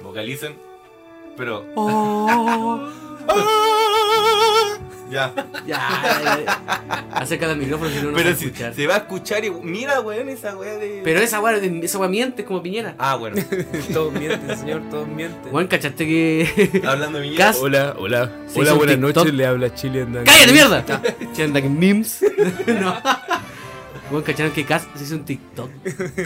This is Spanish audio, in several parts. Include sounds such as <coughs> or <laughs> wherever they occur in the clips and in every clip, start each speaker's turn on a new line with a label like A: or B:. A: vocalicen, pero
B: Oh,
A: <laughs> ya.
B: ya, ya. Acerca del micrófono si no, no se va
A: Pero
B: a
A: si
B: escuchar.
A: se va a escuchar y mira, weón, esa weá de.
B: Pero esa weá, esa weá miente es como Piñera.
A: Ah,
B: <laughs>
A: bueno,
C: Todos mienten, señor, todos mienten.
B: Weón, cachaste que. <laughs>
A: hablando de mierda.
B: Cas-
C: Hola, hola.
B: Se hizo
C: Hola,
B: un
C: buenas
B: TikTok.
C: noches. Le habla Chile andando.
B: ¡Cállate, mierda! Chanda que memes. <laughs> no. Weón, cacharon que Cas se hizo un TikTok.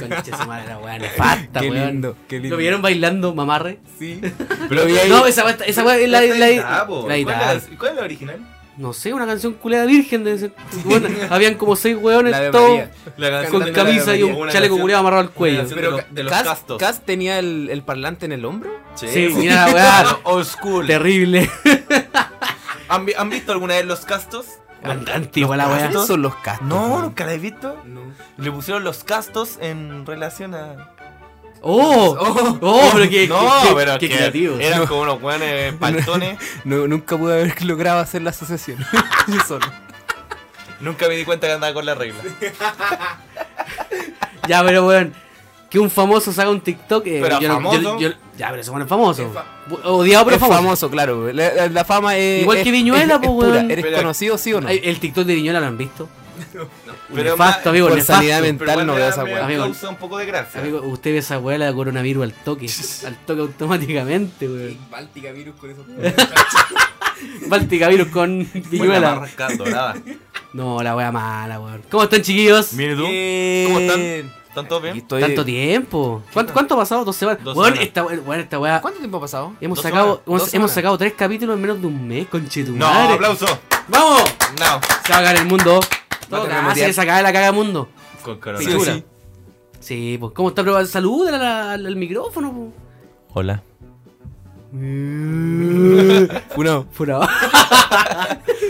B: Concha su madre, la weá nefasta,
C: Qué
B: weón.
C: lindo, qué lindo.
B: ¿Lo vieron bailando, mamarre?
C: Sí.
A: Pero vi ahí-
B: No, esa weá esa weá es la,
A: Esta
B: la,
A: es la, po.
B: la-
A: ¿Cuál es la- ¿Cuál es la original?
B: No sé, una canción culera virgen. De ese- Bueno, habían como seis weones
C: La de
B: todos
C: María.
A: La
C: canción
B: con
C: de
B: camisa y un chaleco culeado amarrado al cuello.
A: canción
C: Pero
A: de los- de los
C: Cas-
A: castos.
C: Cas tenía el, el parlante en el hombro.
B: Sí, mira la
A: <laughs>
B: weá.
A: Ah, Old school.
B: Terrible.
A: ¿Han, vi- han visto alguna vez los castos?
B: Antigua la weá.
C: ¿Estos son los castos?
A: No,
C: weón?
A: nunca la he visto.
C: No.
A: Le pusieron los castos en relación a.
B: Oh,
A: <laughs>
B: oh, oh, pero qué,
A: no,
B: qué- qué-
A: pero es
B: qué
A: que
B: creativos. <laughs>
A: Eran como unos weones pantones.
C: No, Nunca pude haber <laughs> logrado hacer la asociación. <laughs> Yo solo.
A: Nunca me di cuenta que andaba con la regla.
B: Ya, pero weón. Que un famoso saca un TikTok. eh,
A: Pero
B: yo no- yo-
A: famoso.
B: yo- ya, pero ese weón es famoso. Odiado, pero
C: es
B: famoso.
C: famoso, claro. La, la- la fama es.
B: Igual
C: es-
B: que Viñuela,
C: es- es
B: po,
C: pura.
B: weón.
C: ¿Eres
A: Pero-
C: conocido, sí o no?
B: Ay, eh. El TikTok de Viñola lo han
A: <laughs>
B: visto.
A: Pero
B: nefasto,
A: más-
B: amigo,
C: por
B: nefasto.
C: sanidad mental.
A: pero igual
C: no
A: me
C: veo
A: da-
C: esa
A: me
C: weá.
A: da-
B: Amigo.
A: causa un poco de gracia.
B: Amigo, usted ve esa weá la de coronavirus al toque. al toque automáticamente, weón.
D: Báltica virus con
B: <laughs>
D: esos
B: Báltica virus con
A: <laughs> Buena
B: Viñuela.
A: marca
B: <laughs>
A: dorada.
B: No, la weá mala, weón. ¿Cómo están, chiquillos?
A: Mire tú. ¿Cómo están? Eh, ¿Están todos bien?
C: Estoy-
B: Tanto tiempo. ¿Cuánto, cuánto ha pasado? Dos semanas.
A: Dos
B: Weón,
A: semanas.
B: esta, weón, esta weá.
C: ¿Cuánto tiempo ha pasado?
B: Hemos
A: Dos
B: sacado,
A: semanas,
B: hemos,
C: dos
B: hemos
C: semanas.
B: sacado tres capítulos en menos de un mes,
A: No,
B: conchetumare.
A: aplauso.
B: ¡Vamos!
A: No.
B: Se va a cagar el mundo. Todo
C: a
B: cagado,
C: remotear.
B: se acaba la caga del mundo.
A: Con
C: Sí,
A: coronavirus.
B: Pichula.
C: sí.
B: Sí, pues, ¿cómo está? Pero saluda al, al- al micrófono, po.
A: Hola.
C: <laughs> Uno.
B: Fuera.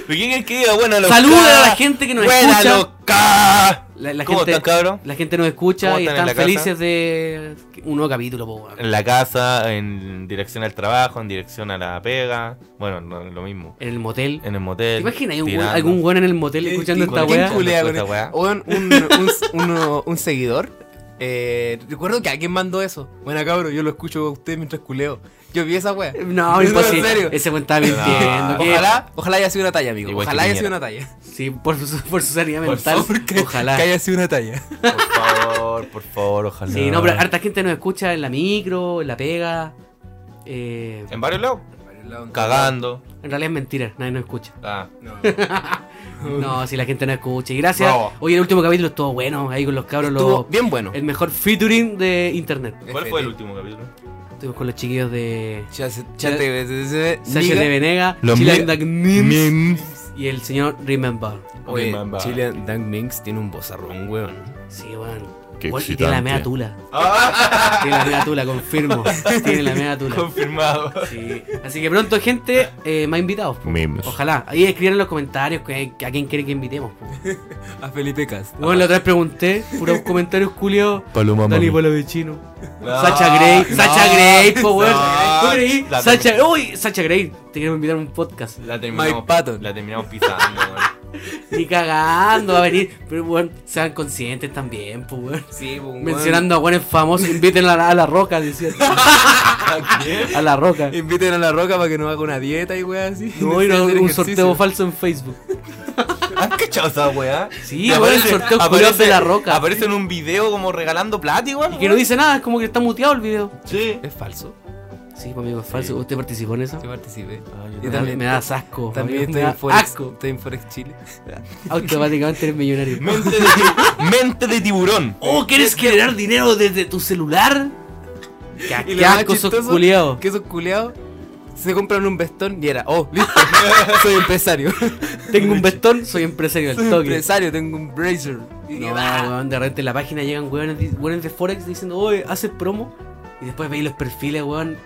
A: ¿Quién es que diga? Bueno, los
B: Saluda a la
A: K.
B: gente que nos
A: Buena
B: escucha.
A: loca.
B: La, la
A: ¿Cómo
B: gente,
A: están, cabrón?
B: La gente nos escucha
A: ¿Cómo
B: y
A: están en
B: están
A: la casa?
B: felices de un nuevo capítulo, po, weón.
A: En la casa, en dirección al trabajo, en dirección a la pega. Bueno, no, lo mismo.
B: En el motel.
A: En el
B: ¿Te
A: motel.
B: imaginas hay un weón-
A: tirando.
B: algún weón en el motel
C: ¿Quién-
B: escuchando
C: quién-
B: esta
C: quién
B: weá?
A: culiao?
C: culea con
A: Esta weá.
C: Weón, un, un, uno- un seguidor. eh, recuerdo que alguien mandó eso. Bueno, cabrón, yo lo escucho a usted mientras culeo. Yo vi esa wea.
B: No,
C: <laughs> en
B: imposible.
C: serio.
B: Ese weón estaba mintiendo.
A: No.
B: ¿qué?
C: Ojalá, ojalá haya sido una talla, amigo.
A: Igual que
C: ojalá haya sido
A: Piñera.
C: una talla.
B: Sí, por su, por su sanidad mental.
C: Porque-
B: Ojalá.
C: Que haya sido una talla.
A: Por favor, por favor, ojalá.
B: Sí, no, pero harta gente nos escucha en la micro, en la pega. Eh,
A: En varios lados.
C: Cagando.
A: Cagando.
B: en realidad es mentira, nadie nos escucha.
A: Ah.
B: No, si la gente nos escucha. Y gracias.
A: Bravo.
B: Oye, el último capítulo estuvo bueno, ahí con los cabros. los-
C: Estuvo bien bueno.
B: el mejor featuring de internet.
A: ¿Cuál fue el último capítulo? <laughs>
B: Estuvimos con los chiquillos de
C: Chate, chate,
B: Sasha de Venega,
A: Los
B: Chilean
A: mi-
B: Duck Nims y el señor Remember.
C: Oye,
A: Remember.
C: Chilean Dank Minx tiene un bozarrón, weón.
B: Sí, weón.
D: Qué
B: Weón, y Tiene la
D: excitante.
B: mea tula.
A: Ah,
B: Tiene la mea tula, confirmo. Tiene la mea tula.
A: confirmado.
B: Sí. Así que pronto, gente, eh, más invitados. po.
D: Memes.
B: Ojalá. Ahí escriban en los comentarios que- que a quién quieren que invitemos. po.
C: A Felipe Cast.
B: Bueno, la otra vez pregunté, puros comentarios culiados.
D: Paloma
B: Dani
D: mami.
B: Palavecino.
A: No.
B: Sacha Grey.
A: No.
B: Sacha Grey, po, weón.
A: No.
B: ¿Tú creí?
A: La-
B: Sacha, uy, Sacha Grey. Te queremos invitar a un podcast.
A: La
C: Mike
A: terminamos,
C: Patton.
A: la terminamos pisando, weón.
B: Ni cagando va a venir. Pero, weón, sean conscientes también, po, weón.
C: Sí, pues, weón.
B: Mencionando a weones famosos, inviten a la, a la roca, decía. A la roca.
C: Inviten a la roca para que no haga una dieta y weón así.
B: No,
C: <laughs>
B: y
C: Dejen
B: no,
C: hacer
B: un
C: ejercicio.
B: sorteo falso en Facebook.
A: <laughs> ¿Has cachado esa weá?
B: Sí, weón, el sorteo culiao de la roca.
A: Aparece en un video como regalando plata igual.
B: Y que no dice nada, es como que está muteado el video.
A: Sí.
C: Es falso.
B: Sí, pues, amigo, es falso. ¿Usted participó en eso?
C: Yo participé.
B: Me
C: Yo
B: da-
C: también.
B: me das asco.
C: También
B: amigo, me
C: estoy en
B: da
C: Forex.
B: asco.
C: Estoy en Forex Chile.
B: Automáticamente
A: <laughs>
B: eres millonario.
A: Mente de, tiburón. mente de tiburón.
B: Oh, ¿quieres generar dinero desde tu celular? Qué,
C: <laughs> Y
B: qué
C: lo más
B: asco sos
C: chistoso,
B: culiao.
C: Que esos culeados se compran un vestón y era, oh, <laughs> listo, soy empresario.
B: Tengo un vestón, soy empresario del
C: soy
B: toque.
C: empresario, tengo un bracer. Y
B: No,
C: que va.
B: weón, de repente en la página llegan weones, di- weones de Forex diciendo, oye, haces promo. Y después veis los perfiles, weón.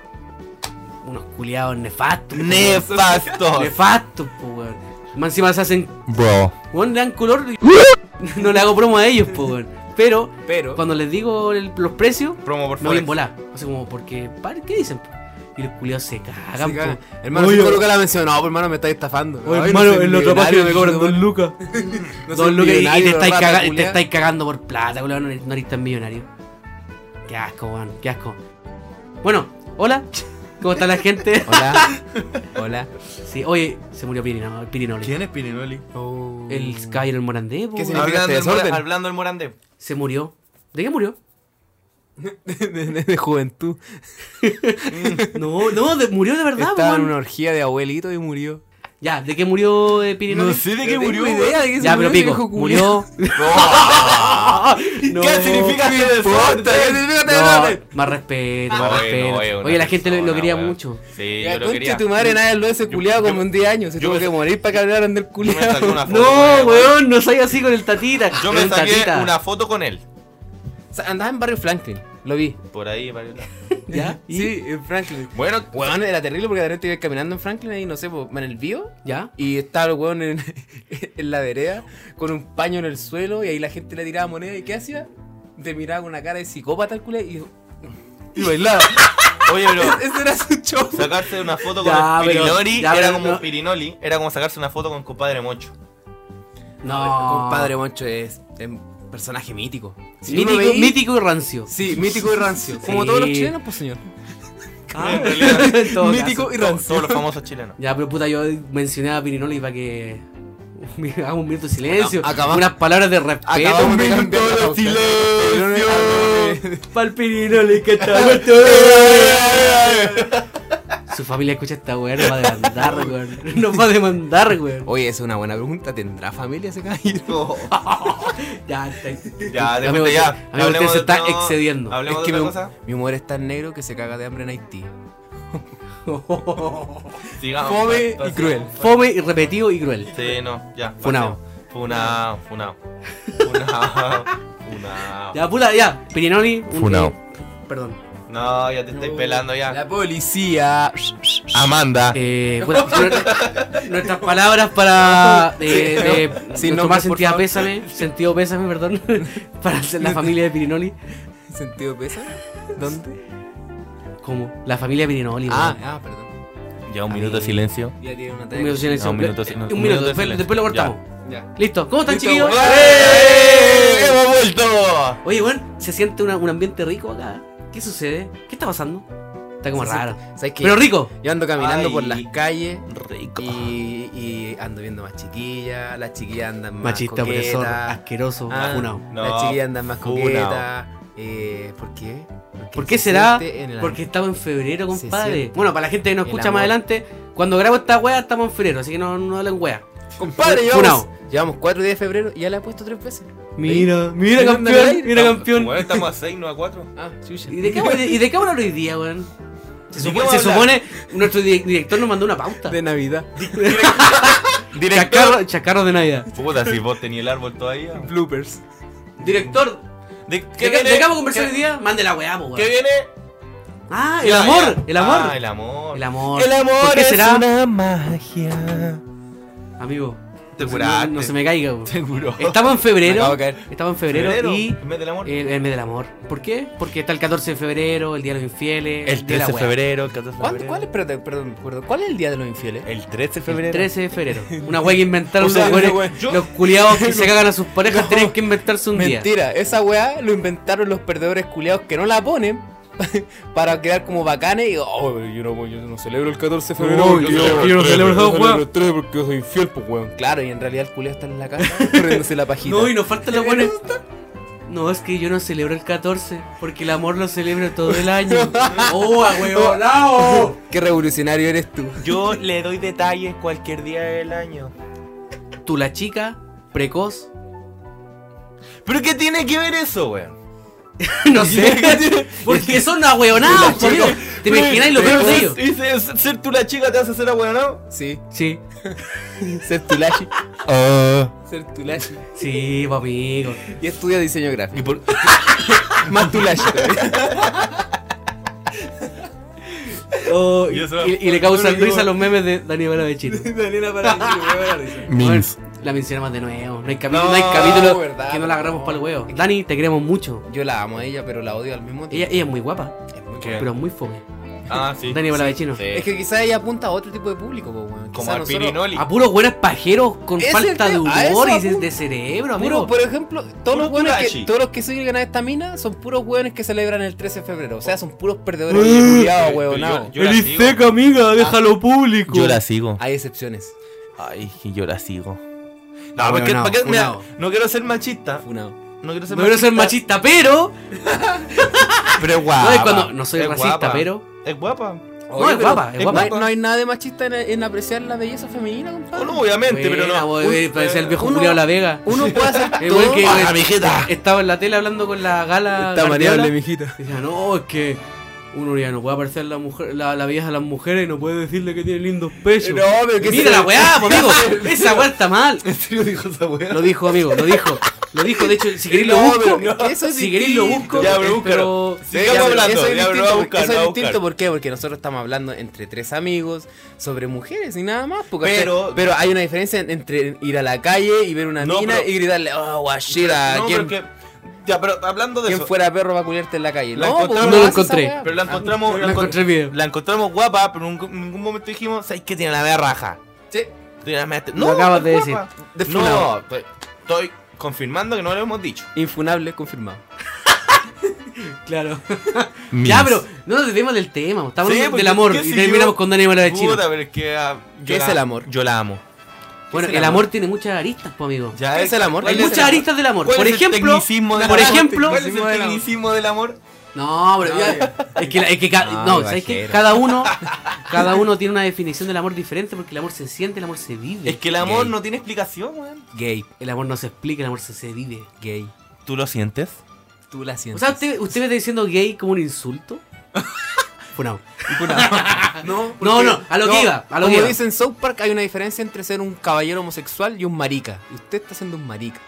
B: Unos culiados nefastos. po, weón.
A: Nefasto.
B: <laughs> Nefastos, po, weón. Más encima se hacen.
D: Bro.
B: Weón, le dan color. y- <laughs> no le hago promo a ellos, po, weón. Pero,
C: Pero,
B: cuando les digo el- los precios,
A: Promo por
B: me voy a
A: favor.
B: volar. O sea, como, porque, par- ¿qué dicen? po? Y los culiados se cagan,
C: sí,
B: po.
C: caga. hermano,
B: Oye,
C: si coloca la mención, no, pues, hermano, me estáis estafando.
B: Oye,
C: Ay, no
B: hermano,
C: soy
B: en la otra página
C: millonario,
B: me cobran
C: chico,
B: dos lucas.
C: <laughs> no soy
B: Dos lucas y- y,
C: millonario,
B: te, estáis
C: rata
B: caga- te
C: culiao.
B: estáis cagando por plata, culiao, no, eres- no eres tan millonario. Qué asco, weón, qué asco. Bueno, Hola, <laughs> ¿cómo está la
C: <laughs>
B: gente?
C: Hola. Hola.
B: Sí, oye, se murió Pirino, Pirinoli.
A: ¿Quién es Pirinoli?
C: Oh. <laughs>
B: El caballero del Morandé, po,
C: ¿Qué
B: weón.
C: significa?
A: Hablando,
C: este
A: el mora-
C: desorden?
A: hablando el Morandé.
B: se murió. ¿De qué murió?
C: de, de- de juventud.
B: No, no, de- murió de verdad,
C: Estaba en
B: weón.
C: una orgía de abuelito y murió.
B: Ya, ¿de qué murió eh, Pirinoli?
A: No sé de qué
C: No tengo
A: murió.
C: idea de qué se
B: Ya, pero
C: murió ese
B: pico,
C: viejo
B: murió.
C: culiao. <laughs>
B: No.
A: ¿Qué significa
C: ¿Qué
A: este
C: importa? ¿Qué
A: desorden?
C: significa este desorden?
B: No, más
C: Ah,
B: respeto, más respeto. Oye, la gente lo- lo quería mucho.
A: Sí,
C: Ya,
A: yo lo
C: conche
A: quería.
C: tu madre, nadie habló de ese
A: Yo-
C: culiado
A: yo-
C: como en 10 años. Se
A: yo
C: tuvo
A: me-
C: que morir para que hablaran del
A: Yo me saqué
C: culiado.
A: una foto.
B: No, weón, no soy así con el tatita.
A: Yo me
B: el
A: saqué
B: tatita.
A: una foto con él.
C: <laughs> O sea, Andaba en barrio Franklin, lo vi.
A: Por ahí, varios lados.
B: ¿Ya? ¿Y?
C: Sí, en Franklin.
A: <laughs> Bueno,
C: Weón, era terrible porque de repente iba caminando en Franklin ahí, no sé, po, en el bio.
B: ¿Ya?
C: Y estaba el weón en, <laughs> en la vereda con un paño en el suelo y ahí la gente le tiraba moneda. ¿Y qué hacía? Te miraba con una cara de psicópata el culiao y, y bailaba.
A: oye, pero
C: <laughs> Ese era su show.
A: sacarse una foto
B: Ya,
A: con el
B: pero-
A: Pirinoli
B: ya,
A: era
B: pero
A: como
B: no-
A: Pirinoli, era como sacarse una foto con compadre Mocho.
B: No.
C: <laughs> Compadre Moncho es, es un personaje mítico. Si uno
B: mítico,
C: veí-
B: mítico
A: <laughs>
B: y rancio.
C: Sí, mítico y rancio. Como
B: Sí.
C: todos los chilenos, pues señor.
B: Ah,
A: En realidad,
B: <laughs> en todo
C: mítico
B: caso.
C: y
A: Todos
C: rancio.
A: todos los famosos
B: <laughs>
A: chilenos.
B: Ya, pero puta, yo mencioné a Pirinoli para que <laughs> hagamos un minuto de silencio.
C: Acá- acabamos-
B: Unas palabras de <laughs> respeto.
C: Acabamos de
A: minuto
C: cambiar la
A: de
C: pausa.
A: silencio.
B: Para el Pirinoli que está muerto. Su familia escucha esta weá, nos va a demandar, weón. Nos va a demandar, weón.
C: <laughs> Oye, esa es una buena pregunta. ¿Tendrá familia ese caballero?
B: Ya, está.
A: Ya,
B: Amigo,
A: déjate
B: usted-
A: ya.
B: amigo, usted se está excediendo.
A: Hablemos
C: es que
A: de
C: mi,
A: otra cosa.
C: mi humor es tan negro que se caga de hambre en Haití.
A: Sigamos.
C: Fome y
A: Entonces,
C: cruel.
B: <laughs> Fome, y repetido y cruel.
A: Sí, no, ya.
B: Funao.
A: pasemos. Funao, funao. Funao. Funao.
B: Ya, puta, ya. Pirinoli. un-
A: Funao.
B: eh, Perdón.
A: No, ya te estoy pelando ya.
C: La policía. Ah.
A: Amanda.
B: Eh, puta, nuestra- nuestras palabras para eh, de,
C: Sin
B: de
C: nombres,
B: tomar
C: por
B: sentido
C: favor.
B: pésame, sentido pésame, perdón, <laughs> para la familia de Pirinoli.
C: ¿Sentido pesa? ¿Dónde?
B: ¿Cómo? La familia de Pirinoli.
C: Ah,
B: weón.
C: ah, perdón.
A: Ya
B: un minuto de
A: silencio.
C: Ya tiene una
B: Un minuto de silencio.
A: Ah, un minuto de
B: Eh,
A: silencio.
B: un
A: Un minuto
B: minuto,
A: de
B: después,
A: silencio.
B: después lo cortamos.
C: Ya.
B: Listo. ¿Cómo están,
C: Listo,
B: chiquillos?
C: weón.
A: ¡Eh! ¡Hemos vuelto!
B: Oye, weón, se siente una- un ambiente rico acá. ¿Qué sucede? ¿Qué está pasando? Está como
C: Se
B: raro.
C: ¿Sabes qué?
B: Pero rico.
C: Yo ando caminando
A: Ay.
C: por las calles
A: Rico.
C: y, y ando viendo más chiquillas. Las chiquillas andan más
B: Machista, opresor,
C: coquetas.
B: asqueroso,
C: Ah,
B: vacunado.
A: No,
C: Las chiquillas andan más
A: funao.
C: coquetas. Eh, ¿Por qué?
B: ¿Por qué será?
C: siente en el
B: Porque estamos en febrero,
C: Se
B: compadre.
C: siente.
B: Bueno, para la gente que nos
C: El
B: escucha más
C: amor.
B: adelante, cuando grabo esta wea estamos en febrero, así que no, no hablen wea.
C: Compadre,
B: Funao.
C: llevamos, llevamos 4 días de febrero y ya la he puesto 3 veces.
B: mira,
C: Mira,
B: campeón,
C: mira,
B: mira,
A: Estamos-
B: campeón.
A: Bueno, estamos a 6, no a 4.
C: Ah, chucha.
B: ¿Y de qué, habla- y de qué hablar hoy día, weón? Se,
A: ¿De qué
B: supone,
A: vamos
B: se
A: a hablar?
B: supone, nuestro di- director nos mandó una pauta.
C: <laughs> De Navidad.
B: Chacarro, chacarro de Navidad.
A: Puta, si vos tenías el árbol todavía.
C: Bloopers.
B: Director,
A: ¿De
B: ¿de qué- de qué vamos a conversar hoy día? Mande la weá, po,
A: ¿Qué
B: weón.
A: viene?
B: Ah, el
A: Ya,
B: amor,
A: ya.
B: el amor.
A: Ah, el amor.
B: El amor. ¿Por qué será?
C: una magia.
B: Amigo,
A: Te
B: no,
A: curaste.
B: no se me caiga, weón.
C: <laughs>
A: Seguro.
B: Estamos en
C: Me acabo
B: febrero.
C: de caer.
B: Estamos en febrero, y
A: En vez del amor.
B: el, el mes del amor. ¿Por qué? Porque está el 14 de febrero, el Día de los Infieles. día la wea.
A: febrero, el 14
C: ¿Cuándo- ¿Cuál es, espérate, perdón, me acuerdo, ¿cuál es el día de los infieles?
A: El 13 de
B: El 13 de febrero. Una wea que inventaron
C: O sea,
B: los, weones-
C: una wea- yo-
B: los culiados
C: <laughs>
B: que se cagan a sus parejas.
C: No.
B: tienen que inventarse un día.
C: Mentira, esa weá lo inventaron los perdedores culiados que no la ponen <laughs> para quedar como bacanes y oh, yo no, yo no celebro el 14 de febrero.
B: No, yo- yo no
C: el
B: celebro
C: 13,
B: esa weá.
C: el 13 porque yo soy infiel, pues weón. Claro, y en realidad el culiado está en la casa corriéndose la pajita. <laughs>
B: No, y nos faltan los buenos. No, es que yo no celebro el 14, porque el amor lo celebro todo el año.
C: <laughs>
B: ¡Oh, a huevonao!
C: Qué revolucionario eres tú.
A: Yo le doy detalles cualquier día del año.
C: Oh.
B: Tú, la chica,
C: <laughs>
B: precoz.
A: ¿Pero qué tiene que ver eso, weón?
B: <laughs> No sé, porque son ahueonados,
C: Tú la chica,
B: chicos. ¿Te imaginas lo peor de ellos?
A: Dice, ser tú la chica te hace ser abuelo,
C: Sí,
B: Sí,
C: ser tulashi.
A: ¿no?
C: ser tulashi.
B: sí, pues, amigo.
C: Y estudia diseño gráfico.
A: ¿Y por
B: <laughs>
C: Más tulashi. todavía.
B: Oh, y,
A: Y eso-
B: y- y le causan risa los memes de Daniel de Chile.
C: <laughs> Daniela para
B: la mencionamos de nuevo. No hay capítulo, no,
A: No,
B: hay capítulo
C: verdad,
B: que no la agarramos
C: no.
B: para el huevo. Dani, te queremos mucho.
C: Yo la amo a ella, pero la odio al mismo
B: Ella,
C: tiempo.
B: ella es muy guapa,
C: Es muy
A: ¿Qué?
B: pero muy fome.
A: Ah, sí.
B: Dani
A: sí,
B: Palavecino.
A: sí.
C: Es que quizás ella apunta a otro tipo de público, po, weón.
A: como
C: Quizá
A: al
C: nosotros-
A: Pirinoli.
B: A puros buenos pajeros con
C: Ese
B: falta
C: es
B: de
C: el tema, a eso
B: humor y de,
C: apunta.
B: de cerebro,
C: Puro,
B: amigo.
C: por ejemplo, todos
A: Eh, Puro
C: los, hueones
A: Tulachi.
C: que, todos los que se llegan a esta mina son puros hueones que celebran el 13 de febrero. O sea, son puros perdedores de culiados,
A: Pero
C: hueonados.
A: yo- yo la Eres sigo. Ah. seca,
B: amiga, déjalo público.
A: Yo la sigo.
C: Hay excepciones.
A: Ay, yo la sigo. No,
B: No,
A: porque,
B: no,
A: ¿para qué? Mira,
B: no.
A: no quiero ser machista.
C: Funado.
A: No quiero ser
B: No quiero ser machista, pero.
A: Pero es
D: Ah,
B: No,
A: guapa.
B: es cuando. No soy
A: Es
B: racista,
A: guapa.
B: pero.
A: Es guapa.
B: No, es guapa, es guapa.
C: No, hay nada de machista en, en apreciar la belleza femenina, compadre.
A: Oh, no, obviamente, pero
B: Buena,
A: no.
B: bo- eh, Parecía el viejo
C: uno-
B: Julio La Vega.
C: Uno
A: <laughs>
C: puede hacer
B: Eh,
C: todo.
B: güey, que-
A: Ah,
B: eh,
A: mijita.
B: Estaba en la tele hablando con la gala. Guardiola.
C: mijita.
B: Decía, no, es que uno ya no puede apreciar la, mujer, la, la belleza de las mujeres y no puede decirle que tiene lindos pechos.
C: No, pero que
B: Mira
C: se-
B: la weá,
A: <laughs>
B: po, amigo. Esa weá está mal.
A: ¿En serio dijo esa weá?
B: Lo dijo, amigo, lo dijo. Lo dijo, de hecho, si queréis lo
C: No,
B: busco.
C: pero no, eso es
B: si queréis lo
C: distinto.
B: busco.
A: Ya, pero
B: eh,
A: búscalo.
B: pero-
A: Sigamos
C: Ya, pero
A: hablando,
C: Eso
A: ya,
C: es
A: pero
C: distinto,
A: va a
C: porque-
A: buscar, va
C: eso es
A: a
C: distinto,
A: buscar.
C: ¿por qué? Porque nosotros estamos hablando entre tres amigos sobre mujeres y nada más. porque-
A: Pero-
C: pero hay una diferencia en- entre ir a la calle y ver una
A: No,
C: mina
A: pero-
C: y gritarle, oh, guachira,
A: No,
C: ¿quién,
A: pero que. Ya, pero hablando de
C: quién
A: eso.
C: fuera perro va a culiarte en la calle?
A: La
C: no,
A: encontramos-
C: porque
A: No
B: la
C: hace esa
B: encontré.
C: weá.
A: Pero la encontramos.
B: No
A: la encon-
B: Ah, encontré el video.
A: La encontramos guapa, pero en ningún- ningún momento dijimos, ¿sabes qué? Tiene la media raja.
C: Sí,
A: Tiene la media-
B: Lo acabas
A: es
B: de decir.
A: guapa.
C: Defunado.
A: No, estoy- estoy confirmando que no lo hemos dicho.
C: Infunable, confirmado.
A: pues.
B: Claro. Ya, pero no nos desviemos del tema. Estamos
A: Sí,
B: hablando
A: porque
B: del amor
A: ¿qué
B: y
A: sé
B: terminamos
A: yo?
B: con Dani Malavecino.
A: Puta, pero es que. ah, yo
C: ¿Qué es
A: la-
C: el amor?
A: Yo la amo.
B: Bueno,
C: es
B: el
C: el
B: amor tiene muchas aristas, pues, amigo.
A: Ya,
C: ¿Qué es el amor?
A: ¿cuál
B: Hay
C: ¿cuál
A: es
B: muchas
A: el-
B: aristas del amor.
A: cuál
B: Por
A: es el
B: ejemplo,
A: tecnicismo del
B: por
A: amor?
B: ejemplo-
A: ¿Cuál es el
C: Tecnicismo del amor.
A: tecnicismo del amor?
B: No, pero ya- es que, la- es que ca-
C: No,
B: no,
C: me
B: ¿sabes qué?
C: bajero.
B: cada uno cada uno tiene una definición del amor diferente porque el amor se siente, el amor se vive.
A: Es que el amor
C: Gay.
A: no tiene explicación, weón.
C: Gay,
B: El amor no se explica, el amor se, se vive.
C: gay.
A: ¿Tú lo sientes?
C: Tú la
B: O
C: sientes.
B: sea,
A: <laughs>
B: ¿usted, usted me está diciendo gay como un insulto? Funao.
C: no,
B: No, no, a lo que iba, a lo
C: como
B: que iba.
C: dice en South Park, hay una diferencia entre ser un caballero homosexual y un marica. Y usted está siendo un marica.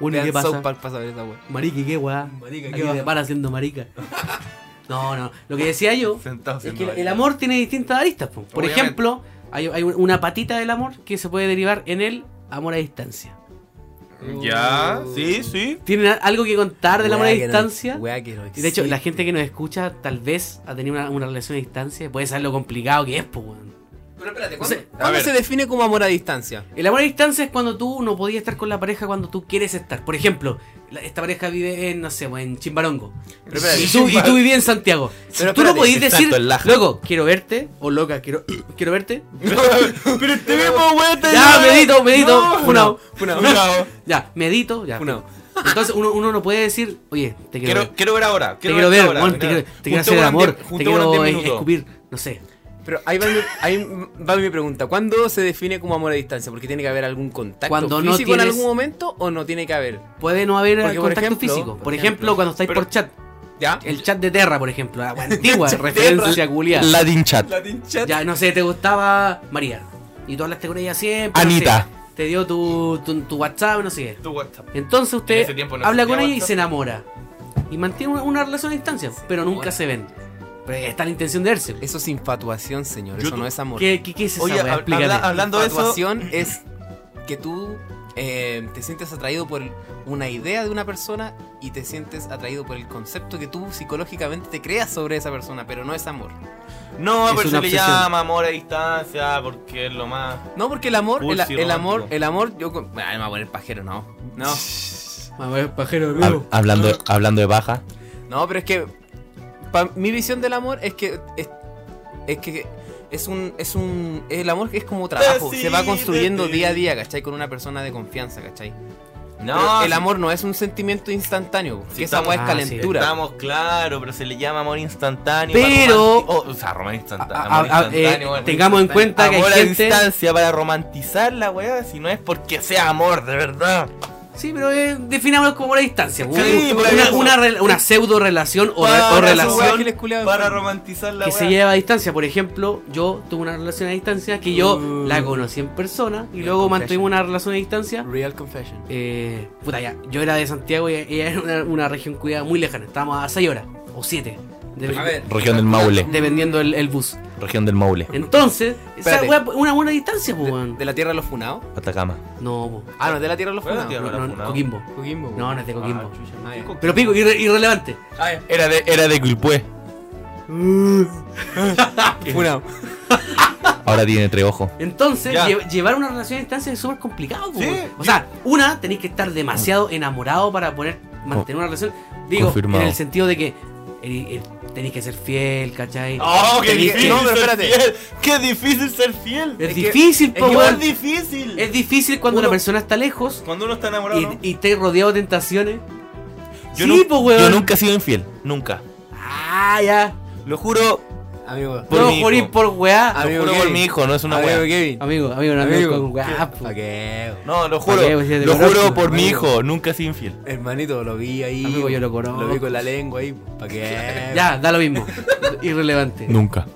B: Bueno, ¿y
C: Vean
B: qué
C: South
B: pasa?
C: Park para saber esa weá.
B: Marica, ¿qué weá?
C: Marica,
B: Aquí te para siendo marica. No, no. Lo que decía yo
A: Sentado
B: es que
A: siendo
B: el-
A: ahí.
B: el amor tiene distintas aristas. po. Por
A: Obviamente.
B: ejemplo, hay, hay una patita del amor que se puede derivar en el amor a distancia.
A: Ya, sí, sí.
B: ¿Tienen a- algo que contar del amor a
C: Weá que no-
B: distancia?
C: weá que no
B: Y de hecho, la
C: existe.
B: gente que nos escucha tal vez ha tenido una, una relación a distancia puede saber lo complicado que es, pues, weón.
C: Pero espérate,
B: ¿cuándo-
A: A ver.
C: se define como amor a distancia?
B: El amor a distancia es cuando tú no podías estar con la pareja cuando tú quieres estar. Por ejemplo, la- esta pareja vive en, no sé, pues, en Chimbarongo.
C: Pero espérate,
B: y, tú, y tú vivías en Santiago.
C: Pero
B: tú no
C: espérate,
B: podías
A: exacto,
B: decir,
A: el laja.
B: loco, quiero verte, o loca,
C: <clears throat>
B: quiero, quiero verte.
A: <laughs> Pero
B: <laughs>
A: te vemos, weón. te
B: Ya,
A: veo.
B: medito, medito.
A: No.
B: Funao.
C: Funao.
A: Funao.
B: Ya, medito, ya.
C: Funao.
B: Entonces uno, uno no puede decir, oye, te quiero,
A: Quiero,
B: ver.
A: quiero ver ahora.
B: Te quiero ver,
A: ahora,
B: weón, te
A: mira.
B: quiero, te quiero
A: Juntemos
B: hacer el
A: unas
B: amor,
A: diez-
B: te
A: juntemos unas
B: quiero
A: diez
B: es-
A: minutos.
B: escupir, no sé.
C: Pero ahí va, mi, ahí va mi pregunta. ¿Cuándo se define como amor a distancia? Porque tiene que haber algún contacto
B: Cuando no
C: físico en
B: tienes-
C: algún momento o no tiene que haber.
B: Puede no haber
C: Porque, por
B: contacto
C: ejemplo,
B: físico. Por,
C: por
B: ejemplo,
C: ejemplo,
B: cuando estáis
A: pero-
B: por chat.
C: ¿Ya?
B: El chat de Terra, por ejemplo.
C: <laughs>
B: La antigua
C: chat de
B: referencia culia.
A: Latin chat.
C: Latin chat.
B: Ya, no sé, te gustaba María. Y tú hablaste con ella siempre.
A: Anita.
B: no sé, te dio tu, tu, tu WhatsApp, no sé qué.
A: Tu WhatsApp.
B: Entonces
A: En
B: usted
A: ese tiempo no
B: habla
A: existía
B: con ella y
A: WhatsApp.
B: se enamora. Y mantiene una, una relación a distancia, pero nunca se ven. Pero está la intención de verse.
C: Eso es infatuación, señor.
A: Yo
C: Eso
A: tu-
C: no es amor.
B: ¿Qué, qué, qué es esa
A: Oye,
B: weá?
A: hab-
B: Explícate.
A: habla- hablando de eso. <clears throat>
C: Infatuación es que tú eh, te sientes atraído por una idea de una persona y te sientes atraído por el concepto que tú psicológicamente te creas sobre esa persona, pero no es amor.
A: No,
B: Es
A: pero
B: una
A: se le
B: obsesión.
A: llama amor a distancia porque es lo más.
C: No, porque el amor,
A: Cursi,
C: el, el amor,
A: romántico.
C: el amor, yo con- ah, me voy a poner pajero, no. No.
B: Mamá, es pajero, amigo.
A: hablando, hablando de baja.
C: No, pero es que pa- mi visión del amor es que es, es que es un es un el amor es como trabajo, se va construyendo
A: Decídete.
C: día a día, ¿cachai? Con una persona de confianza, ¿cachai?
A: No,
C: Pero el
A: sí,
C: amor no es un sentimiento instantáneo,
A: Sí,
C: que esa
A: estamos-
C: weá es
B: Ah, sí.
C: calentura.
A: Estamos claro, pero se le llama amor instantáneo. para romanti-
B: Pero-
A: oh, o sea, romance
B: A-
A: instantáneo.
B: a-
A: amor
B: a-
A: instantáneo,
B: eh,
A: bueno,
B: tengamos en
A: instantáneo.
B: cuenta que hay
A: amor a
B: gente-
A: distancia para romantizar la weá, si no es porque sea amor, de verdad.
B: Sí, pero eh, definámoslo como una distancia.
A: Sí,
B: una-
A: por
B: una,
A: eso.
B: una re- una pseudo relación o, re- o
A: Para su
B: relación
A: weá
C: que les culeaba
A: Para
C: enfermo.
A: romantizar la
B: que se
A: weá.
B: lleva a distancia. Por ejemplo, yo tuve una relación a distancia que yo
C: Uh.
B: la conocí en persona y
C: Real
B: luego
C: confession.
B: mantuvimos una relación a distancia.
C: Real confession.
B: Eh, puta, ya, yo era de Santiago y ella era una, una región cuidada muy lejana. Estábamos a 6 horas o 7.
C: A ver.
A: Región del Maule.
B: Dependiendo el, el bus.
A: Región del Maule.
B: Entonces, esa
C: Espérate.
B: weá, una buena distancia, po,
C: De,
B: weón.
C: de la tierra de los funados?
A: Atacama.
B: No, po.
C: Ah, no, de la tierra de los
A: ¿Cuál es la
C: funados.
A: tierra?
B: No,
A: Pero
B: no,
A: la funado.
B: Coquimbo.
C: Coquimbo,
B: No, no
C: weón.
A: Oh,
B: es de Coquimbo.
C: Ah, ya.
B: Pero pico, irre- irrelevante.
C: Ah, ya.
A: Era de, era de Quilpué.
C: Funado.
D: Ahora tiene tres ojos.
B: Entonces,
A: Ya.
B: lle- llevar una relación a distancia es súper complicado. po,
A: Sí,
B: weón.
A: yo-
B: O sea, una, tenéis que estar demasiado enamorado para poder mantener una relación. Digo,
D: Confirmado.
B: en el sentido de que eh, eh, tenéis que ser fiel, ¿cachai?
A: ¡Oh, qué
B: Tenéis que-
A: difícil!
C: No, pero
A: ser
C: espérate.
A: fiel. ¡Qué difícil ser fiel!
B: Es,
C: Es que-
B: difícil, po,
A: ¡Qué
B: weón.
A: más difícil!
B: Es difícil cuando
A: Uno-
B: la persona está lejos
A: Cuando uno está enamorado, ¿no?
B: y, y estáis rodeado de tentaciones.
A: Yo
B: sí,
A: nu-
B: po, weón.
D: Yo nunca he sido infiel.
A: Nunca.
B: Ah, ya.
D: Lo juro,
C: Amigo.
A: Por
B: no
A: mi hijo.
B: por ir por weá.
C: Ah,
A: Lo
C: Amigo
A: juro por
C: Kevin.
A: mi hijo, no es una
C: amigo
A: wea.
C: Kevin.
B: Amigo, amigo, no andes
C: Amigo.
B: con weá, po.
C: Ok.
A: No, lo juro.
B: Ok, pues, ya te
A: lo
B: conozco,
A: juro por mi
C: amigo.
A: hijo, nunca he sido infiel.
C: Hermanito, lo vi ahí.
B: Amigo, yo lo conozco.
C: Lo vi con la lengua ahí. ¿Para qué?
B: Ya, da lo mismo. Irrelevante.
D: nunca.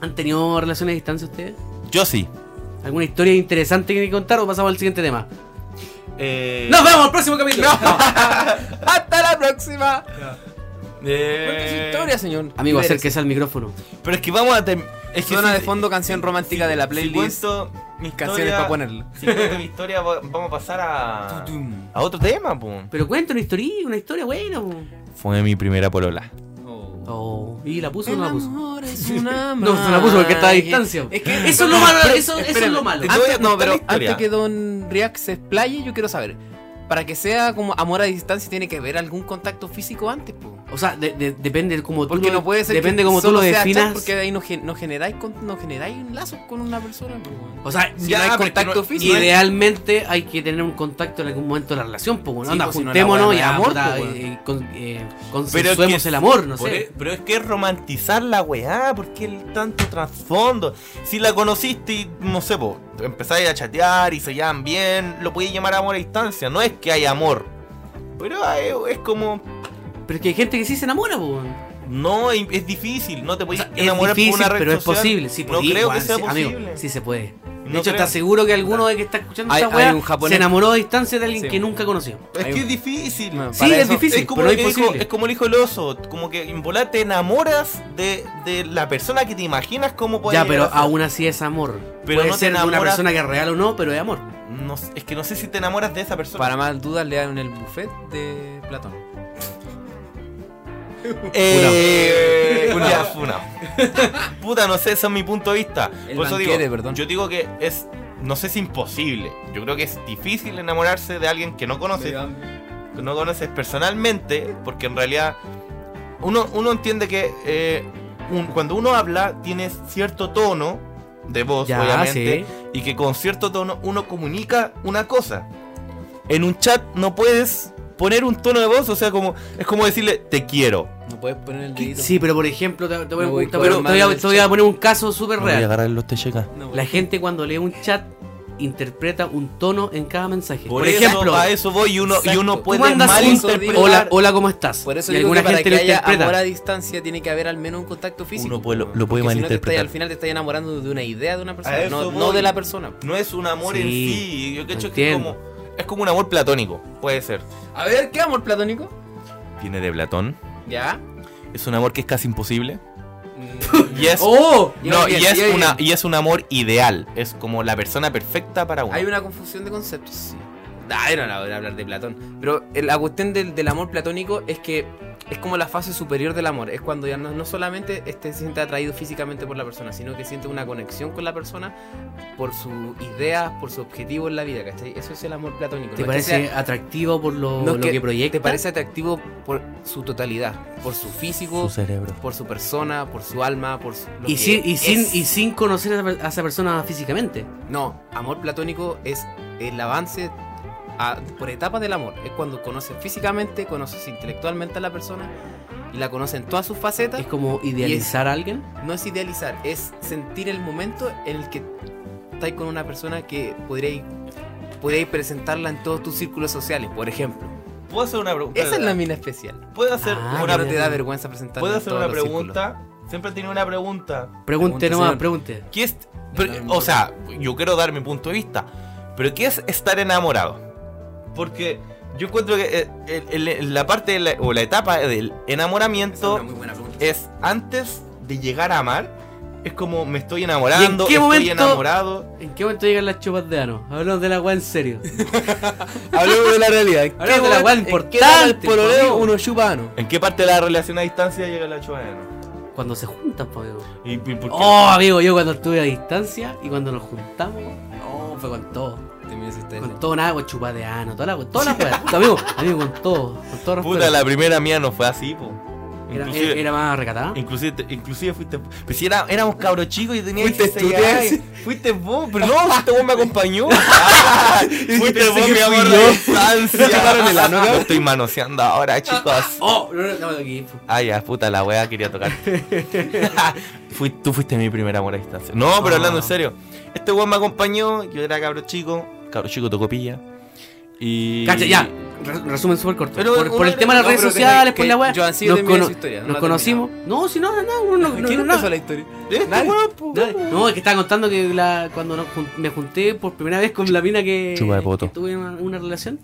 B: ¿Han tenido relaciones a distancia ustedes?
D: Yo sí.
B: ¿Alguna historia interesante que contar o pasamos al siguiente tema?
A: Eh,
B: ¡Nos vemos al próximo
C: <laughs>
B: capítulo!
C: ¡Hasta la próxima! Cuente su
A: eh,
C: historia, señor.
B: <laughs> Amigo,
C: Libérese.
B: acérquese al micrófono.
A: Pero es que vamos a... term- Es que
C: Suena
A: si-
C: de fondo canción romántica de la
A: si
C: playlist.
A: cuento mis
C: canciones para ponerla.
A: Si cuento mi historia, va- vamos a pasar a...
C: Tutum.
A: A otro tema, pum.
B: Pero cuenta una historia, una historia buena. po.
D: Fue mi primera polola.
B: Oh, ¿Y la puso o
C: El
B: no la puso?
C: amor es una
B: No, se la puso porque está a
C: magia.
B: distancia.
C: Es que
B: Eso es lo malo, eso, eso es lo malo.
A: Te voy a
C: Antes, no,
A: contar
C: pero
A: la historia.
C: antes que Don React se explaye, yo quiero saber. Para que sea como amor a distancia, tiene que haber algún contacto físico antes, po.
B: O sea, de- de- depende de cómo tú
C: Porque
B: lo,
C: no puede ser
B: depende
C: que
B: cómo tú
C: solo
B: lo
C: sea chat,
B: definas.
C: Porque de ahí no, gen- no generáis con- no generáis un lazo con una persona, po.
B: O sea,
C: Si ¿eh?
A: Ya,
C: no hay
A: pero es que
C: contacto
A: no-
C: físico.
B: idealmente hay que tener un contacto en algún momento de la relación, pues bueno,
C: Sí,
B: anda,
C: pues, si no, la
B: juntémonos
C: weá
B: y
C: no es amor,
B: amor,
C: po, weón.
B: con, eh,
A: Pero es que-
B: consensuemos el amor, no
A: Por
B: sé.
A: e- pero es que es romantizar la weá, porque el tanto trasfondo. Si la conociste y, no sé, po, empezáis a chatear y se llevan bien, lo podéis llamar amor a distancia. No es que hay amor. Pero hay- es como.
B: Pero es que hay gente que sí se enamora, pues. weón.
A: No, es es difícil. No te podéis
B: Es
A: enamorar
B: difícil,
A: por una red
B: pero
A: social.
B: es posible. Sí,
A: no
B: podí,
A: creo
B: weón,
A: que sea
B: sí,
A: posible.
B: Amigo, sí se puede. De
A: No
B: hecho,
A: creo.
B: está seguro que alguno de que está escuchando
C: Hay-
B: esta
C: hay
B: weá
C: un
B: se
C: japonés-
B: enamoró a distancia de alguien
C: Sí.
B: que nunca conoció.
A: Es que
C: Ahí-
A: es difícil.
C: Bueno,
B: Sí,
C: para
B: es
C: eso-
B: difícil,
A: es como
B: pero
A: lo
B: es
A: que dijo-
B: posible.
A: es como el hijo del oso, como que en volar te enamoras de, de la persona que te imaginas cómo puede
B: Ya,
A: llegar
B: pero
A: a ser.
B: aún así es amor.
A: Pero
B: puede
A: no te
B: ser de una
A: enamoras-
B: persona que es real o no, pero es amor.
A: No sé- es que no sé si te enamoras de esa persona.
C: Para más dudas, le dan el buffet de Platón.
A: Eh, <laughs>
C: Funao.
A: ya, funao. <laughs> Puta, no sé, ese es mi punto de vista.
C: El
A: Por eso digo,
C: banquete, perdón.
A: yo digo que es, no sé si imposible. Yo creo que es difícil enamorarse de alguien que no conoces, que no conoces personalmente, porque en realidad uno, uno entiende que eh, un- cuando uno habla tiene cierto tono de voz,
B: Ya,
A: obviamente,
B: sí.
A: y que con cierto tono uno comunica una cosa. En un chat no puedes poner un tono de voz, o sea, como es como decirle te quiero.
C: No puedes poner el dedito.
B: Sí, pero por ejemplo, te, te voy, a-
C: Me voy
B: te
C: con
B: voy a-
C: el
B: te voy a-
C: mando
B: te voy a poner un caso súper
D: Voy a
B: real.
D: agarrar los techecas.
C: No,
B: La gente cuando lee un chat interpreta un tono en cada mensaje.
A: Por,
B: Por,
A: eso,
B: ejemplo,
A: a eso voy y uno, y
C: Exacto.
A: uno
C: Tú
A: puede
B: tú mandas
A: mal
B: un
C: malinterpretar.
B: hola, hola, ¿cómo estás?
C: Por eso
B: y
C: digo
B: alguna
C: que para
B: gente
C: que
B: lo
C: haya
B: interpreta.
C: amor a distancia tiene que haber al menos un contacto físico.
D: Uno puede-
C: po,
D: lo- lo
C: porque si
D: puede
C: no te
D: malinterpretar.
C: estáis- al final te estás enamorando de una idea de una persona,
A: eso
C: no,
A: voy.
C: no de la persona.
A: No es un amor en
B: Sí,
A: sí. Yo cacho
B: lo
A: que es
B: entiendo.
A: como, es como un amor platónico, puede ser.
C: A ver, ¿qué amor platónico?
A: Viene de Platón.
B: <laughs>
C: Ya.
A: Es un amor que es casi imposible.
C: Mm,
A: Y es,
B: ¡Oh!
A: no,
C: bien,
A: y es,
C: bien.
A: una, y es un amor ideal. Es como la persona perfecta para uno.
C: Hay una confusión de conceptos. sí. Ah, era la hora de hablar de Platón. Pero eh, la cuestión del, del amor platónico es que es como la fase superior del amor. Es cuando ya no, no solamente este, se siente atraído físicamente por la persona, sino que siente una conexión con la persona por sus ideas, por su objetivo en la vida, ¿cachai? Eso es el amor platónico.
B: ¿Te
C: no es que sea-
B: parece atractivo por lo,
C: no es
B: lo que, proyecta?
C: Te parece atractivo por su totalidad, por su físico,
D: Su cerebro.
C: por su persona, por su alma, por su, lo
B: Y
C: que
B: sin, y,
C: es.
B: sin, y sin conocer a esa per- a esa persona físicamente.
C: No, amor platónico es el avance a- por etapas del amor. Es cuando conoces físicamente, conoces intelectualmente a la persona y la conoces en todas sus facetas.
B: Es como idealizar a alguien.
C: No es idealizar, es sentir el momento en el que estáis con una persona que podríais, podríais presentarla en todos tus círculos sociales, por ejemplo.
A: ¿Puedo hacer una pregunta?
C: Esa es la mina especial.
A: ¿Puedo hacer
B: Ah,
A: una,
C: Ahora te da
B: ya.
C: vergüenza presentarla.
A: ¿puedo
C: en
A: hacer
C: todos
A: una
C: los círculos.
A: pregunta? Siempre he tenido una pregunta.
B: Pregunte
C: Pregunte,
B: nomás,
C: señor.
B: pregunte.
A: ¿Qué es,
C: Pero,
A: pero-
C: no
A: o
C: importa.
A: sea, yo quiero dar mi punto de vista, pero ¿qué es estar enamorado? Porque yo encuentro que eh, el- el- la parte de la- o la etapa del
C: Esa es
A: enamoramiento
C: una muy buena pregunta.
A: es antes de llegar a amar. Es como me estoy enamorando,
B: ¿Y en qué
A: estoy
B: momento?
A: enamorado.
B: ¿En qué momento llegan las chupas de ano? Hablamos de la agua en
C: <laughs>
B: serio.
C: Hablemos de la realidad. ¿En
B: Hablemos de la
C: momen-
B: weá
C: en qué etapa del
B: importante,
C: pololeo
B: amigo.
C: uno chupa ano?
A: ¿En qué parte de la relación a distancia llega la chupada?
B: Cuando se juntan, pues, amigo.
A: ¿Y, y por qué?
B: Oh, amigo, yo cuando estuve a distancia y cuando nos juntamos, oh, fue con todo.
C: También existe
B: Con todo nada, con chupa de ano, toda la toda la weá. Amigo, <laughs> amigo, con todo, con todo respeto.
A: Puta, la primera mía no fue así, po.
B: era,
A: Inclusive-
B: era más recatada.
A: Inclusive, te- inclusive fuiste. Pues si era, éramos cabros chicos y tenía
C: Fuiste
A: 16
C: tú, te-
A: años. Fuiste vos, pero no, fuiste vos me <laughs> acompañó. Ah, fuiste
C: Pensé
A: vos,
C: que
A: mi
C: fui
A: amor
C: yo.
A: de distancia. Lo estoy manoseando ahora, chicos.
B: Oh, no, no, no, no, aquí.
A: Ah, ya, puta, la wea quería tocar. Fui- tú fuiste mi primer amor a distancia. No, pero hablando en serio. Este weón me acompañó, yo era cabro chico, cabro chico tocopilla. Y.
B: Cacha, ya. re- Resumen súper corto.
A: Pero
B: por, por
A: uno-
B: el tema de las
C: no,
B: redes
C: pero que-
B: sociales, por
C: que
B: la weá.
C: yo así he terminado su historia, no
B: nos
C: la he
B: conocimos. No, si no, no, uno no, no,
C: ¿Quién
B: no,
C: empezó la historia?
A: Este
C: Nadie.
A: weón, po.
B: no, no, es que estaba contando que la, cuando nos jun- me junté por primera vez con la mina que,
D: Chupa de poto.
B: que tuve una, una relación,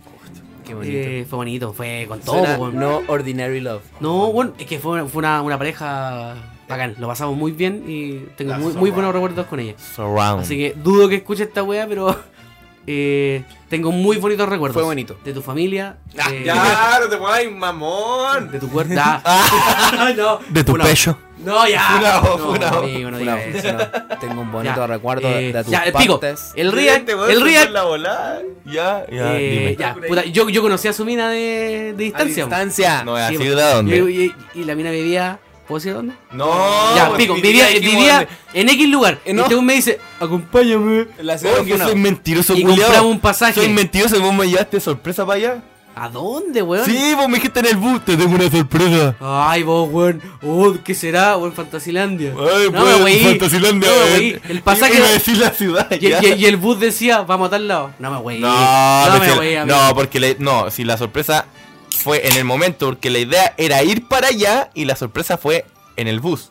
C: Qué
B: eh, fue bonito, fue con todo.
C: Suena
B: weón.
C: no Ordinary Love.
B: No, bueno, es que fue, fue una, una pareja bacán, lo pasamos muy bien y tengo muy, muy buenos recuerdos con ella.
D: Surround.
B: Así que dudo que escuche esta wea, pero <laughs> eh, tengo muy bonitos recuerdos.
C: Fue bonito. Ah,
B: De tu familia, eh, de,
A: Ya, no te pongas mamón.
B: de tu <laughs> cuerpo. Ah, no,
D: De tu
B: Una-
D: pecho.
B: No, ya.
A: Funao,
B: no,
A: funao.
B: amigo, no
C: Una-
B: diga eso.
C: una- tengo un bonito
B: Ya,
C: recuerdo
B: Eh,
C: de tus
B: ya, el pico.
C: partes.
B: El Real,
A: Este weón
B: el
A: se
B: Real.
A: fue en la volada. Ya, ya,
B: eh,
A: dime.
B: ya, puta, yo, yo conocí a su mina de, de
C: A
B: distancia.
C: distancia.
D: No,
B: Sí,
D: así
B: bueno.
D: de dónde.
B: Y, y- y la mina vivía. ¿Puedo decir dónde?
A: No,
B: ya,
A: pues,
B: pico,
A: vivía
B: vivía,
A: aquí,
B: vivía
A: weón.
B: en X lugar.
C: Eh, no.
B: Y este weón me dice, acompáñame.
C: La ciudad
D: Weón, que
C: funao.
D: soy mentiroso,
B: Y
D: culiao.
B: compramos un pasaje.
D: Soy
B: <laughs>
D: mentiroso, vos me llevaste sorpresa para allá.
B: ¿A dónde, weón?
D: Sí, vos me dijiste en el bus, te tengo una sorpresa.
B: Ay, vos, weón. Oh, ¿qué será, weón? Fantasilandia.
D: Ay,
B: no,
D: pues,
B: me weí.
D: Fantasilandia,
B: No, me
D: eh.
B: weí. El pasaje.
D: Iba a decir la ciudad.
B: Y, el-
D: ya.
B: y el- y el bus decía, vamos a tal lado. No me weí.
D: No,
B: no
D: pero
B: me
D: si-
B: weí, amigo.
D: no, porque le- no, si la sorpresa fue en el momento, porque la idea era ir para allá y la sorpresa fue en el bus.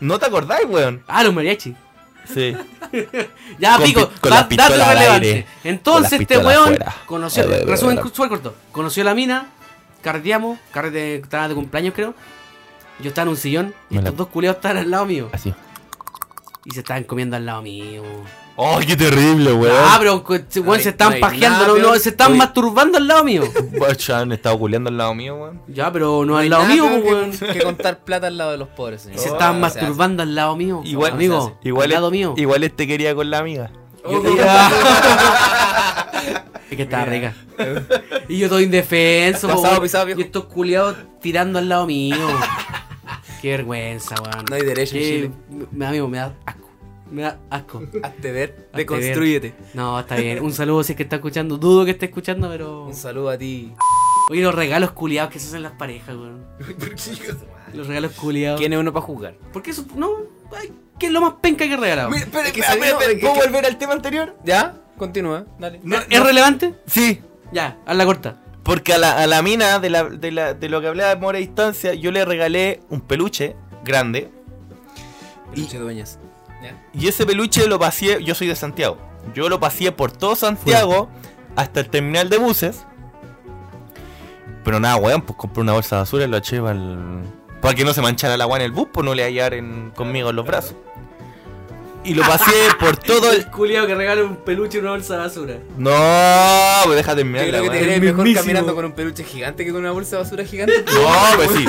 D: ¿No te acordáis, weón?
B: Ah, los mariachi.
D: Sí.
B: <laughs> Ya,
D: Con
B: pico,
D: pi- con
B: da-
D: la pistola
B: dato
D: al
B: relevante.
D: aire.
B: Entonces,
D: Con la
B: este
D: pistola
B: weón
D: afuera.
B: conoció,
D: A ver, a ver,
B: resumen
D: a ver.
B: súper corto, conoció a la mina, carreteamos, carrete, estaba de cumpleaños, creo. Yo estaba en un sillón y
D: Me
B: estos
D: la-
B: dos culeados estaban al lado mío
D: Así.
B: y se estaban comiendo al lado mío.
D: Oh, qué terrible, weón.
B: Ah, pero cu- este weón se
C: No hay- no
B: están
C: hay
B: pajeando,
C: nada
B: no, no,
C: peor.
B: se están
C: Uy.
B: masturbando al lado
C: <laughs>
B: mío.
D: Chan estaba culeando al lado mío, weón.
B: Ya, pero no
C: hay
B: al lado
C: nada
B: mío,
C: peor
B: weón.
C: que, que contar plata al lado de los pobres, señor.
B: Y se estaban
C: No, o sea,
B: masturbando al lado mío.
D: Igual-
B: amigo,
D: Igual,
B: al lado
D: este-
B: mío.
D: igual este quería con la amiga.
B: Yo- Es que estaba rica. Y yo todo indefenso, po,
C: Pasado,
B: weón.
C: pisado, viejo.
B: Y estos culiados tirando al lado mío. <laughs> Qué vergüenza, weón.
C: No hay derecho en
B: Qué-
C: Chile.
B: me- Me, amigo, me da asco. Me da asco.
C: Hazte ver,
B: Hazte
C: deconstrúyete.
B: No, está bien. Un saludo si es que está escuchando. Dudo que esté escuchando, <laughs> pero.
C: Un saludo a ti.
B: Oye, los regalos culiados que se hacen las parejas, weón. Los regalos culiados.
C: ¿Quién es uno para jugar?
B: ¿Por qué eso? No. ay, ¿Qué es lo más penca que he regalado?
A: Mira, espera,
C: Es que
A: espera,
C: sabía-
A: espera, espera,
C: es
A: ¿Puedo
C: que-
A: volver al tema anterior?
C: ¿Ya? Continúa, dale.
A: No,
B: ¿Es
A: no.
B: relevante?
D: Sí,
B: Ya, haz la corta.
D: porque a la, a la mina de, la- de, la- de lo que hablaba de amor a distancia, yo le regalé un peluche grande.
C: Peluche dueñas.
D: Y ese peluche lo pasé, yo soy de Santiago. Yo lo pasé por todo Santiago hasta el terminal de buses. Pero nada, weón, pues compré una bolsa de basura y lo eché al. Para que no se manchara el agua en el bus, pues no le hallar en... conmigo en los brazos. Y lo pasé por todo
C: <laughs>
D: el.
B: culiado que regala un peluche en una bolsa de basura.
D: No, pues deja terminar
C: Yo
D: la
C: creo que te
D: weá.
C: crees mejor
B: mismísimo.
C: caminando con un peluche gigante que con una bolsa de basura gigante.
D: No, pues sí.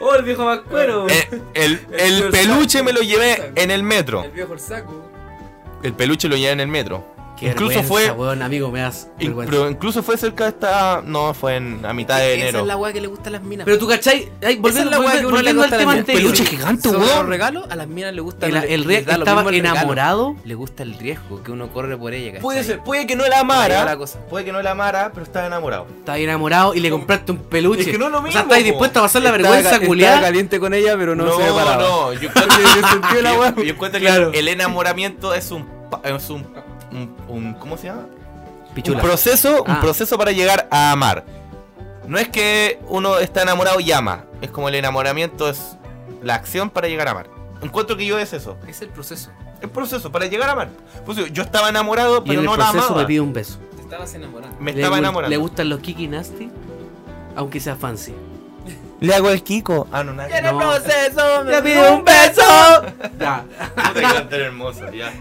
B: Oh, el viejo cuero
D: Eh, el, el peluche me lo llevé en el metro.
C: El viejo el saco.
D: El peluche lo llevé en el metro.
B: Qué
D: Incluso
B: vergüenza,
D: fue.
B: Weón, amigo, me das
D: in-
B: vergüenza.
D: pero incluso fue cerca de esta. No, fue en, a mitad de
C: Esa
D: enero.
C: es la weá que le gusta a las minas.
B: Pero tú cachai, ay,
C: Esa es
B: volviendo,
C: la weá que
B: volviendo,
C: uno le
B: volviendo al
C: gusta a
B: tema
C: las minas.
B: anterior.
D: Peluche gigante,
C: Sobre
D: weón.
C: los regalos, a las minas le gusta
B: El, el Real
C: le da lo mismo
B: estaba
C: el regalo.
B: enamorado.
C: Le gusta el riesgo que uno corre por ella. ¿cachai?
D: Puede ser, puede que no la
C: Ahí va
D: amara.
C: la cosa.
D: Puede que no la amara, pero estaba enamorado.
B: Estaba enamorado y le compraste un peluche.
D: Es que no es lo
B: o sea,
D: mismo,
B: estáis
D: po.
B: dispuesto a pasar la
C: Estaba ca-
B: vergüenza
C: estaba
B: culiada.
C: caliente con ella, pero no,
D: No,
C: se
D: no,
C: separaba.
D: yo encuentro, yo encuentro-
C: la weá.
D: yo encuentro
B: Claro.
D: que el enamoramiento es un pa- es un, un- un- ¿cómo se llama?
B: Pichula.
D: Un proceso,
B: Ah.
D: un proceso para llegar a amar. No es que uno está enamorado y ama, es como el enamoramiento es la acción para llegar a amar. Encuentro que yo es eso,
C: Es el proceso.
D: el proceso para llegar a amar. Pues yo- yo estaba enamorado,
B: Y en
D: pero
B: el
D: no la
B: proceso
D: amaba.
B: me
D: Me,
B: pide un beso.
C: Te estabas enamorando.
B: Le
D: estaba
B: gu-
D: enamorando.
B: Le gustan los Kiki Nasty, aunque sea
D: <laughs>
B: fancy.
D: Le hago el Kiko. Ah, no, nada. que-
B: No.
C: proceso
B: ¡Le pide un beso! Ya,
D: Puta, que era tan hermoso, ya.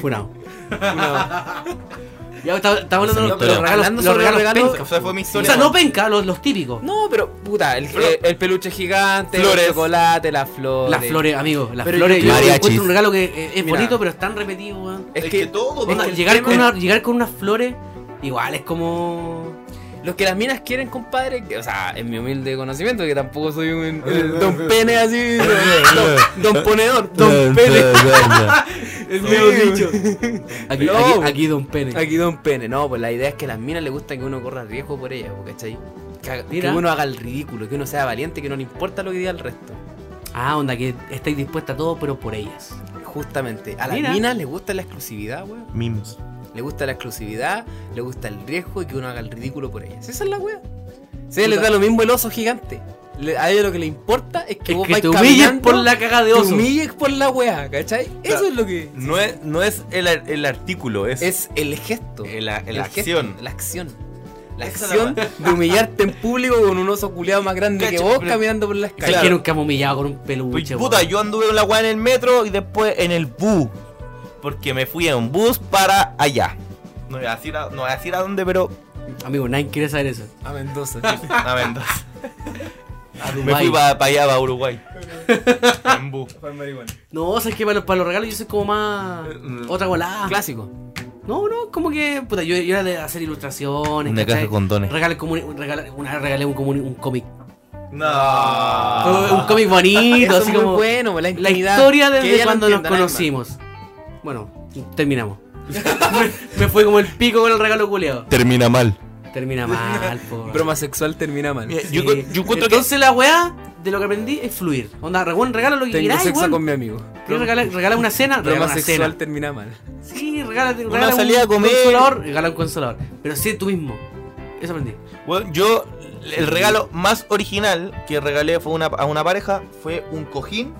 B: funado. Ya, está- está hablando de los,
D: historia.
B: los regalos,
C: Hablando
B: los
C: sobre los
B: regalos
C: regalos,
B: penca.
A: O sea, fue mi
B: O
A: historia.
B: sea, no penca, los, los típicos.
C: No, pero puta, el,
A: Pero-
C: el peluche gigante,
A: Flores.
C: el chocolate, las flores.
B: Las flores, amigo, las
C: Pero yo
B: flores.
C: creo-
B: Yo
D: Mariachis.
B: encuentro un regalo que eh, es
C: Mira.
B: bonito, pero es tan repetido, weón.
A: Es que todo,
B: Onda,
A: es que
B: llegar,
A: el
B: con
A: tema-
B: una- llegar con unas flores, igual es como.
C: Los que las minas quieren, compadre, que- o sea, en mi humilde conocimiento, que tampoco soy un el don pene así, <laughs> don, don ponedor, don pene. <laughs>
B: Es
C: nuevo
B: dicho. Aquí,
C: No.
B: aquí, aquí Don Pene.
C: Aquí don pene, no, pues la idea es que a las minas les gusta que uno corra riesgo por ellas, po, ¿cachai? Que, haga- que
B: Mira.
C: uno haga el ridículo, que uno sea valiente, que no le importa lo que diga el resto.
B: Ah, onda, que estáis dispuesta a todo, pero por ellas.
C: Justamente, a las
B: Mira.
C: minas les gusta la exclusividad, weón.
D: Mimos.
C: Le gusta la exclusividad, le gusta el riesgo y que uno haga el ridículo por ellas. Esa es la wea. Sí, les da lo mismo el oso gigante. Le- a ellos lo que les importa es que
B: Que,
C: vos
B: que
C: vais
B: te humilles
C: caminando,
B: por la caga de
C: te
B: oso.
C: humilles por la wea, ¿cachai? Eso es lo que.
A: No es, no es el, ar- el artículo, es,
C: Es el gesto.
A: el- la
C: el
A: la
C: gesto,
A: acción.
C: la acción. La
A: Esa
C: acción de humillarte en público con un oso culeado más grande que
A: Cacha,
C: vos
A: pero-
C: caminando por las
B: Es
C: calles.
B: que
A: Claro.
B: nunca me humillaba con un
A: Pues,
B: peluche,
A: puta,
B: weón.
A: yo anduve con la weá en el metro y después en el bus. Porque me fui en un bus para allá. No voy a decir a, no voy a, decir a dónde, pero
B: Amigo, nadie quiere saber eso.
C: A Mendoza.
B: <laughs>
A: a Mendoza.
B: A
A: me
B: Dubái.
A: fui para allá, para Uruguay. en bus.
B: No, o sea, es que para los, para los regalos yo soy como más. Otra volada.
C: Clásico.
B: No, no, como que. Puta, yo, yo era de hacer ilustraciones.
D: Una caja
B: ¿cachai?
D: de condones.
B: Regalé como un, regala- una vez regalé un, como un, un cómic.
A: No. Ah.
B: un cómic bonito,
C: <laughs> Eso es
B: así
C: muy
B: como.
C: bueno, pues, la,
B: la
C: intimidad,
B: historia
C: que
B: desde
C: ella no
B: cuando nos
C: entienda, nada más.
B: conocimos. Bueno, terminamos. <laughs> me, me fue como el pico con el regalo culeado.
D: <laughs> Termina mal.
B: Termina mal, por.
C: Broma sexual termina mal.
A: Mira,
B: Sí.
A: Yo, encu- yo encuentro
B: Entonces la weá de lo que aprendí es fluir. Onda, re- buen regalo lo que
C: Tengo
B: quieras.
C: sexo con mi amigo.
B: Regala, regala una cena, regala
C: Broma
B: una
C: sexual
B: cena.
C: termina mal.
B: Sí, regala, regala un
A: salida a comer.
B: consolador, regala un consolador. Pero sé tú mismo. Eso aprendí.
A: que, bueno, yo el regalo más original que regalé fue una- a una pareja fue un cojín.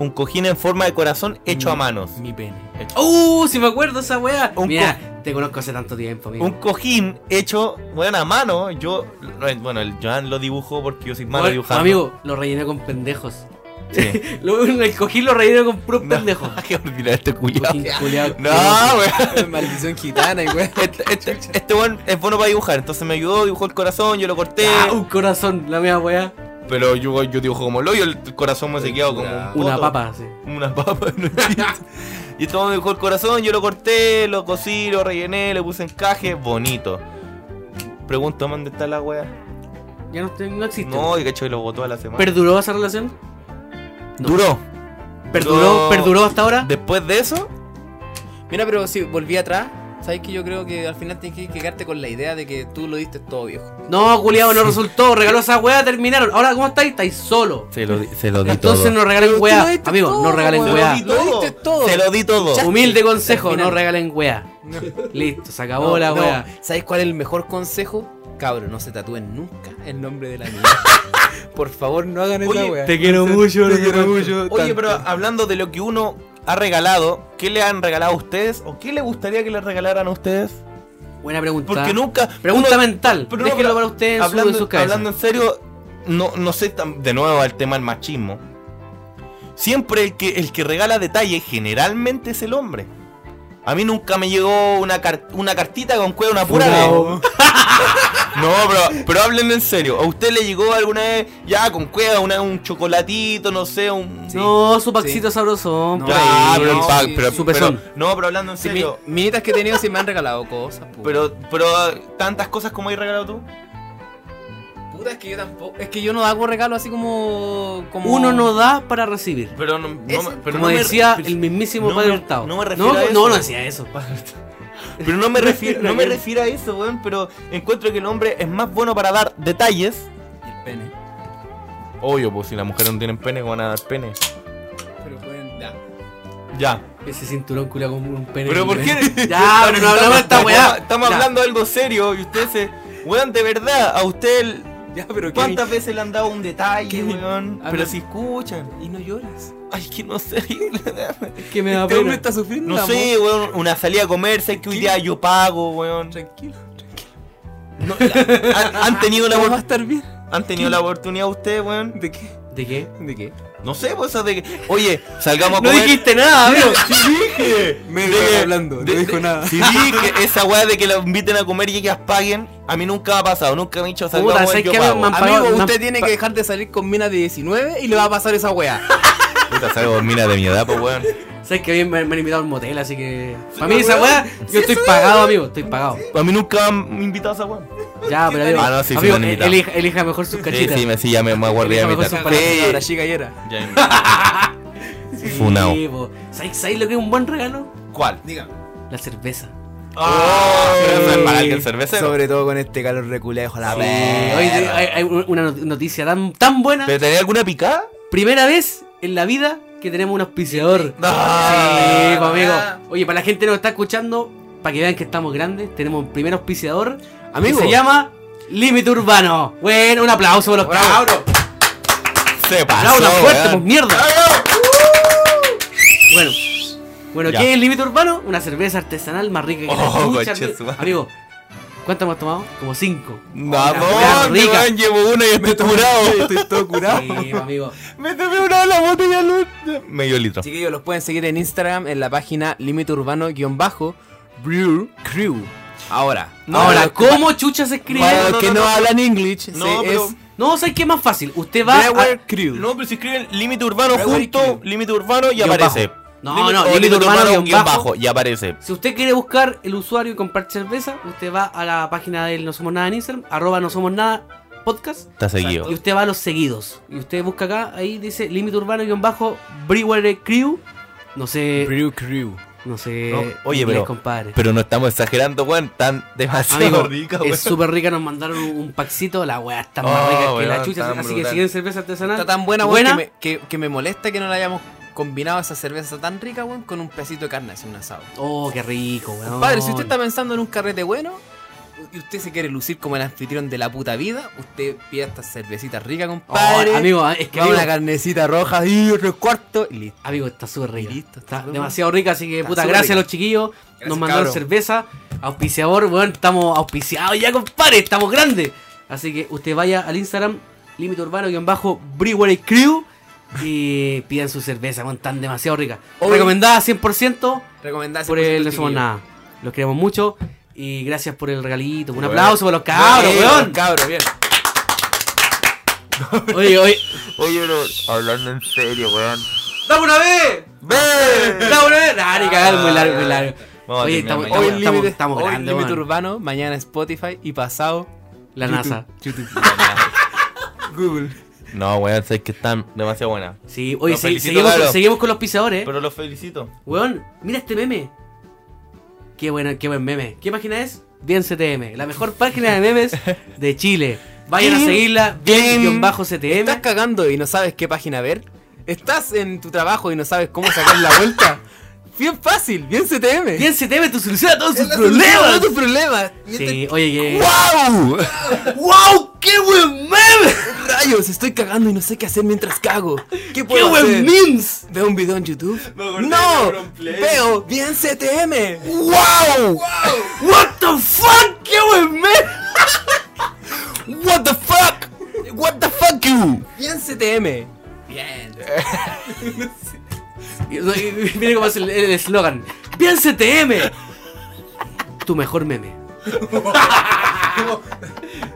A: Un cojín en forma de corazón hecho a
B: Mm.
A: manos.
C: Mi pene.
B: ¡Uh! Si me acuerdo esa weá.
A: Un
B: Mira, te conozco hace tanto tiempo, amigo.
A: Un cojín hecho, bueno, a mano. Yo, eh, bueno, el Joan lo dibujó porque yo soy malo
B: Bueno,
A: dibujando. <laughs>
B: Amigo, lo rellené con pendejos.
A: Sí.
B: <laughs> Lo, el cojín lo rellené con puros
A: No.
C: <laughs>
B: pendejos.
D: Qué ordinario este culiao.
B: Cojín culiao.
A: No,
C: Ah,
A: weón.
C: Maldición gitana y <laughs> weón.
A: Este, este, este weón es bueno para dibujar, entonces me ayudó, dibujó el corazón, yo lo corté.
B: Ah, un corazón, la mía weá.
A: Pero yo, yo dibujo como el hoyo, el corazón me se quedó como un
B: Una
A: poto.
B: papa, sí.
A: Una papa, no entiendo. Y este weón dibujó el corazón, yo lo corté, lo cocí, lo rellené, le puse encaje, bonito. Pregunto, ¿dónde está la wea?
B: Ya no, te- no existe.
A: No, y cacho que lo botó a la semana.
B: ¿Perduró esa relación? No.
A: Duró.
B: ¿Perduró,
A: Duró-
B: ¿Perduró hasta ahora?
A: Después de eso,
C: Mira, pero si volví atrás, ¿sabes que yo creo que al final tienes que quedarte con la idea de que tú lo diste todo viejo?
B: No, culiado, no resultó. Regaló esa weá, terminaron. Ahora, ¿cómo estáis? Estáis solo.
D: Se lo, di- se lo di
B: Entonces
D: todo.
B: no regalen
C: Pero tú lo
B: weá.
C: diste
B: Amigo,
C: todo,
B: no regalen
C: weón.
B: weá.
A: di
C: Lo diste todo.
A: se lo di todo.
C: Ya.
B: Humilde consejo, no
C: Terminando.
B: regalen weá.
C: No.
B: Listo, se
C: Ah,
B: acabó la
C: no.
B: weá.
C: ¿Sabes cuál es el mejor consejo? Cabro, no se tatúen nunca el nombre de la <laughs> niña. Por favor, no hagan
A: Oye,
C: esa weá.
B: quiero mucho,
C: te quiero mucho.
A: Oye,
C: tanto.
A: pero hablando de lo que uno ha regalado, ¿qué le han regalado a ustedes? ¿O qué le gustaría que le regalaran a ustedes?
B: Buena pregunta.
A: Porque nunca.
B: Pregunta
A: uno-
B: mental.
A: pero no,
B: Déjenlo
A: pero
B: para ustedes en su-
A: hablando,
B: en sus cabezas.
A: hablando en serio, no, no sé tan- de nuevo al tema del machismo. Siempre el que, el que regala detalles generalmente es el hombre. A mí nunca me llegó una, car- una cartita con cueva, una pura de.
B: Furao.
A: No, pero, pero hablen en serio. ¿A usted le llegó alguna vez ya con cueva, una, un chocolatito, no sé, un.
B: No, su paxito sabroso.
C: No.
B: por
A: Ya,
B: ahí.
A: pero, el
C: no,
A: pack,
C: sí,
A: pero-
B: sí.
A: pero-
B: Supezón.
A: No, pero hablando en
C: Si mi,
A: serio.
C: minitas que he tenido sí me han regalado cosas, po.
A: Pero, pero tantas cosas como hay regalado tú.
C: puta, es que yo tampoco. Es que yo no hago regalo así como. como...
B: Uno no da para recibir.
A: Pero no, no
C: Es-
A: me- pero
B: Como
A: no me-
B: decía el mismísimo
A: no
B: padre
A: me-
B: Hurtado.
A: no me refiero a eso.
B: No, no decía eso. <laughs>
A: Pero no <laughs> me refiero, no me refiero a eso, weón. Pero encuentro que el hombre es más bueno para dar detalles.
C: Y el pene.
A: Obvio, pues si las mujeres no tienen pene, van a dar pene.
C: Pero pueden. Ya.
A: Ya.
B: Ese cinturón culiao con un pene.
A: Pero ¿por qué?
B: Ya, Ah,
A: <laughs>
B: pero no hablamos de esta weá.
A: Estamos
B: Ya.
A: hablando de algo serio y usted se. Weón, de verdad, a usted.
C: Ya, pero qué.
A: ¿Cuántas veces le han dado un detalle,
C: ¿Qué?
A: weón?
C: Habla-
A: Pero si escuchan.
C: Y no lloras.
A: Ay, que no sé.
B: que me da
C: Este hombre
B: pena.
C: está
A: <laughs>
C: sufriendo.
A: No
C: amor.
A: sé, weón, una salida a comer, sé que hoy día yo pago, weón.
C: Tranquilo, tranquilo.
A: No, han, han tenido la,
C: ¿Cómo va a
A: opor-
C: estar bien?
A: han tenido la oportunidad ustedes, weón,
C: <laughs> ¿De qué?
B: ¿De qué?
C: ¿De qué?
A: No sé, pues eso de que. Oye, salgamos a
B: No
A: comer.
B: dijiste nada, amigo.
A: Sí dije.
C: Me
A: De
C: estaba
A: que-
C: hablando, no dijo nada.
A: Sí dije, esa weá de que la inviten a comer y ellas paguen, a mí nunca ha pasado, nunca me han dicho salgamos
B: Puta,
A: a comer,
B: ¿sabes
A: yo
B: qué? A mí
A: pago.
B: me han pagado-
C: Amigo,
B: me
C: usted
B: han-
C: tiene que dejar de salir con mina de 19 y le va a pasar esa <laughs> wea.
A: Puta, salgo, mira, de mi edad, pues weón.
B: Sabes que bien me, me han invitado a un motel, así que. Para mí esa
C: weón.
B: weá,
C: Sí,
B: yo estoy
C: esa
B: pagado, amigo, estoy pagado.
A: A mí nunca me han invitado a esa weá.
B: Ya, pero amigo,
A: Ah, no, sí, sí
B: amigo,
A: me han
B: el-
A: invitado.
B: elija, elija mejor sus
A: Sí,
B: cachitas.
A: sí, me, sí, ya me, me guardé a
B: Elija
A: mi
B: mejor
A: edad.
B: sus palabras.
A: Sí,
C: Ahora chica y era.
A: ya me- Funao.
B: Sí, po. ¿Sabes, ¿Sabes lo que es un buen regalo?
A: ¿Cuál?
C: Dígame.
B: La cerveza. Oh.
A: Ah, pero eso es para alguien cervecero.
C: Sobre todo con este calor reculejo, la
B: Eh,
C: perra.
B: hoy de- hay, hay una not- noticia tan, tan buena.
A: ¿Pero tenía alguna picada?
B: Primera vez en la vida que tenemos un auspiciador.
A: Ah.
B: Sí, po, amigo. Oye, para la gente que nos está escuchando, para que vean que estamos grandes, tenemos un primer auspiciador.
C: Amigo.
B: Que se llama Límite Urbano. Bueno, un aplauso por los cabros.
A: Se pasó,
B: Aplaudan fuerte, pues
A: weón.
B: mierda. Bueno. Bueno,
A: Ya.
B: ¿qué es el límite urbano? Una cerveza artesanal más rica que
A: Oh,
B: la chucha,
A: conche su
B: amigo.
A: madre.
B: Amigo, ¿cuántas hemos tomado? Como cinco.
A: No,
B: Una weá
A: no,
B: rica.
A: weón, llevo una y estoy curado.
C: Estoy todo curado.
B: Sí, amigo.
A: Me tomé una de la botella Luz. Medio litro.
C: Chiquillos, los pueden seguir en Instagram en la página límite urbano-brew crew. Ahora,
B: Ahora, ¿cómo chucha se escribe?
A: Vale.
C: Para
A: No,
C: los
A: no,
C: que
A: no,
C: no
A: no.
C: hablan English,
A: No,
C: se
A: pero-
C: es
B: No, ¿sabes qué es más fácil? Usted va a-
C: Brewer Crew.
A: No, pero si escriben límite urbano
C: Pero
A: junto,
C: escriben.
A: límite urbano y
B: Guión
A: aparece.
B: bajo. No, no, límite urbano, guión bajo.
A: y aparece.
B: Si usted quiere buscar el usuario y comprar cerveza, usted va a la página del No Somos Nada en Instagram, arroba No Somos Nada podcast,
A: Está seguido.
B: y usted va a los seguidos. Y usted busca acá, ahí dice límite urbano-brewer crew. No sé,
C: Brew Crew.
B: no sé.
A: No, oye,
B: inglés,
A: pero-
B: compadre.
A: Pero no estamos exagerando, weón. Tan demasiado <laughs>
B: Amigo, eh,
A: rica, weón.
B: es súper rica, nos mandaron un, un paxito, la weá está más
A: Oh,
B: rica que
A: weón,
B: la chucha,
A: tan
B: así que
A: brutal.
B: si quieren cerveza artesanal,
C: Está tan buena, weón,
B: buena,
C: que me- que, que me molesta que no la hayamos combinado esa cerveza tan rica, weón, con un pedacito de carne, así un asado.
B: oh, qué rico, weón.
C: Padre, si usted está pensando en un carrete bueno y usted se quiere lucir como el anfitrión de la puta vida, usted pida estas cervecitas ricas,
B: Oh,
C: compadre.
B: amigo, es que
C: Va
B: amigo,
C: una carnecita roja y otro cuarto y listo.
B: Amigo, está súper rica.
C: Y listo, está
B: está
C: súper
B: demasiado rica, así que
C: Está
B: puta,
C: súper
B: gracias
C: rica.
B: a los chiquillos.
C: Gracias,
B: nos mandaron
C: cabro.
B: cerveza, auspiciador, weón, estamos auspiciados ya, compadre, estamos grandes. Así que usted vaya al Instagram, límite urbano bajo Brewery Crew y <laughs> pidan su cerveza, weón, están demasiado ricas.
C: Hoy-
B: Recomendada 100%
C: Recomendada
B: por el No
C: 100%
B: Somos
C: chiquillo.
B: Nada. Los queremos mucho y gracias por el regalito. Un
A: Weón.
B: aplauso para los cabros,
C: Bien, <laughs>
B: weón.
C: Cabro, bien.
B: Oye, oye,
A: Oye, pero hablando en serio, weón.
B: ¡dame una vez!
A: ¡Ve!
B: ¡Dame una vez! eh. Nah, ni cagar, muy largo, muy largo.
A: Vamos a
B: Oye,
A: terminar mañana.
B: estamos, estamos,
C: Hoy
B: estamos,
C: límite-
B: estamos
C: hoy
B: grandes,
C: límite
B: weón.
C: urbano, mañana Spotify y pasado
B: La
C: YouTube,
B: NASA.
C: YouTube. Google.
A: No, weón, sé que están demasiado buenas.
B: Sí, oye,
A: Los
B: se-
A: felicito,
B: seguimos,
A: Galo.
B: seguimos con los pisadores. eh.
A: Pero los felicito.
B: Weón, mira este meme. Qué bueno, qué buen meme. ¿Qué página es? Bien CTM, la mejor página de memes de Chile. Vayan a
A: Bien,
B: seguirla,
A: bien.
B: bien-CTM.
C: ¿Estás cagando y no sabes qué página ver? ¿Estás en tu trabajo y no sabes cómo sacar la vuelta? Bien fácil, bien CTM.
B: Bien CTM, tu solución a todos tus
C: Es la solución a
B: problemas.
C: tus problemas.
B: Sí, oye, que...
A: ¡Wow!
C: ¡Wow! ¡Qué buen meme! Rayos, estoy cagando y no sé qué hacer mientras cago. ¿Qué
B: ¡Qué
C: puedo
B: buen
C: hacer?
B: memes!
C: ¿Veo un video en YouTube?
A: Me acordé de
C: ¡No!
A: Auron Play.
C: ¡Veo! ¡Bien CTM!
A: ¡Wow!
B: What the fuck, qué buen meme.
A: ¡What the fuck! ¡What the fuck you!
C: ¡Bien CTM! Bien.
B: <laughs> Mira cómo es el el eslogan. Bien CTM. Tu mejor meme.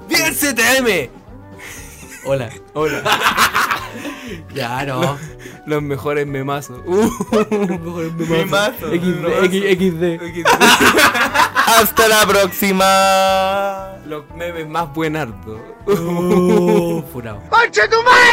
C: ¡Bien CTM!
B: Hola.
C: Hola,
B: <laughs> Ya, no.
C: los mejores Uh, memazos.
A: Mi mazo.
B: XD.
A: Hasta la próxima.
C: los memes más Uh. buenardo.
B: Furado.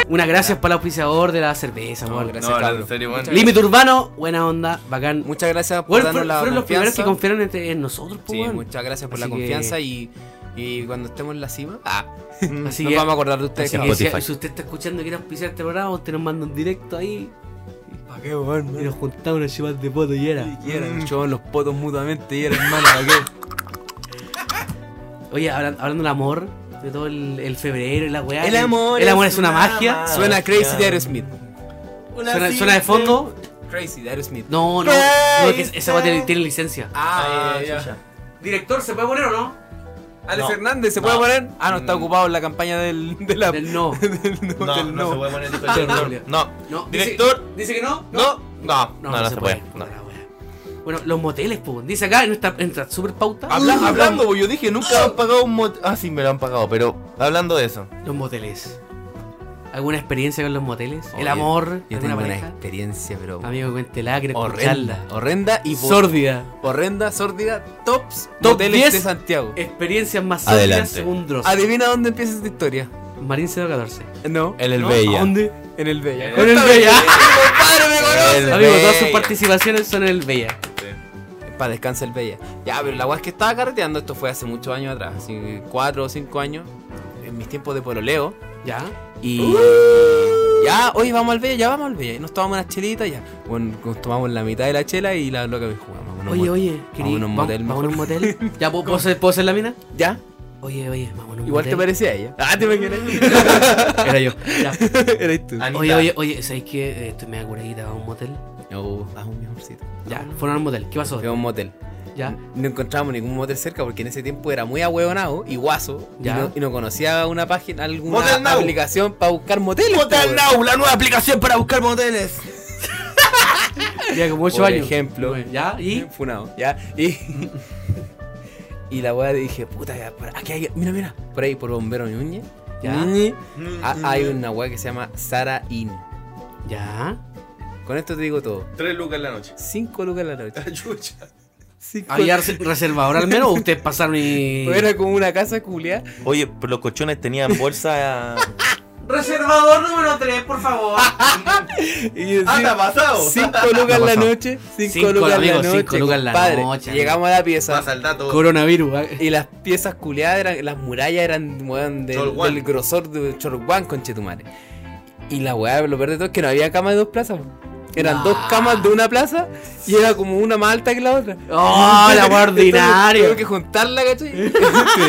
B: Unas Uh, gracias para el auspiciador de la cerveza,
C: No,
B: weón.
C: gracias.
A: No, no,
C: Carlos.
A: en serio, weón.
B: Límite urbano, buena onda, bacán.
C: Muchas gracias por
B: Weón,
C: darnos
B: fueron,
C: la
B: fueron los primeros que
C: confianza.
B: confiaron en, en nosotros, po,
C: Sí,
B: weón.
C: muchas gracias por
B: Así
C: la
B: que-
C: confianza y, y cuando estemos en la cima, ah,
B: Así
C: nos
B: que,
C: vamos a acordar de ustedes.
B: así que
C: cabros.
B: si,
A: Spotify.
B: si usted está escuchando y quiere auspiciar este programa, usted nos manda un directo ahí
C: ¿Para qué, weón? Mm.
B: y
C: man?
B: nos juntamos unas chivas de poto y era.
C: Y eran chupaban los potos mutuamente y era hermano, ¿para qué?
B: Oye, hablan- hablando, del amor, de todo el, el febrero y la weá.
C: El amor
B: el amor
C: es
B: es una
A: una
B: magia.
A: magia.
C: Suena Crazy
A: ya.
C: de Aerosmith.
B: Suena, suena de fondo.
C: Crazy de Aerosmith.
B: No, no. no que esa weá tiene, tiene licencia.
C: Ah, ya, ya.
B: Director, ¿se puede poner o no?
C: Alex
A: No.
C: Hernández, ¿se
A: No.
C: puede poner? Ah, no, está
A: Mm.
C: ocupado en la campaña del, de la,
B: Del Eh, no.
C: del
A: No,
C: no,
A: no,
C: del
A: se
C: no.
A: puede poner el
B: Terrible.
A: director. No.
B: No, dice-
A: Director.
B: Dice, que no.
A: No, no, no, no, se, puede. no.
B: puta la wea. Bueno, los moteles, pues. Dice acá en nuestra, en nuestra super pauta.
A: Habla- hablando, bo, yo dije, nunca han pagado un mot- Ah, sí, me lo han pagado, pero hablando de eso.
B: Los moteles. ¿Alguna experiencia con los moteles? ¿El
C: Oye,
B: amor?
C: Yo
B: ¿Alguna
C: tengo una
B: pareja?
C: experiencia, pero
B: Amigo, cuéntela, quiero
C: horrenda.
B: escucharla.
C: Horrenda y bo-
B: Sórdida.
C: horrenda, sórdida, tops
B: Top
C: moteles
B: 10.
C: de Santiago.
B: Experiencias más
D: Adelante.
B: sórdidas según Dross.
C: Adivina dónde empieza esta historia.
B: Marín 014.
C: No.
D: En el
C: ¿No?
D: Bella.
C: ¿A dónde? En el Bella.
B: Eh, Con el Bella.
A: eh,
D: <laughs>
C: ¡Compadre, me conoce!
D: El
B: Amigo, todas sus
D: Bella.
B: participaciones son en el E Bella.
C: Para descansa el Bella. Ya, pero la weá es que estaba carreteando, esto fue hace muchos años atrás, así cuatro o cinco años, en mis tiempos de pololeo.
B: ¿Ya?
C: Y.
B: Uh.
C: Ya, hoy vamos al Bella, ya vamos al Bella. Y nos tomamos unas chelitas, ya. Bueno, nos tomamos la mitad de la chela y la loca me jugamos. a unos
B: Oye,
C: mot-
B: oye, querí-
C: a unos
B: ¿vam-
C: motel
B: ¿Vamos a un motel? <laughs> ¿Ya puedo, puedo hacer, puedo hacer la mina?
C: Ya,
B: Oye, oye, vamos a un
C: igual te
B: motel.
C: parecía a ella. Ah, te imaginas. <laughs>
B: Era <laughs> yo. Ya.
C: Eres tú.
A: Anita.
B: Oye, oye, oye, ¿sabes qué? Eh, Estoy media curadita, vamos a un motel.
C: No, haz un mejorcito.
B: Ya, fueron al motel. ¿Qué pasó?
C: Fue a un motel.
B: Ya.
C: No encontramos ningún motel cerca porque en ese tiempo era muy ahueonado y guaso. y
B: Ya.
C: no- Y, no, conocía una página, alguna
A: Motel Now.
C: aplicación para buscar moteles.
A: Motel
D: Este
C: po,
A: Now, la nueva aplicación para buscar moteles.
B: Ya, como 8
C: Por
B: años.
C: ejemplo.
B: Ya, y.
C: Funado, ya. Y, <laughs> y la weá dije, puta, ya, por aquí hay, mira, mira, por ahí, por Bombero Núñez.
B: Ya.
A: Mm.
C: Ñuñe, ha- hay una weá que se llama Sara In.
B: Ya.
C: Con esto te digo todo.
A: Tres lucas en la noche.
C: 5 lucas
A: <laughs>
C: la noche. Cinco-
B: ¿Había res- reservador al menos o ustedes pasaron y.
C: Era como una casa culia.
D: Oye, pero los cochones tenían bolsa.
B: Reservador número 3, por favor.
C: Y yo
A: Ah,
C: decía,
A: está pasado. <laughs>
C: Cinco lucas
D: No
C: la
D: pasó.
C: noche,
B: Cinco,
C: cinco lucas la
B: amigo, cinco
C: noche.
B: lucas la
C: compadre.
B: noche,
C: Llegamos a la pieza
A: Pasa el dato.
B: <laughs> Coronavirus. ah.
C: y las piezas culiadas eran, las murallas eran weón, del-
A: Cholguán.
C: del grosor de Chorguán, conchetumare. Y la weá, lo peor de todo es que no había cama de dos plazas. po. Eran
B: Nah.
C: dos camas de una plaza y era como una más alta que la otra.
B: ¡Oh, la weá ordinaria!
C: Tengo que juntarla,
B: <laughs>
C: ¿cachai?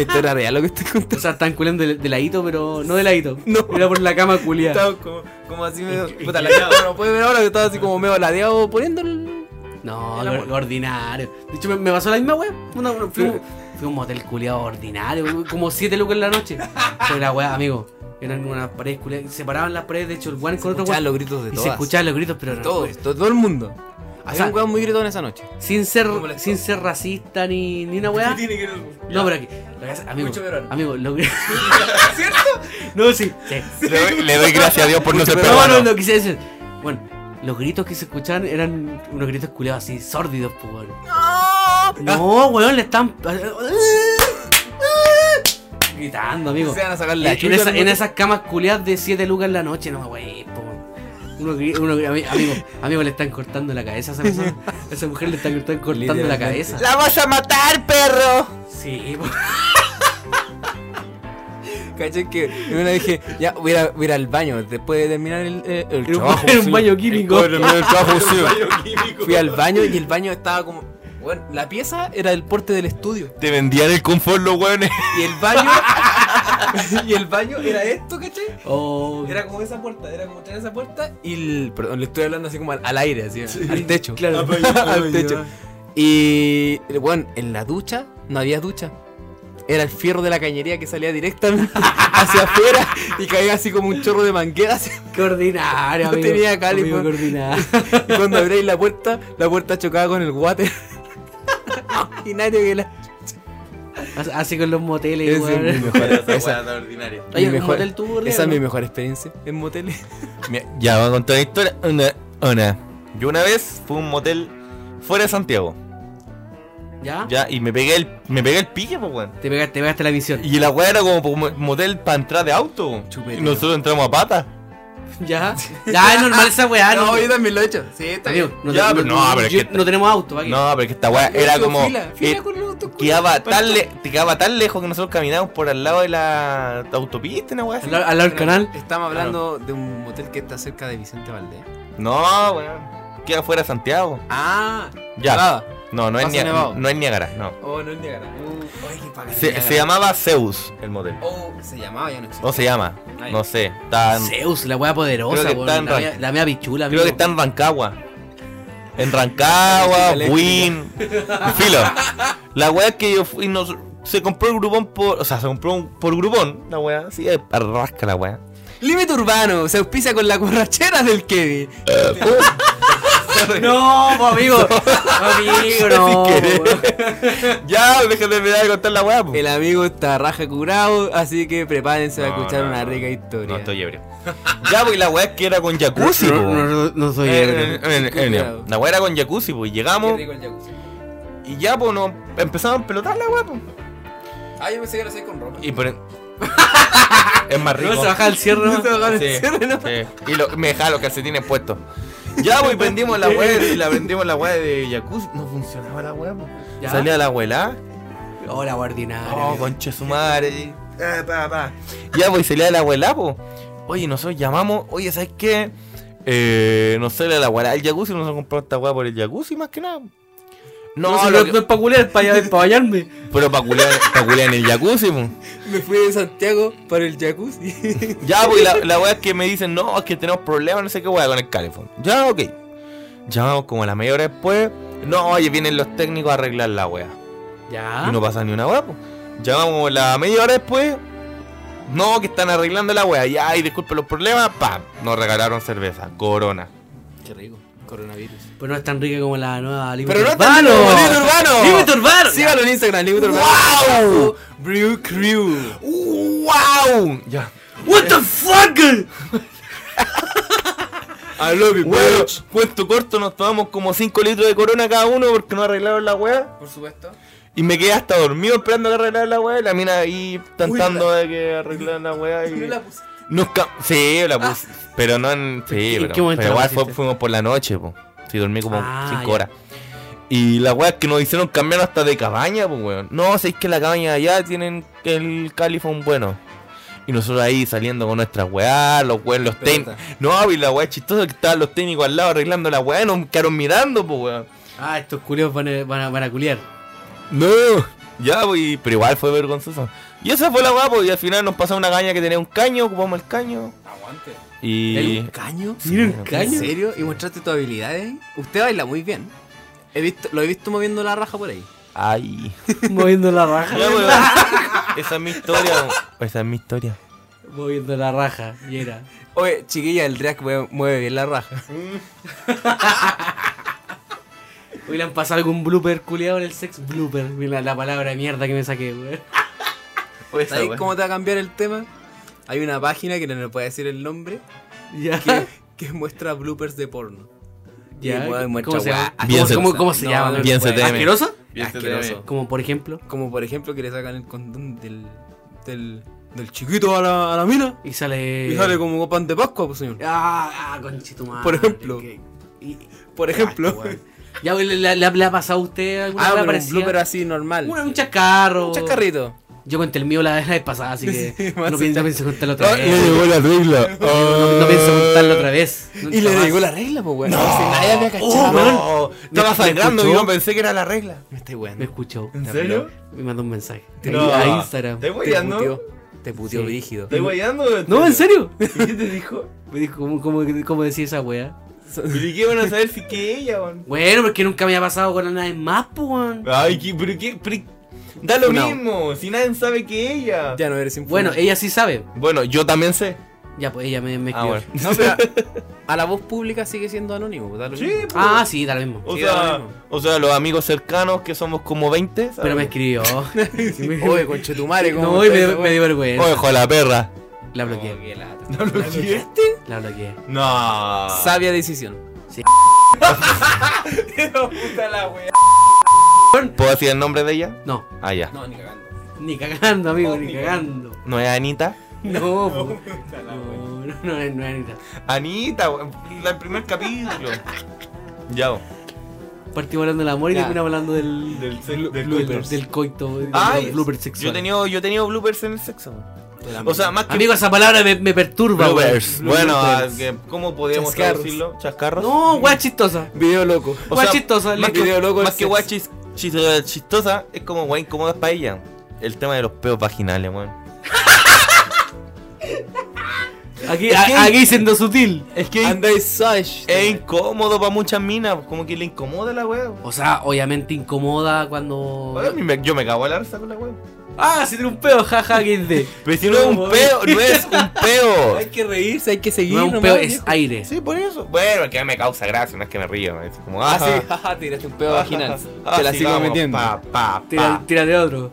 C: Esto era real lo que estoy contando.
B: O sea, están culeando de, de ladito, pero no de ladito.
C: No.
B: Era por la cama culiada.
C: Estaba como, como así medio. Puta, la
D: <laughs>
C: no puede ver ahora que estaba así como medio ladeado poniendo el.
B: No,
C: Era
B: lo,
C: por-
B: lo ordinario. De hecho, me, me pasó la misma wea. Una, una- fui, fui a un motel culiado ordinario, wea, como 7 lucas en la noche. Pero la wea, amigo, eran unas paredes culiadas. Separaban las paredes de Chorguán con otra
C: Escuchaban
B: wea.
C: los gritos de
B: Y
C: todas.
B: se escuchaban los gritos, pero no,
C: Todos, to- todo el mundo.
B: O
C: Había
B: sea,
C: un weón muy gritón esa noche.
B: sin ser,
C: Me molestó.
B: sin ser racista ni, ni una wea.
C: que
B: No, pero aquí. Lo que pasa- amigo,
C: Mucho peruano.
B: amigo, lo
C: <laughs>
B: que. ¿Cierto? No, sí. sí.
D: le, doy, le doy gracias a Dios por no ser
B: Pero no,
D: peruano.
B: no, no quise decir. Bueno, los gritos que se escuchaban eran unos gritos culeados así, sórdidos, pues, weón.
C: ¡Ah!
B: No, weón, le están. ah, Gritando, amigo. Eh,
C: Se van a sacar
B: En,
C: la chucha
B: esa-
C: al
B: en
C: motel.
B: esas camas culeadas de 7 lucas en la noche, no, wey, po. Uno, gri- uno, gri- ami- amigo, amigo, le están cortando la cabeza a esa
C: <laughs>
B: persona. A esa mujer le están, están cortando la
C: Literalmente.
B: cabeza.
D: ¡La vas a matar, perro!
B: Sí,
C: <laughs>
B: po.
C: Caché que y una dije, ya voy a, voy a ir al baño después de terminar el, eh, el
B: Era un,
C: trabajo.
B: <laughs> era un
C: fui-
B: baño químico.
D: Bueno, mira, el
A: <laughs>
D: trabajo sucio.
C: Fui al baño y el baño estaba como. Bueno, la pieza era el porte del estudio.
D: Te vendían el confort los hueones.
C: Y el baño. <laughs> y el baño era esto, caché.
B: Oh,
C: Era como esa puerta, era como traer esa puerta. Y el. Perdón, le estoy hablando así como al, al aire, así, al techo. <laughs>
B: claro.
C: al techo. Y bueno, en la ducha no había ducha. Era el fierro de la cañería que salía directamente <laughs> hacia afuera y caía así como un chorro de manguera. así.
B: Qué ordinario,
C: <laughs> No
B: amigo.
C: tenía cáliz,
B: Amigo,
C: weón.
B: qué ordinario.
C: <laughs> Y cuando abréis la puerta, la puerta chocaba con el water. <laughs> Imaginario que la.
B: Así- Así con los moteles,
C: Ese
B: weón.
C: es mi mejor, <laughs> esa,
A: ordinaria.
B: Oye,
C: mi
B: ¿un
C: mejor-
B: motel tuvo,
C: esa es mi
B: no?
C: mejor experiencia en moteles.
D: Mira, Ya, voy a contar una historia. Una, una. Yo una vez fui a un motel fuera de Santiago.
B: ¿Ya?
D: Ya, y me pegué el, me pegué el pique, pues, weón.
B: Te pegaste, te pegaste la
D: <laughs>
B: misión. <laughs>
D: Y la weá era como pa- un motel para entrar de auto. weón.
C: Chupete.
D: Y nosotros entramos a pata.
B: ¿Ya? <laughs> Ya, es normal esa weá,
C: <laughs>
B: ¿no?
C: Ah, también lo he hecho. Sí, está
B: Amigo, no,
D: Ya,
B: te-
D: pero no, pero es
B: yo-
D: que-
B: no tenemos auto, ¿para qué?
D: No, pero que esta weá era como. eh, Quedaba tan, le- te quedaba tan lejos que nosotros caminábamos por al lado de la autopista, una weá así.
B: Al, lado- al lado del canal.
C: Estamos hablando de un motel que está cerca de Vicente Valdés.
D: No, weón. Queda fuera de Santiago.
C: Ah,
D: Ya.
C: Nevada.
D: No, no es,
A: Ah,
C: Paso
D: Nia-
C: Nevado.
D: no es Niagara, no.
C: Oh, no es Niagara. Uh, ay, qué bacán,
D: Se,
C: Niagara.
D: se llamaba Zeus el motel.
C: Oh, se llamaba, ya no existe.
D: No se llama.
C: Ay.
D: No sé. Está en-
B: Zeus, la weá poderosa,
D: Creo que
B: weón.
D: está en
B: La
D: Ran-
B: mea- La mea bichula,
D: creo que
B: amigo.
D: está en Rancagua. En Rancagua,
C: Eléctrica.
D: Win, Filo. La weá es que yo fui, nos-
A: se compró el grupón por. O sea, se compró un- por grupón, la weá. Así de arrasca la
B: <laughs>
A: weá.
C: Límite urbano, se auspicia con la borrachera del Kevin.
B: No, po, amigo. amigo, no.
A: Sin ya, déjate de contar la weá, po.
C: El amigo está raja curado, así que prepárense a
E: No,
C: escuchar
E: no,
C: una
E: no.
C: rica historia.
E: No estoy ebrio.
A: Ya, pues y la weá es que era con jacuzzi, po.
B: No, no, no, no soy
A: Eh,
B: ebrio.
A: eh, eh, eh, La weá era con jacuzzi, pues.
C: Qué
A: Llegamos
C: rico el jacuzzi.
A: y ya, pues, nos empezaron a pelotar la weá, po.
C: Ah, yo pensé que lo hacía con ropa.
A: Y
B: <laughs>
A: por. es más rico.
B: No se baja el cierre. ¿no?
A: Sí, sí. Y lo- me dejaba los calcetines puestos. Ya, pues, prendimos la weá, y la prendimos la weá de jacuzzi. No funcionaba la weá, po.
B: Ya.
A: Salía la abuela.
B: Hola, guardinario.
A: Oh, concha su madre. Ah, pa, pa. Ya, pues, salía la abuela, po. Oye, nosotros llamamos. Oye, ¿sabes qué? Eh, nos sale la abuela el jacuzzi. Nos compró esta weá por el jacuzzi, más que nada. No,
B: no, si
A: lo
B: no,
A: que-
B: no es para culear, para pa bañarme.
A: pero para culear, pa' culear en el jacuzzi, pues. po.
C: Me fui de Santiago para el jacuzzi.
A: Ya, pues, y la, la weá es que me dicen, no, es que tenemos problemas, no sé qué weá con el calefón. Ya, ok. Llamamos como a la media hora después. No, oye, vienen los técnicos a arreglar la weá.
B: Ya.
A: Y no pasa ni una weá, pues. Llamamos como la media hora después. No, que están arreglando la weá. Ya, y disculpen los problemas. Pam, nos regalaron cerveza, corona.
C: Qué rico, coronavirus.
B: Pero no es tan rica como la nueva Límite
C: Pero no es tan
B: Urbano.
C: rica como Límite Urbano.
B: ¡Límite Urbano!
C: Sígalo en Instagram, Límite urbano.
A: ¡Wow!
C: Brew Crew.
A: ¡Wow! Ya.
B: ¡What the fuck!
A: I love you, Cuento corto, nos tomamos como 5 litros de corona cada uno porque no arreglaron la weá.
C: Por supuesto.
A: Y me quedé hasta dormido esperando que arreglaran la weá. Y la mina ahí tratando de que arreglaran la weá.
B: <laughs>
A: Y...
C: puse.
A: Nunca. Sí, la puse. Pero no en. Sí,
B: Ah. ¿En
A: pero,
B: qué momento
A: pero
B: la
A: igual
B: pusiste?
A: fue- fuimos por la noche, po. Sí, dormí como
B: Ah,
A: 5
B: ya.
A: horas. Y la weá es que nos hicieron cambiar hasta de cabaña, pues weón. No, sé que la cabaña de allá tienen el califón bueno. Y nosotros ahí saliendo con nuestras weá, los weón, los técnicos.
C: Pelota.
A: No, y la weá chistosa que estaban los técnicos al lado arreglando la weá, y nos quedaron mirando, pues weón.
B: Ah, estos culeos van a, van a, van a culear.
A: No, ya, pues, pero igual fue vergonzoso. Y esa fue la guapa, y al final nos pasó una caña que tenía un caño, ocupamos el caño.
C: Aguante.
A: Y.
C: ¿Era un caño?
B: Mira el
C: ¿En
B: caño.
C: serio? ¿Y mostraste tus habilidades ahí? Usted baila muy bien. He visto, lo he visto moviendo la raja por ahí.
A: <laughs> Ay.
B: <laughs> Moviendo la raja. <laughs>
A: Ya, weón. Esa es mi historia, esa es mi historia.
B: Moviendo la raja. Y era.
C: Oye, chiquilla, el React mueve, mueve bien la raja.
B: Hoy le han pasado algún blooper culeado en el sex blooper. Mira la palabra mierda que me saqué, weón. <laughs>
A: Oye, esa,
C: ¿Sabéis
A: weón.
C: cómo te va a cambiar el tema? Hay una página que no nos puede decir el nombre
B: Ya.
C: <laughs> que, que muestra bloopers de porno.
B: Ya,
C: Y, weón, muestra
B: ¿Cómo se llama?
C: weá asquerosa.
A: Bien
B: ¿Cómo, cómo- cómo se
C: No,
B: llama?
C: no
B: weón?
A: bien
C: puede.
A: CTM.
B: ¿Asqueroso?
E: Bien,
C: Asqueroso.
E: CTM.
B: Como por ejemplo.
C: Como por ejemplo que le sacan el condón del, del, del chiquito a la, a la mina
B: Y sale.
C: y sale como pan de Pascua, pues señor.
B: Ah, ah, conchetumare,
C: Por ejemplo.
B: que- y-
C: Por ejemplo. <laughs>
B: Gasto, weón. ya, weón, ¿le, le- le ha pasado a usted alguna
C: Ah,
B: weá
C: pero un
B: parecida?
C: blooper así normal.
B: Bueno, un chascarro.
C: Un chascarrito.
B: Yo conté el mío la <laughs> la vez pasada, así que
C: Sí,
B: no,
C: más
B: pienso, no
C: chascarro.
B: pienso contarlo otra vez.
A: la regla. Ah.
B: No, no pienso contarlo otra vez.
C: <laughs> Y le llegó la regla, pues, weón. No. nadie había cachado.
B: Oh, weón.
A: No, estaba
B: ¿Me- me
A: sangrando y
B: escuchó?
A: yo pensé que era la regla.
C: Me estoy
B: Me
C: weando.
B: escuchó.
A: ¿En serio?
B: Me mandó un mensaje.
A: No.
B: A Instagram.
A: ¿Te voy
C: Te
A: guiando?
C: puteó. Te puteó
B: Sí.
C: brígido.
A: ¿Te voy guiando?
B: No, en serio.
A: ¿Y qué te
B: <laughs>
A: dijo?
B: Me dijo, ¿cómo, cómo, cómo decía esa wea?
A: ¿Y qué van a saber si que ella, weón?
B: Bueno, porque nunca me había pasado con nadie más, po, weón.
A: Ay, ¿qué- pero qué. pero- Da lo
C: No.
A: mismo, si nadie sabe que ella.
C: Ya no eres infame.
B: Bueno, <laughs> ella sí sabe.
A: Bueno, yo también sé.
B: Ya, pues ella me, me
A: Ah,
B: escribió.
A: bueno.
C: No, pero a la voz pública sigue siendo anónimo, pues, da lo mismo.
A: pues.
B: Ah, sí, da lo mismo.
A: O
C: Sí, da lo
A: sea,
C: mismo.
A: o sea, los amigos cercanos que somos como 20. ¿sabes?
B: Pero me
C: <laughs>
B: escribió. Sí, me- <laughs>
C: Oye, conchetumare, ¿cómo
B: no, y
C: está
B: me,
C: esa
B: me Oh, dio
C: weá?
B: vergüenza.
A: Ojo a la perra.
B: La
C: No,
B: bloqueé.
C: qué lata.
A: ¿No lo dijiste?
B: La bloqueé.
A: No.
C: Sabia decisión.
A: ¿Puedo decir el nombre de ella?
B: No,
A: Ah, ya.
C: No, ni cagando.
B: ni cagando, amigo, ni cagando.
A: ¿No es Anita?
B: <laughs> No, po. no, no, no, es- no es Anita.
A: Anita, weón, la- el primer capítulo. ya. weón.
B: Partimos hablando del amor y
C: Ya.
B: terminamos hablando del.
A: Del se-
B: blu-
A: del
B: blooper,
A: bloopers.
B: del coito. Del
A: Ay,
B: blooper sexual.
A: Yo he tenido, yo he tenido bloopers en el sexo. weón. O sea, más que
B: Amigo, esa palabra me, me perturba, weón.
A: bloopers. Bueno,
B: Bloopers.
A: ah, que- ¿cómo podríamos
C: Chascarros.
A: traducirlo? ¿Chascarros?
B: No, weá chistosa.
C: Video loco.
A: O
B: Weá
A: sea,
B: chistosa,
A: más
B: listo.
A: que,
C: Video loco
A: más
C: el
A: que weá
C: sexo.
A: chis- chis- chistosa, es como weá incómoda para ella. El tema de los peos vaginales, weón.
B: Aquí,
A: Es que-
B: a- aquí siendo sutil.
A: Es que
C: Andáis Sash.
A: es incómodo para muchas minas, como que le incomoda la wea.
B: O sea, obviamente incomoda cuando.
A: A mí me- Yo me cago a la risa con la wea.
B: Ah, si tiene un peo, jaja, XD.
A: Pero si no es un peo, no es un
C: Hay
A: peo.
C: que reírse, hay que seguir.
B: No es un
C: nomás,
B: peo, es
C: viejo.
B: aire.
A: Sí, por eso. <laughs> Bueno, que me causa gracia, no es que me río. Es como,
C: Ah,
A: ajá.
C: sí, <laughs> jaja, tiraste un pedo
A: Ajá,
C: vaginal.
A: ajá. Ah,
C: Te la
A: sí,
C: sigo
A: vamos,
C: metiendo.
A: pa, pa,
B: Tira-
A: pa.
B: Tírate otro.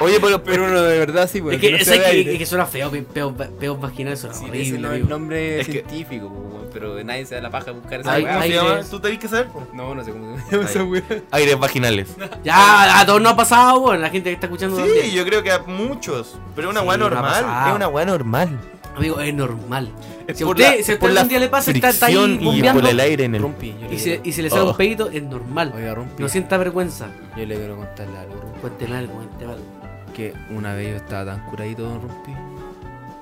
A: Oye, pero,
C: Pero uno de verdad sí,
B: Es
C: porque
B: que,
C: no
B: es
C: sea de
B: que,
C: aire.
B: es que suena feo, pe- peos peos vaginales suena
C: Sí, ese
B: horrible.
C: no es el
B: amigo.
C: nombre
A: Es que-
C: científico, po, weón, pero nadie se da la paja de buscar esa
B: Ay,
A: ¿cómo
C: weá.
A: se
B: ay,
A: llama?
B: aires.
A: Tú tenés que saber. po.
C: No, no sé cómo se llama esa
A: Ay.
C: weá.
A: Aires vaginales.
B: Ya, a todos nos ha pasado, bueno, la gente que está escuchando
A: Sí,
B: también.
A: yo creo que a muchos. Pero es una
B: Sí,
A: weá
B: me ha
A: normal.
B: pasado.
A: Ah, Es una weá normal.
B: Amigo, es normal.
A: Es
B: Si a
A: por
B: usted,
A: la-
B: si a
A: por
B: usted
A: la
B: algún día le pasa, está, está
A: fricción y
B: ahí
A: por el
B: bombeando
A: aire en el.
C: Rumpi, yo le
B: y se,
C: quiero-
B: y se le sale un
A: Oh.
B: pedito, es normal.
C: Oiga, Rumpi,
B: No sienta vergüenza.
C: yo le quiero contarle algo, Rumpi.
B: Cuénteme algo, cuénteme algo.
C: Que una vez yo estaba tan curadito, don Rumpi,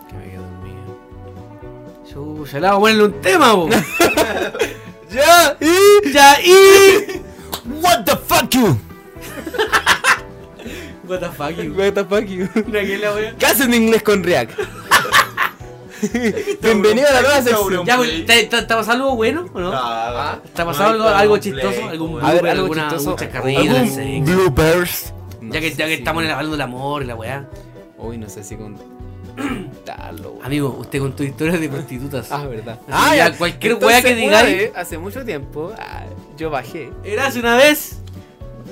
C: que me quedé dormido.
B: Chucha, le vamos a ponerle un tema, bo.
A: <laughs>
C: ¡Ya!
B: ya,
C: <laughs>
B: y.
D: What the fuck you?
B: What the fuck, you.
A: <laughs>
C: What the fuck you?
B: la wea.
C: ¿Qué hacen en inglés con React? <laughs> Bienvenido a la nueva sección.
B: Ya, pues, ¿te, te, te pasó algo bueno o no?
A: Ah,
B: ¿Te ha pasado algo, algo chistoso? ¿Algún
C: A ver,
B: blooper,
C: algo
B: alguna
C: chistoso.
B: alguna chascarrilla,
C: Algún
B: no sé.
D: Bloopers.
B: Ya que, ya que estamos en el- hablando del amor y la weá.
C: Uy, no sé si con. <coughs> Dalo, weón.
B: Amigo, usted con tu historia de prostitutas.
C: Ah, verdad.
B: Ah, ya, cualquier weá que
C: una
B: digáis.
C: vez, hace mucho tiempo, ah, yo bajé.
B: Eras una vez.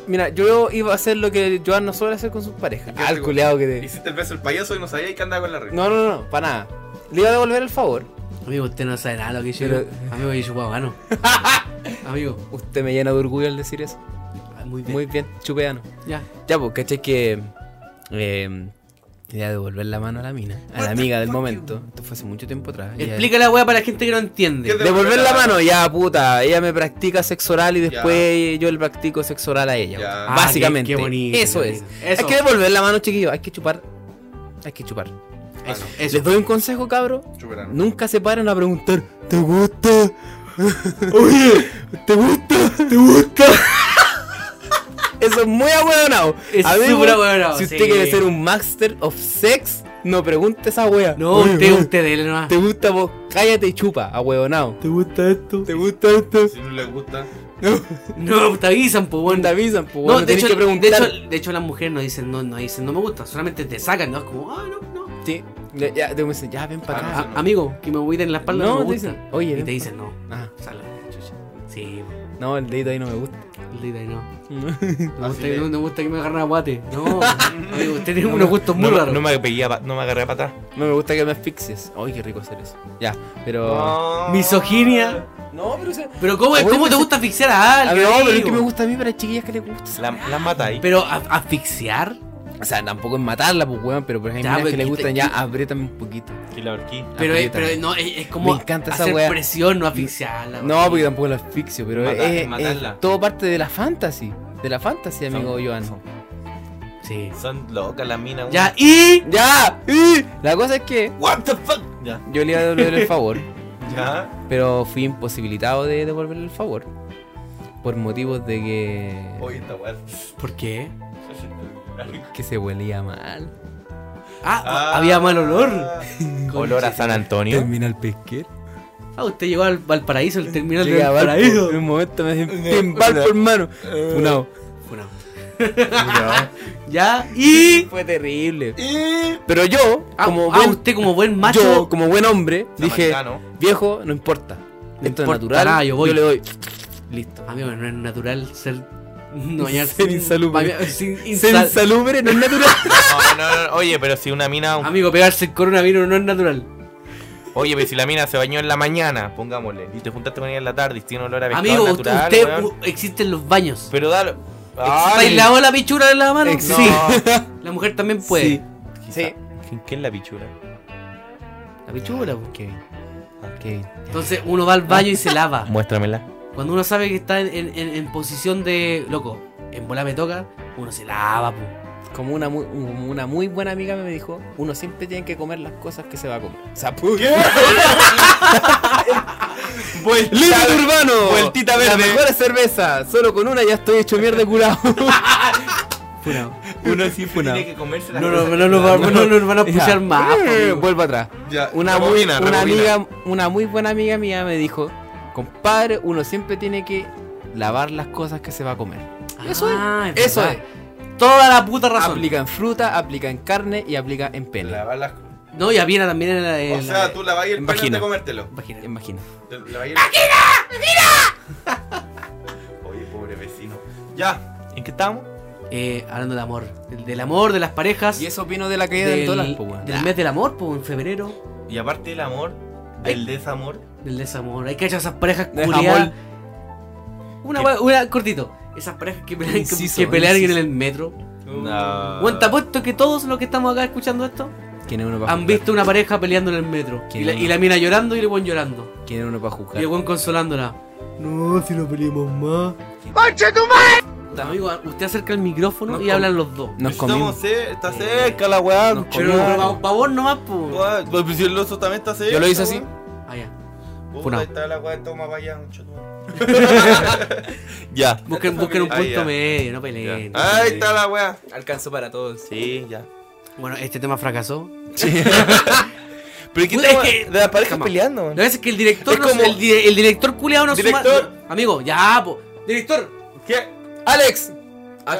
C: Mira, yo iba a hacer lo que Joan no suele hacer con sus parejas.
A: qué
C: Ah, el
A: haces,
C: culeado que te.
A: Hiciste el beso del payaso y no sabía que andaba con la red.
C: No, no, no, para nada. Le iba a devolver el favor.
B: Amigo, usted no sabe nada lo que yo.
C: Pero-
B: Amigo, yo chupaba <laughs> mano. Amigo,
C: Usted me llena de orgullo al decir eso.
B: ah, muy bien.
C: Muy bien, chupeano.
B: Ya.
C: Ya, pues, caché que. Eh, le iba a devolver la mano a la mina, a
A: What
C: la
A: the
C: amiga del
A: fuck you-
C: momento. Esto fue hace mucho tiempo atrás. y
B: Explica la weá para la gente que no
A: ¿Qué
B: entiende.
A: te-
C: Devolver la mano, ya puta. Ella me practica sexo oral y después yo le practico sexo oral a ella.
A: Ya.
C: weón. Básicamente.
B: Ah, qué- qué bonito,
C: eso
B: qué
C: es.
B: bonito. Eso.
C: Hay que devolver la mano, chiquillo. Hay que chupar. Hay que chupar.
A: Eso,
B: Eso.
C: Les doy un consejo, cabro.
A: Chuperano.
C: Nunca se paren a preguntar, ¿te gusta?
B: <laughs>
C: Oye, ¿te gusta? ¿Te gusta? Eso es muy ahueonado.
B: Es
C: Amigo,
B: súper ahueonado,
C: Si usted
B: sí.
C: quiere ser un master of sex, no pregunte esa wea.
B: <laughs> No,
C: Oye,
B: usted,
C: oye,
B: usted, dele nomás.
C: ¿Te gusta vos? Cállate y chupa, ahueonado.
B: ¿Te gusta esto?
C: ¿Te gusta esto?
A: Si no le gusta.
B: No, te avisan, pues bueno.
C: Te avisan, pues,
B: No,
C: weón,
B: de
C: tenés
B: hecho,
C: que
B: de,
C: preguntar.
B: hecho, de hecho, las mujeres no dicen no, no dicen no me gusta, solamente te sacan, ¿no? Es como, ah, no, no.
C: Sí, ya, ya, te dicen, ya, ven para
A: Ah,
C: acá.
B: A- amigo, que me voy en la espalda, ah, no,
C: No,
B: me
C: te
B: gusta.
C: dicen, oye,
B: y
C: ven
B: te
C: pa-
B: dicen, no,
C: Ajá.
B: sal a la chucha. Sí,
C: No, el dedito ahí no me gusta.
B: el date ahí no. No me
A: Así
B: gusta, que-
A: es.
B: no me gusta que me agarren a guate. <laughs> No, amigo, usted tiene unos gustos muy
A: no,
B: raros.
A: No me, pegué a pa- no me agarré a patar.
C: No me gusta que me asfixies. Ay, qué rico hacer eso. Ya, pero.
A: Ah.
B: Misoginia.
C: No, pero o sea,
B: Pero, ¿cómo,
C: Oye,
B: ¿cómo
C: pero
B: te
C: si-
B: gusta asfixiar a
C: A
B: alguien?
C: ver, no, pero es que
B: amigo?
C: me gusta a mí para chiquillas que les gusta. esa
A: La, la matáis.
B: Pero, ¿a- ¿asfixiar?
C: weá. O sea, tampoco es matarla, pues weón, pero por ejemplo,
B: Ya,
C: hay minas
B: pero
C: que les
B: quita-
C: gustan ya, apriétame un poquito.
A: Y la horquí.
B: Pero, es,
C: Apriétame.
B: pero no, es, es como
C: Me encanta esa
B: hacer
C: wea.
B: presión, no asfixiarla.
C: No, porque tampoco la asfixio, pero
A: Matar-
C: es, es
A: matarla.
C: todo parte de la fantasy. De la fantasy, amigo Joan.
B: Sí.
A: Son locas las minas. weón.
B: Ya, y.
C: ¡Ya! ¡Y! La cosa es que
A: What the fuck. Ya.
C: yo le iba a devolver el favor, <laughs>
A: Ya.
C: pero fui imposibilitado de devolverle el favor. Por motivos de que.
A: Oye, esta weá.
B: ¿Por qué?
C: que se huelía mal.
B: Ah,
A: Ah.
B: había mal olor.
D: Olor a
A: <laughs>
D: San Antonio.
C: Terminal pesquer.
B: Ah, usted llegó al Valparaíso, el terminal de
C: Llegué a Valpo,
B: Valparaíso.
C: <laughs> En un momento me dicen, en Valpo, hermano.
A: Eh,
C: No.
B: Funado. <laughs> ya, y.
C: Fue terrible. Pero yo,
B: Ah,
C: como
B: ah,
C: buen,
B: usted como buen macho.
C: yo, como buen hombre, dije,
A: Samaritano.
C: viejo, no importa. Esto es
B: importa
C: natural,
B: nada, yo voy".
C: le doy. Listo.
B: Amigo, no es natural ser. No, ya
C: Ser insalubre.
B: Amigo, sin
C: Ser
B: insal-
C: insalubre no es <laughs> natural.
A: No, no, no. Oye, pero si una mina.
B: Amigo, pegarse el coronavirus no es natural.
A: Oye, pero si la mina se bañó en la mañana, pongámosle. Y te juntaste con ella en la tarde y tiene olor a pescado
B: Amigo, usted,
A: natural,
B: usted,
A: weón.
B: u- existen los baños.
A: Pero dale.
D: ah,
B: ¿Estáis lavado la pichura de la mano?
C: Ex-
A: No.
B: Sí. <laughs> La mujer también puede.
C: Sí.
A: Sí. ¿Quién, quién es la pichura?
B: La pichura, pues.
C: Kevin. Ah, Kevin.
B: Entonces uno va al baño y se lava.
D: Muéstramela.
B: Cuando uno sabe que está en, en- en- en posición de. Loco, en bola me toca, uno se lava, pues.
C: Como una, muy, como una muy buena amiga me dijo, uno siempre tiene que comer las cosas que se va a comer. O sea, pu-
B: pues,
C: ¡Límite urbano!
A: Vueltita
C: La
A: verde.
C: <laughs> mejor cerveza. Solo con una ya estoy hecho mierda curado.
B: Funado.
A: Uno siempre
C: Funado.
A: tiene que comerse la
B: No, no,
A: cosa
B: no,
A: que
B: no,
A: le
B: no,
A: dan.
B: no, no, nos van a pusear más. po,
C: Eh,
B: amigo.
C: Vuelvo atrás.
A: <laughs> Ya,
C: Una,
A: rebobina,
C: muy, una
A: rebobina.
C: amiga, una muy buena amiga mía me dijo, compadre, uno siempre tiene que lavar las cosas que se va a comer. Eso es.
B: Ah,
C: Eso
B: verdad.
C: es.
B: Toda la puta razón.
C: Aplica en fruta, aplica en carne y aplica en pene.
A: Lavar las-
B: No, y había también en la. en
A: O
B: la-
A: sea, tú lavas el
C: en
A: pelo antes
C: vagina.
A: de comértelo.
B: Imagínate.
C: Imagina.
A: Te- laváis el- <laughs> Oye, pobre vecino. Ya, ¿en qué estamos?
B: Eh, hablando del amor. Del, del amor, de las parejas.
C: Y eso opino de la caída del,
B: del,
C: dólar, po, weón.
B: del mes del amor, po, en febrero.
A: Y aparte del amor, del desamor.
B: Del desamor. Hay que echar esas parejas
C: Del
B: culiadas.
C: jamón.
B: Una, wea- una, cortito. Esas parejas que pelean, que-
C: Inciso,
B: que pelean en
C: inciso. Ah.
B: el metro.
A: No.
B: Bueno, te apuesto que todos los que estamos acá escuchando esto
C: ¿Quién es uno para
B: han visto una pareja peleando en el metro. Y
C: ¿Quién
B: la,
C: es?
B: y la mina llorando y el buen llorando.
C: ¿Quién es uno para
B: Y
C: juzgar?
B: el buen consolándola. No, si no peleamos más. Amigo, usted acerca el micrófono
A: No,
B: y
A: con-
B: hablan los dos.
C: Nos
A: Estamos
C: comimos.
A: ce- está
B: Eh.
A: cerca la weá.
C: Nos
B: Pero,
C: comimos.
B: pero pa- pa' vos nomás, po. Ah,
A: Weá, pues, pues, si el oso también está cerca.
C: Yo lo hice así.
A: weá.
B: Allá.
A: Puta,
B: Funao.
A: ahí está la weá, toma para allá, mucho tú.
D: Ya.
B: Busquen, busquen un
A: Ah, ya.
B: punto medio, no
A: Ya.
B: peleen.
A: Ahí está la weá.
C: Alcanzo para todos.
A: Sí, ya.
B: Bueno, este tema fracasó.
D: Pero ¿qué
B: Es
D: tema
B: que-
D: de la pareja
B: Calma.
D: peleando,
B: Lo
D: man?
B: que pasa es que el director,
D: Es
B: nos-
D: como-
B: el, di- el director culiado no suma-
D: Director.
B: Amigo, ya, po. Director,
A: ¿Qué?
C: ¡Alex!
D: Ah,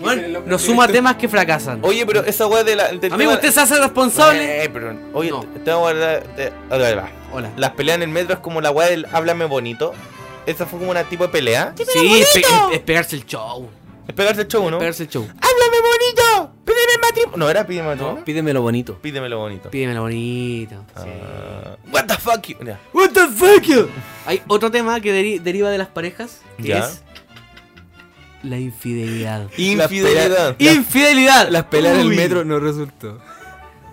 B: bueno, nos suma temas que fracasan.
D: Oye, pero esa weá de la. del
B: Amigo,
D: tema-
B: usted se hace responsable.
D: Eh, pero. Oye,
B: No.
D: te- te voy a guardar. te- a ver, va.
B: Hola.
D: Las peleas en el metro es como la weá del háblame bonito. Esa fue como una tipo de pelea.
B: Sí, es, pe- es- es pegarse el show.
D: Es pegarse el show, ¿no?
B: Pegarse el show.
D: ¡Háblame bonito! ¡Pídeme matrimonio! No, era pídeme matrimonio.
C: Pídeme lo bonito.
D: Pídemelo bonito.
B: Pídemelo bonito.
D: Ah, What the fuck you? Ya.
B: What the fuck you? Hay otro tema que deri- deriva de las parejas, que
D: Ya.
B: es la infidelidad.
D: <laughs> Infidelidad.
B: Infidelidad.
C: Las peleas en
B: Uy.
C: el metro no resultó.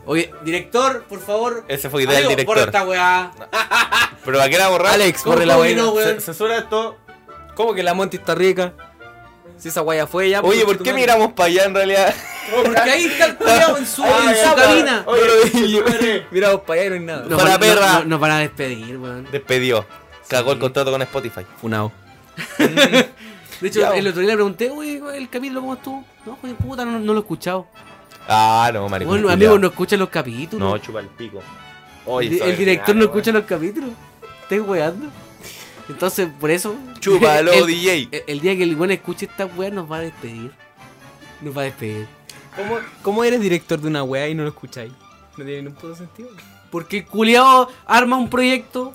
B: Oye, director, por favor.
D: Ese fue idea del
B: Amigo, borra
D: director.
B: esta weá.
D: Pero ¿a qué la borrar?
C: Alex,
B: ¿Cómo
C: corre la
B: fue que
C: weá.
B: no, weón?
A: Censura esto.
C: ¿Cómo que la Monty está rica? Si esa guaya fue ya. pues,
D: Oye, ¿por qué miramos para allá en realidad?
B: Porque ahí está el culiao en
D: <laughs>
B: su,
A: Ah,
B: en
A: ya
B: su
A: está.
B: cabina.
A: Oye,
C: yo-
A: madre.
C: Miramos para allá y no hay nada.
B: Nos
D: para
B: van-
D: perra.
B: no- Nos van a despedir, weón.
D: Despedió. Cagó el contrato con Spotify.
C: Funao.
B: De hecho,
D: Ya,
B: el otro día le pregunté, uy, el capítulo, ¿cómo estuvo? No, joder, puta, no, no lo he escuchado.
D: Ah, no, maricón.
B: Bueno,
D: culiao.
B: amigo, no escucha los capítulos.
D: No, chupa el pico.
B: el, el director no escucha los capítulos. Estás weando. Entonces, por eso. <laughs>
D: Chúpalo,
B: el,
D: DJ.
B: el- el día que el weón escuche esta weá, nos va a despedir. Nos va a despedir.
C: ¿Cómo, ¿Cómo eres director de una weá y no lo escucháis? No tiene ningún puto sentido.
B: Porque el culiao arma un proyecto.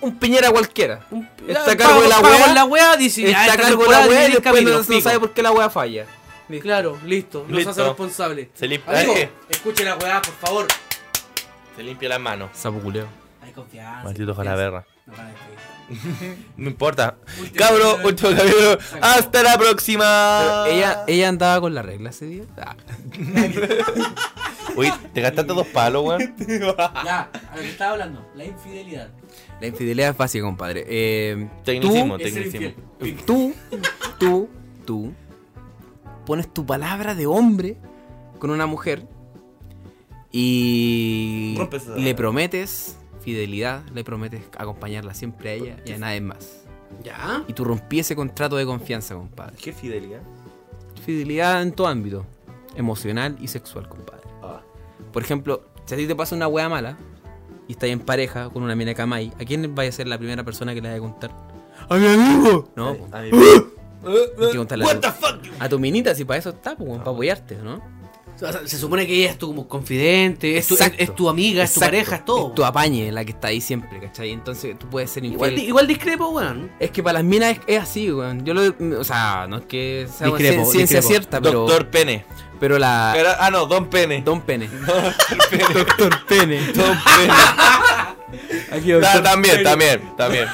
C: Un piñera cualquiera.
B: un-
C: Está a cargo de la
B: pagamos
C: weá.
B: la weá, dice, ah, ya,
C: Está a
B: esta
C: cargo de la
B: temporada
C: weá y
B: tiene
C: después no,
B: capítulos,
C: no
B: pico.
C: sabe por qué la weá falla.
B: Claro, listo, nos
D: Listo.
B: hace responsable.
D: Se limpia.
B: Amigo,
D: eh,
B: escuche la weá, por favor.
D: Se limpia las manos.
C: Sapo culeo.
B: Hay confianza.
D: Maldito
B: confianza.
D: jalaberra.
B: Nos van a despedir.
D: No importa.
B: Último
D: Cabro,
B: capítulo.
D: último capítulo. Hasta la próxima.
C: Ella, ella andaba con la regla ese día. Ah.
D: Uy, te gastaste dos palos, <laughs> weón.
B: Ya, a lo que estaba hablando, la infidelidad.
C: La infidelidad es fácil, compadre. Eh,
D: Tecnicismo,
B: Es ser
D: tecnicismo.
B: infiel.
C: tú, tú, tú pones tu palabra de hombre con una mujer y
A: Rompes esa-
C: le prometes fidelidad, le prometes acompañarla siempre a ella y a nadie más.
B: Ya.
C: Y tú rompí ese contrato de confianza, compadre.
A: Qué fidelidad.
C: Fidelidad en tu ámbito, emocional y sexual, compadre.
A: Ah.
C: Por ejemplo, si a ti te pasa una wea mala y estás en pareja con una mina camay, ¿a quién vaya a ser la primera persona que le vaya a contar? ¡A mi amigo! No, pues, po.
A: A mí-
D: Eh,
C: Hay que contarle
A: What
C: a
A: the
C: tu,
A: fuck?
C: a tu minita, si para eso está, pues, para apoyarte, ¿no?
B: O sea, se supone que ella es tu como confidente, es tu, es,
C: Exacto.
B: es tu amiga, es tu
C: Exacto.
B: pareja, es todo.
C: Es tu apañe, la que está ahí siempre, ¿cachai? Entonces tú puedes ser
B: igual,
C: infiel.
B: di- igual discrepo, weón.
C: es que para las minas es, es así, weón. Yo lo. O sea, no es que sea una
B: Discrepo,
C: cien- ciencia
B: discrepo.
C: cierta, pero.
D: Doctor Pene.
C: Pero la.
D: Era- ah, no, Don Pene.
C: Don
D: <laughs>
C: Pene.
D: Doctor Pene. Don
B: <laughs>
D: Pene. Ta- también, también,
B: <laughs>
D: también.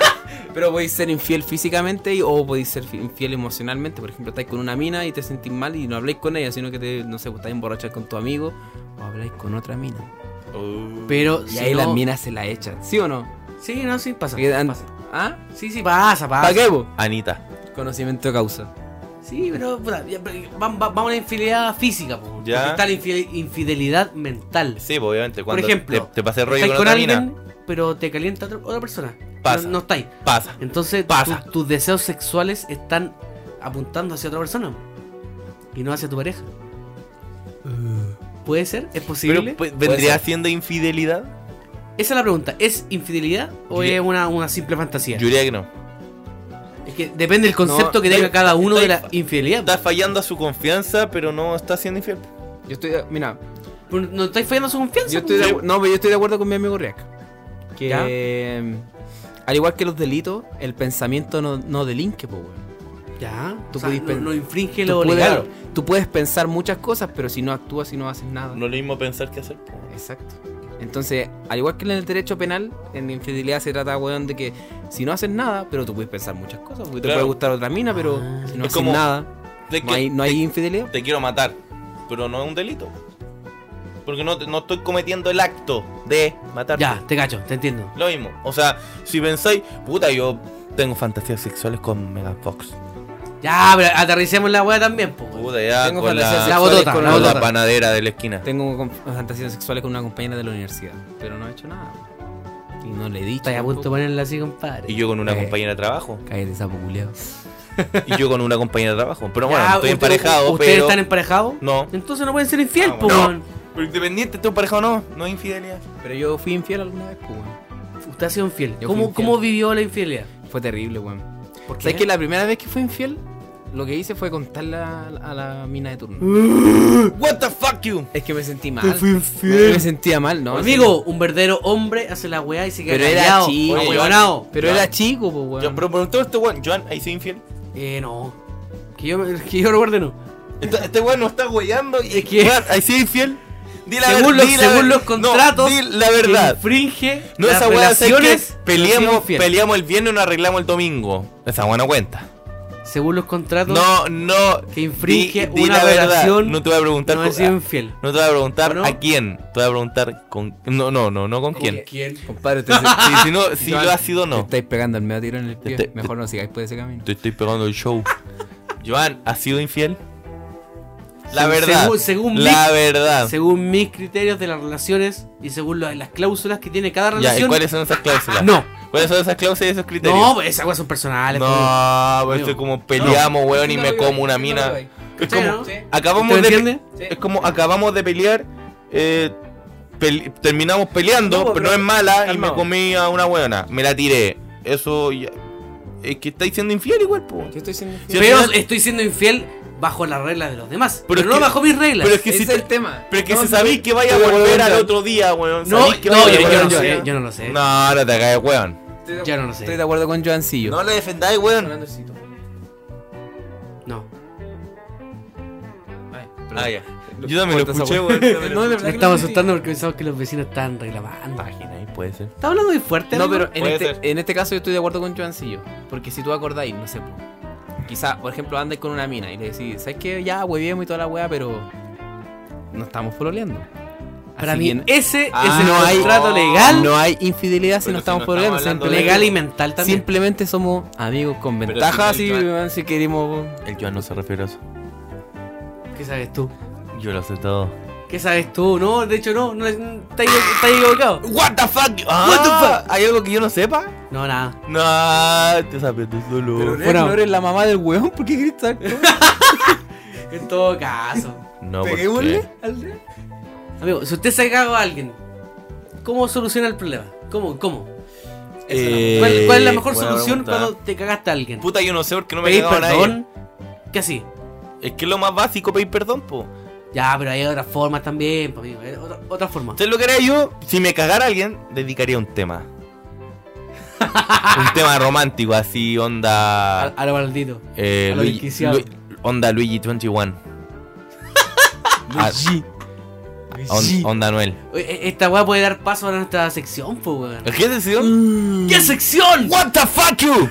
C: Pero podéis ser infiel físicamente y- o podéis ser fi- infiel emocionalmente. Por ejemplo, estáis con una mina y te sentís mal y no habláis con ella, sino que te, no sé, pues, estáis emborrachar con tu amigo o habláis con otra mina.
B: Pero
C: Y
B: si
C: ahí
B: no-
C: las minas se la echan, ¿sí o no?
B: Sí, no, sí, pasa.
C: Porque dan-
B: pasa.
C: ¿Ah?
B: Sí, sí, pasa, pasa.
C: ¿Para qué, po?
D: Anita.
C: Conocimiento de causa.
B: Sí, pero puta, ya, pero va- va- vamos a la infidelidad física, po.
D: Ya.
B: Porque Está la infidel- infidelidad mental.
D: Sí, pues, obviamente. Cuando
B: ejemplo,
D: te, te pasé rollo
B: Estáis
D: con,
B: con
D: otra
B: alguien,
D: mina,
B: pero te calienta otra, otra persona.
D: Pasa.
B: No, no estáis.
D: pasa.
B: Entonces,
D: Pasa.
B: tu- tus deseos sexuales están apuntando hacia otra persona. y no hacia tu pareja. ¿Puede ser? ¿Es posible?
D: Pero, pues,
A: Puede
D: ¿Vendría
A: ser.
D: siendo infidelidad?
B: Esa es la pregunta. ¿Es infidelidad o
A: Yo-
B: es una, una simple fantasía?
D: Yo diría que no.
B: Es que depende del concepto
A: No,
B: que
A: estoy-
B: tenga cada uno de la
A: estoy-
B: infidelidad.
D: Está fallando a su confianza, pero no está siendo infiel.
C: Yo estoy. Mira,
B: Pero No estáis fallando su confianza.
C: yo estoy de,
B: pues.
C: acu- no, pero yo estoy de acuerdo con mi amigo Riak. Que.
B: ¿Ya?
C: em, Al igual que los delitos, el pensamiento no, no delinque, po, weón.
B: Ya,
C: Tú
B: tú o sea,
C: podís
B: no,
C: pen-
B: no infringe
C: Tú
B: lo
C: puedes,
B: legal.
C: tú puedes pensar muchas cosas, pero si no actúas y no haces nada.
D: No es lo mismo pensar que hacer. po.
C: Exacto. Entonces, al igual que en el derecho penal, en la infidelidad se trata, weón, de que si no haces nada, pero tú puedes pensar muchas cosas. Porque te
D: Claro.
C: puede gustar otra mina, pero
B: Ah.
C: si no
D: Es
C: haces
D: como-
C: nada,
D: Es
C: no
D: que
C: hay, no hay infidelidad.
D: Te quiero matar, pero no es un delito. Porque no, no estoy cometiendo el acto de matar.
B: Ya, te cacho, te entiendo.
D: Lo mismo. O sea, si pensáis, puta, yo tengo fantasías sexuales con Megafox.
B: Ya, pero aterricemos la weá también, po. weón.
D: Puta, ya
C: Tengo
D: con
C: fantasías
D: la,
B: La
C: sexuales
B: botota,
C: con
B: la
D: con la
B: botota.
D: panadera de la esquina.
C: Tengo con- fantasías sexuales con una compañera de la universidad, pero no he hecho nada. Y no le he dicho.
B: Estás a punto de
C: tampoco.
B: ponerla así, compadre.
D: Y yo con una
C: Eh.
D: compañera de trabajo.
C: Cállate, sapo culiao.
D: Y yo con una compañera de trabajo. Pero
B: Ya,
D: bueno, estoy
B: ustedes-
D: emparejado,
B: ¿Ustedes
D: pero.
B: están emparejados?
D: No.
B: Entonces no pueden ser infiel,
D: Ah,
B: po.
D: bueno.
B: weón.
D: Pero independiente, estoy emparejado o no, no es infidelidad.
C: Pero yo fui infiel alguna vez, pues, weón.
B: Usted ha sido infiel.
C: Yo fui
B: ¿Cómo,
C: infiel.
B: ¿Cómo vivió la infidelidad?
C: Fue terrible, weón.
B: ¿Por qué?
C: ¿Sabes que la primera vez que fui infiel, lo que hice fue contarle a, a la mina de turno?
D: What the fuck you?
C: Es que me sentí mal.
B: Te fui
C: Me, me
B: infiel.
C: sentía mal, ¿no?
B: Amigo, un verdadero hombre hace la weá y se queda
C: Pero era
B: callado,
C: chico,
B: no,
D: yo-
B: huevonao.
C: Pero
D: Ya.
C: era chico, pues, weón.
D: Ya, pero por todo este weón, Joan, ahí soy infiel.
B: Eh, no. Que yo, <laughs> que yo recuerde, no.
D: Esta- Este weón nos está weyando y
B: Es que-
D: Weón, ahí sí es infiel. Di la
B: según
D: ver-
B: los,
D: di la
B: según
D: ver-
B: los
D: no,
B: contratos,
D: di la verdad.
B: que infringe
D: No,
B: las
D: esa weá ¿sabes qué?
B: relaciones. no
D: peleamos,
B: soy infiel.
D: peleamos el viernes y nos arreglamos el domingo. Esa buena cuenta.
B: Según los contratos,
D: No, no.
B: que infringe
D: di- di
B: una
D: la verdad.
B: relación,
D: No te voy a preguntar.
B: no
D: con-
B: ha sido infiel.
D: no te voy a preguntar
B: ¿O no?
D: a quién. Te voy a preguntar con. No, no, no, no con quién.
C: Compadre,
D: <laughs>
C: te, te,
D: Si, si no, si
C: Joan,
D: lo ha sido o no.
C: estáis pegando el medio tiro en el pie.
D: Te- te-
C: Mejor no sigáis por ese camino.
D: Te estoy pegando el show. Joan, ¿has sido infiel? La verdad.
B: Según, según
D: la
B: mis,
D: verdad.
B: según mis criterios de las relaciones y según lo- las cláusulas que tiene cada
D: Ya, ¿y
B: relación.
D: cuáles son esas cláusulas?
B: No,
D: ¿Cuáles son esas cláusulas y esos criterios?
B: no, pues esas weas son personales. pues.
D: No, pues esto es como peleamos, weón, y me como una mina. Es
B: ¿Cachai,
D: como,
B: no?
D: acabamos
B: ¿Usted
D: de,
B: entiende?
D: es como acabamos de pelear, eh, pele- terminamos peleando,
C: No,
D: pero,
C: pero-
D: no es mala, y me
C: calmado.
D: comí a una weona, me la tiré. Eso ya- es que estáis siendo infiel igual, po.
C: Yo estoy siendo
D: Sí,
C: infiel.
B: Pero
D: al final-
B: estoy siendo infiel bajo las reglas de los demás.
D: Pero
B: Pero,
D: es
B: no
D: que-
B: bajo mis reglas.
D: Pero es que si te-
C: tema.
D: pero es que
C: No,
D: si
C: no,
D: sabéis que vaya a
C: no,
D: volver
C: no,
D: al
C: no.
D: otro día, weón.
B: no,
D: sabéis que
B: no,
D: vaya a
B: yo,
D: volver
B: yo
D: al
B: no
D: otro
C: sé,
B: sé,
D: día.
B: yo no lo sé.
D: No, no te caes, weón.
C: estoy de-
B: Ya no lo sé.
C: Estoy de acuerdo con Joancillo. Eh,
D: No le defendáis, weón.
C: Fernandocito.
B: No.
C: Ay, perdón.
D: Ah, ya. Yo también lo
C: Corta esa
D: escuché,
C: weá.
D: weón.
C: No, de verdad
B: Nos
C: que
B: estamos
C: no sentí.
B: asustando porque pensamos que los vecinos están reclamando.
D: Imagina, ahí puede ser.
B: Está hablando muy fuerte.
C: No,
B: amigo?
C: pero en
D: Puede ser.
C: este, en este caso yo estoy de acuerdo con Joancillo. Porque si tú acordáis, no sé, po, quizá, por ejemplo, andáis con una mina y le decís, ¿sabes qué? Ya, huevíamos y toda la weá, pero no estamos pololeando.
B: Para
C: Así
B: mí,
C: que no-
B: ese
C: Ah,
B: es el
C: no hay-
B: contrato legal,
C: No hay infidelidad si
D: Pero
C: no
D: si
C: estamos
D: no
C: pololeando.
D: estamos hablando
C: simplemente-
D: de-
B: legal y mental también.
C: Simplemente somos amigos con
D: Pero
C: ventaja
D: si
C: si,
D: no,
C: si queremos.
D: El Joan no se refiere a eso.
B: ¿Qué sabes tú?
D: Yo lo sé todo.
B: ¿Qué sabes tú? No, de hecho no, no estás equivocado.
D: What the fuck?
B: What
D: the fuck? Ah, ¿Hay algo que yo no sepa?
B: No, nada.
D: No, te sabes tú solo.
B: Bueno.
C: no eres la mamá del weón, ¿por qué gritas?
B: En todo caso.
D: no,
C: ¿Peguémosle
D: porque...
C: al rey?
B: Amigo, si usted se ha cagado a alguien, ¿cómo soluciona el problema? ¿Cómo? ¿Cómo?
D: Eh,
B: ¿Cuál, cuál es la mejor
D: buena
B: solución
D: pregunta.
B: cuando te cagaste a alguien?
D: Puta, yo no sé porque no me he
B: ¿Pedir
D: cagado a nadie.
B: perdón? ¿Qué así?
D: Es que es lo más básico, pedir perdón, po.
B: Ya, pero hay otras formas también, pues, amigo. hay Otra, otra forma.
D: ¿Sabes lo que haría yo? Si me cagara alguien, dedicaría un tema. un tema romántico, así,
B: A,
D: onda...
B: a lo maldito.
D: eh,
B: a lo
D: Luigi-
B: desquiciado.
D: Lu- onda
B: <laughs>
D: Luigi 21. <laughs> Ah, on- onda Noel.
B: Oye, e- Esta weá puede dar paso a nuestra sección, pues, weón.
D: ¿Qué decisión?
B: ¿Qué sección?
D: What the fuck you?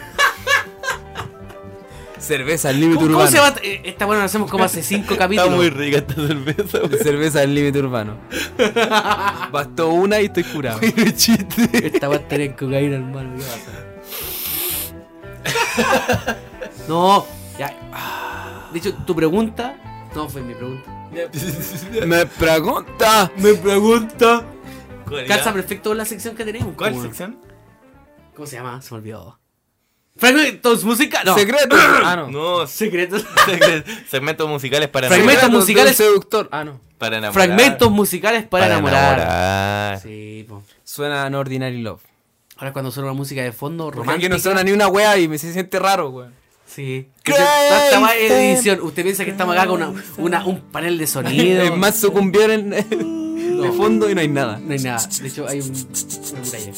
C: Cerveza al límite
B: ¿Cómo,
C: urbano.
B: cómo se va? eh, Esta weá la hacemos como hace cinco
D: Está
B: capítulos.
D: muy rica esta
C: <laughs>
D: cerveza, weón.
C: Cerveza al límite urbano. Bastó una y estoy curado.
B: Esta weá estaría en cocaína, hermano. ¿Qué pasa? no, ya. De hecho, tu pregunta. No fue mi pregunta.
C: <laughs> Me pregunta.
B: Me pregunta.
D: ¿Cuál era?
B: Calza perfecto con la sección que tenemos.
D: ¿Cuál
B: po, weón.
D: sección?
B: ¿Cómo se llama? Se me olvidó. Fragmentos musicales. No.
C: Secretos. Ah, no.
A: No,
B: Secretos.
A: segre- segmentos musicales para
B: Fragmentos
A: enamorar.
C: Secretos
B: musicales-
C: de un seductor. Ah, no.
A: Para enamorar.
B: Fragmentos musicales para, enamorar.
A: enamorar.
B: Sí, po.
C: Suena No Ordinary Love.
B: Ahora cuando suena una música de fondo
C: Porque aquí
B: romántica.
C: no suena ni una wea y me se siente raro, weón.
B: Sí.
A: Crazy.
B: Esta esta va es edición. Usted piensa que estamos acá con una, una- un panel de sonido.
C: Es más sucumbir en, de fondo y no hay nada.
B: No hay nada. De hecho, hay un. una
A: <laughs>
B: muralla.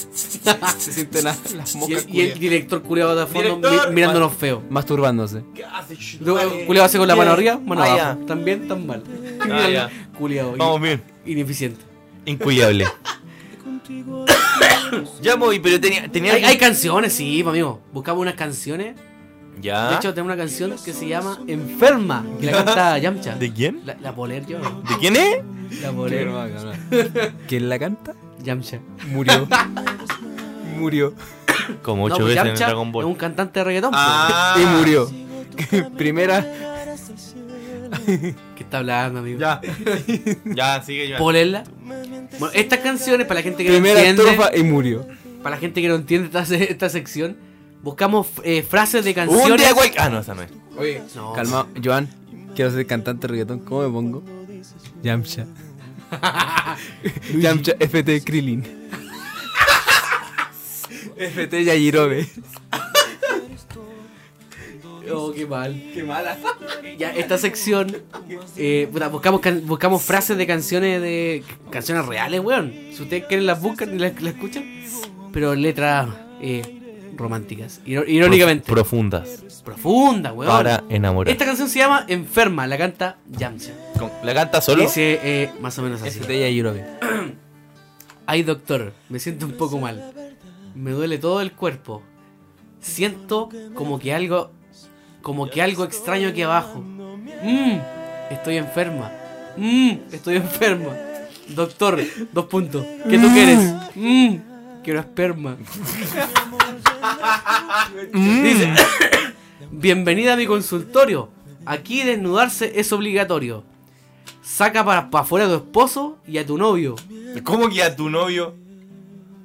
C: Se
B: <laughs>
C: sienten las, las
B: Y
C: moscas
B: el, y el
C: culias.
B: director culiado de fondo
A: Director.
B: mi- mirándonos feo.
C: masturbándose.
A: ¿Qué haces?
B: Luego, Culiado hace con la mano arriba, mano
A: Ah,
B: abajo. También tan mal. <laughs>
A: Ah, ya.
B: Culiado.
A: Vamos bien.
B: Ineficiente. <laughs>
A: Incuyable. ya voy, pero tenía. tenía
B: Hay, hay canciones, sí, po, amigo. Buscamos unas canciones.
A: Ya.
B: De hecho, tengo una canción que se llama Enferma. Que la
A: <laughs>
B: canta Yamcha.
A: ¿De quién?
B: La, la poler yo.
A: ¿De quién es?
B: La poler.
C: ¿Quién la canta?
B: Yamcha.
C: Murió. <laughs> murió.
A: Como
B: No,
A: ocho
B: pues
A: veces en
B: Yamcha
A: Dragon Ball. Ah,
B: Es un cantante de reggaetón. po,
C: Y murió. <laughs> Primera.
B: que está hablando, amigo. <laughs>
A: Ya. ya, sigue ya.
B: Polerla. Bueno, estas canciones, para la gente que no
C: Primera
B: entiende,
C: estrofa y murió.
B: para la gente que no entiende esta, se- esta sección, buscamos eh, frases de canciones.
A: Un día cual- Ah, no, esa no es.
C: Oye,
B: No.
C: calma, Joan. Quiero ser cantante de reggaetón. ¿Cómo me pongo? Yamcha. <laughs> Yamcha FT Krillin. <laughs> FT Yajirobe.
B: Oh, qué mal. Qué mala. Ya, esta sección. eh, puta, buscamos, can- buscamos frases de canciones de. canciones reales, weón. Si ustedes quieren las buscan y las, las escuchan. Pero letras eh, románticas. Iro- irónicamente.
A: Profundas.
B: profunda, weón.
A: Para enamorar.
B: Esta canción se llama Enferma, la canta Yamcha.
A: Con- ¿La canta solo?
B: Dice eh, más o menos así.
C: FT Yajirobe.
B: Ay, doctor, me siento un poco mal. Me duele todo el cuerpo. Siento como que algo. Como que algo extraño aquí abajo. Mmm, estoy enferma. Mmm, estoy enferma. Doctor, dos puntos. ¿Qué tú quieres? Mmm, quiero esperma. Dice, Bienvenida a mi consultorio. Aquí desnudarse es obligatorio. Saca para, para afuera a tu esposo y a tu novio.
A: ¿Cómo que a tu novio?